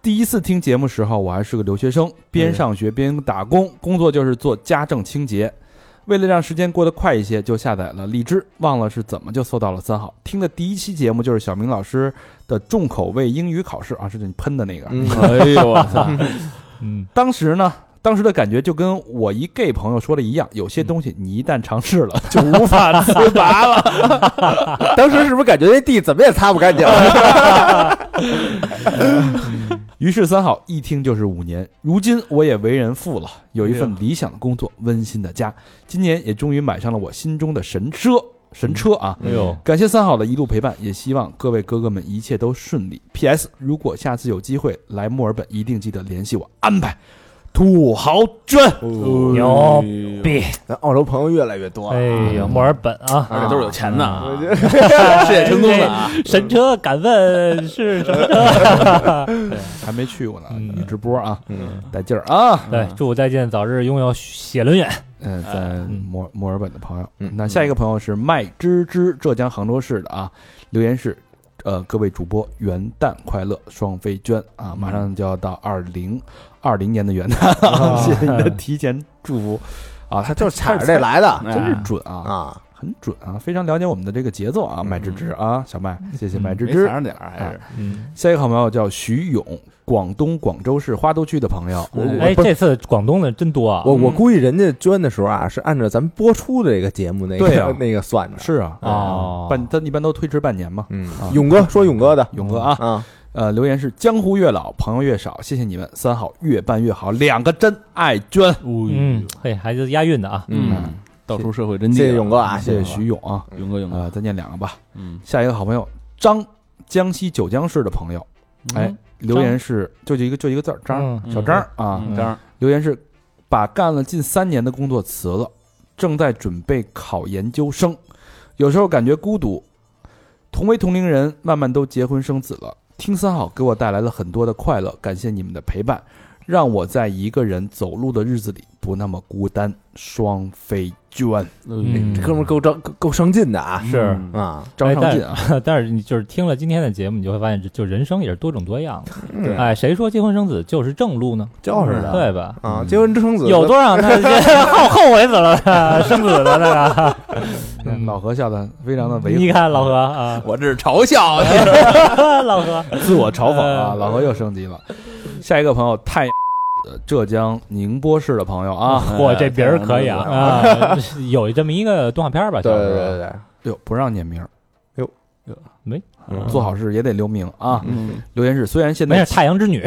A: 第一次听节目时候我还是个留学生，边上学边打工，工作就是做家政清洁。为了让时间过得快一些，就下载了荔枝，忘了是怎么就搜到了三好。听的第一期节目就是小明老师的重口味英语考试啊，是你喷的那个。
F: 哎呦我操，
D: 嗯，
A: 当时呢，当时的感觉就跟我一 gay 朋友说的一样，有些东西你一旦尝试了，就无法自拔了。
B: 当时是不是感觉那地怎么也擦不干净？
D: 哦
A: 于是三好一听就是五年，如今我也为人父了，有一
D: 哎
A: 份理想的工作，温馨的家，今年也终于买上了我心中的神车，神车啊！
D: 哎呦，
A: 感谢三好的一路陪伴，也希望各位哥哥们一切都顺利。P.S. 如果下次有机会来墨尔本，一定记得联系我安排。土豪捐，
D: 嗯牛逼！
E: 咱澳洲朋友越来越多
D: 哎
E: 了，
D: 呀，墨尔本啊，
F: 而且都是有钱的啊，
D: 事业成功了啊！神车，敢问是什么车？
A: 还没去过呢，
D: 嗯
A: 你直播啊，带劲儿啊！
D: 对，祝再见早日拥有写轮眼。
A: 嗯，在墨墨尔本的朋友，
E: 嗯
A: 那下一个朋友是麦芝芝，浙江杭州市的啊，留言是，呃，各位主播元旦快乐，双飞娟啊，马上就要到二零二零年的元旦了， 谢谢你的提前祝福啊，他
E: 就
A: 这
E: 是踩着这，来的
A: 他真是准啊，
E: 啊。
A: 很准啊，非常了解我们的这个节奏啊，麦芝芝啊，小麦，谢谢
D: 嗯
A: 麦芝
F: 没
A: 芝
F: 踩，上点儿还是
D: 嗯，
A: 下一个好朋友叫徐勇，广东广州市花都区的朋友，
E: 我我
D: 哎，
E: 不是
D: 这次广东的真多啊！
E: 我我估计人家捐的时候啊，是按照咱们播出的这个节目那
A: 对啊
E: 个 那个算的。
A: 是啊，
D: 哦
A: 半他一般都推迟半年嘛，
E: 嗯
A: 啊，
E: 勇哥说勇哥的
A: 勇哥啊。
E: 啊，
A: 呃，留言是江湖越老，朋友越少，谢谢你们，三好越办越好，两个真爱捐，
E: 哎
D: 嗯，嘿，还是押韵的啊！
F: 嗯，道出社会真谛，
E: 谢谢勇哥啊，
A: 谢谢
E: 勇哥
A: 徐勇啊，
F: 勇哥勇哥，
A: 呃，再念两个吧，
F: 嗯，
A: 下一个好朋友张，江西九江市的朋友，
E: 嗯
A: 哎，留言是就就一个就一个字儿张，
D: 嗯
A: 小张啊，
D: 嗯
F: 张，
A: 留言是把干了近三年的工作辞了，正在准备考研究生，有时候感觉孤独。同为同龄人，慢慢都结婚生子了。听三好给我带来了很多的快乐，感谢你们的陪伴，让我在一个人走路的日子里不那么孤单。双飞娟，
F: 哎
D: 嗯
E: 这哥们儿够张够够上进的啊
D: 是，
E: 啊，
A: 张尚进啊，
D: 但是你就是听了今天的节目，你就会发现，就人生也是多种多样的。哎，谁说结婚生子就是正路呢？
E: 就是的
D: 对吧？
E: 啊，结婚生子
D: 有多少他 后后悔死了 呢，生子了那个。
A: 嗯老何笑的非常的违和，
D: 你看老何啊，
F: 我这是嘲笑你，
D: 老何，
A: 自我嘲讽啊，
D: 呃
A: 老何又升级了。下一个朋友太， 呃浙江宁波市的朋友啊，
E: 哎
D: 我这名儿可以啊啊， 有这么一个动画片儿吧？
E: 对
D: 小时
E: 对
D: 候
E: 对对，
A: 哟，不让念名儿，
D: 没
A: 做好事也得留名啊。
F: 嗯，
A: 留言是虽然现
D: 没
A: 在
D: 事，太阳之女，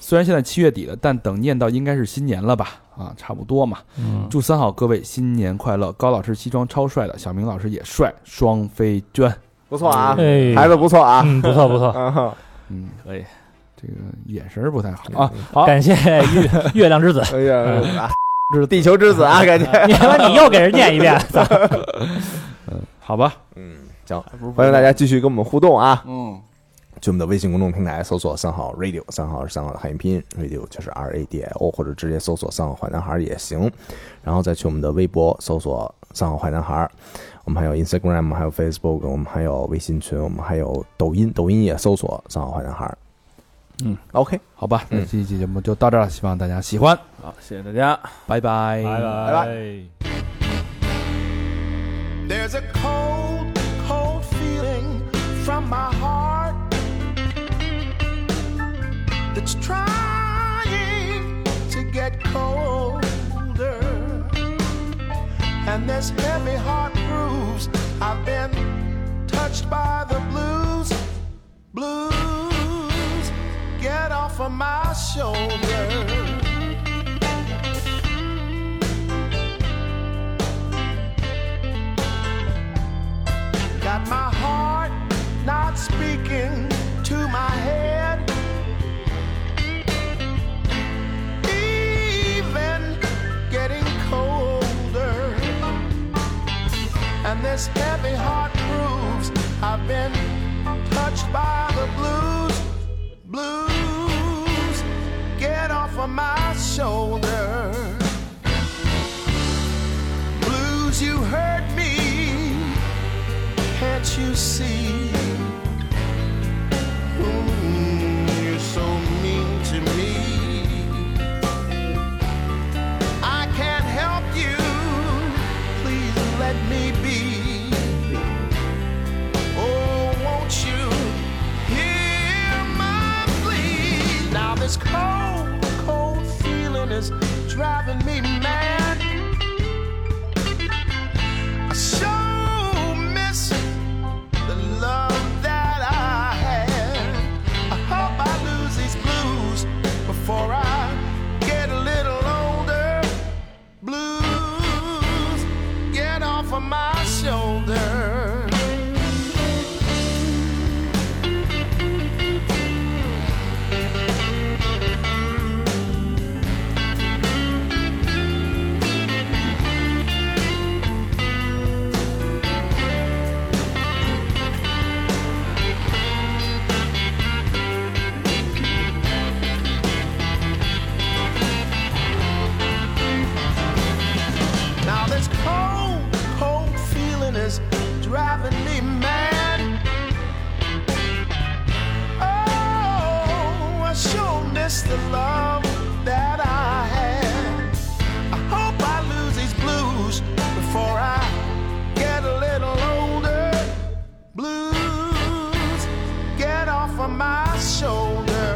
A: 虽然现在七月底了，但等念到应该是新年了吧？啊，差不多嘛。
F: 嗯
A: 祝三好各位新年快乐！高老师西装超帅的，小明老师也帅，双飞娟。
E: 不错啊，
D: 哎，
E: 孩子不错啊，
D: 嗯，不错不错，
E: 啊，
A: 嗯，
F: 可以，
A: 这个眼神儿不太好啊。好，
D: 感谢月 月亮之 子，
E: 哎呀，啊地球之子啊，感觉。
D: 你他妈你又给人念一 遍，
A: 好吧，
E: 嗯，行，欢迎大家继续跟我们互动啊！嗯，去我们的微信公众平台搜索“三好 radio”，三好是三好的汉语拼音，radio 就是 R A D I O，或者直接搜索“三好坏男孩”也行。然后再去我们的微博搜索“三好坏男孩”，我们还有 Instagram，我们还有 Facebook，我们还有微信群，我们还有抖音，抖音也搜索“三好坏男孩”。
F: 嗯
E: ，OK，
A: 好吧，这期节目就到这儿了，希望大家喜欢，
F: 好，谢谢大家。
A: 拜拜，拜拜。
D: 拜。
G: There's a cold, cold feeling from my heart that's trying to get colder. And there's heavy heart grooves. I've been touched by the blues. over my shoulder. Got my heart not speaking to my head. Even getting colder. And this heavy heart proves I've been touched by the blues. Blues, get off of my shoulder. Blues, you hurt me. Can't you see? Mm, you're so mean to me. I can't help you. Please let me be. Oh, won't you hear my plea? Now this cold, cold feeling is driving me mad. I so miss the love that I had. I hope I lose these blues before I get a little older. Blues, get off of my shoulder. Now this cold, cold feeling is driving me mad. Oh, I sure miss the love that I had. I hope I lose these blues before I get a little older. Blues, get off of my shoulder. Oh,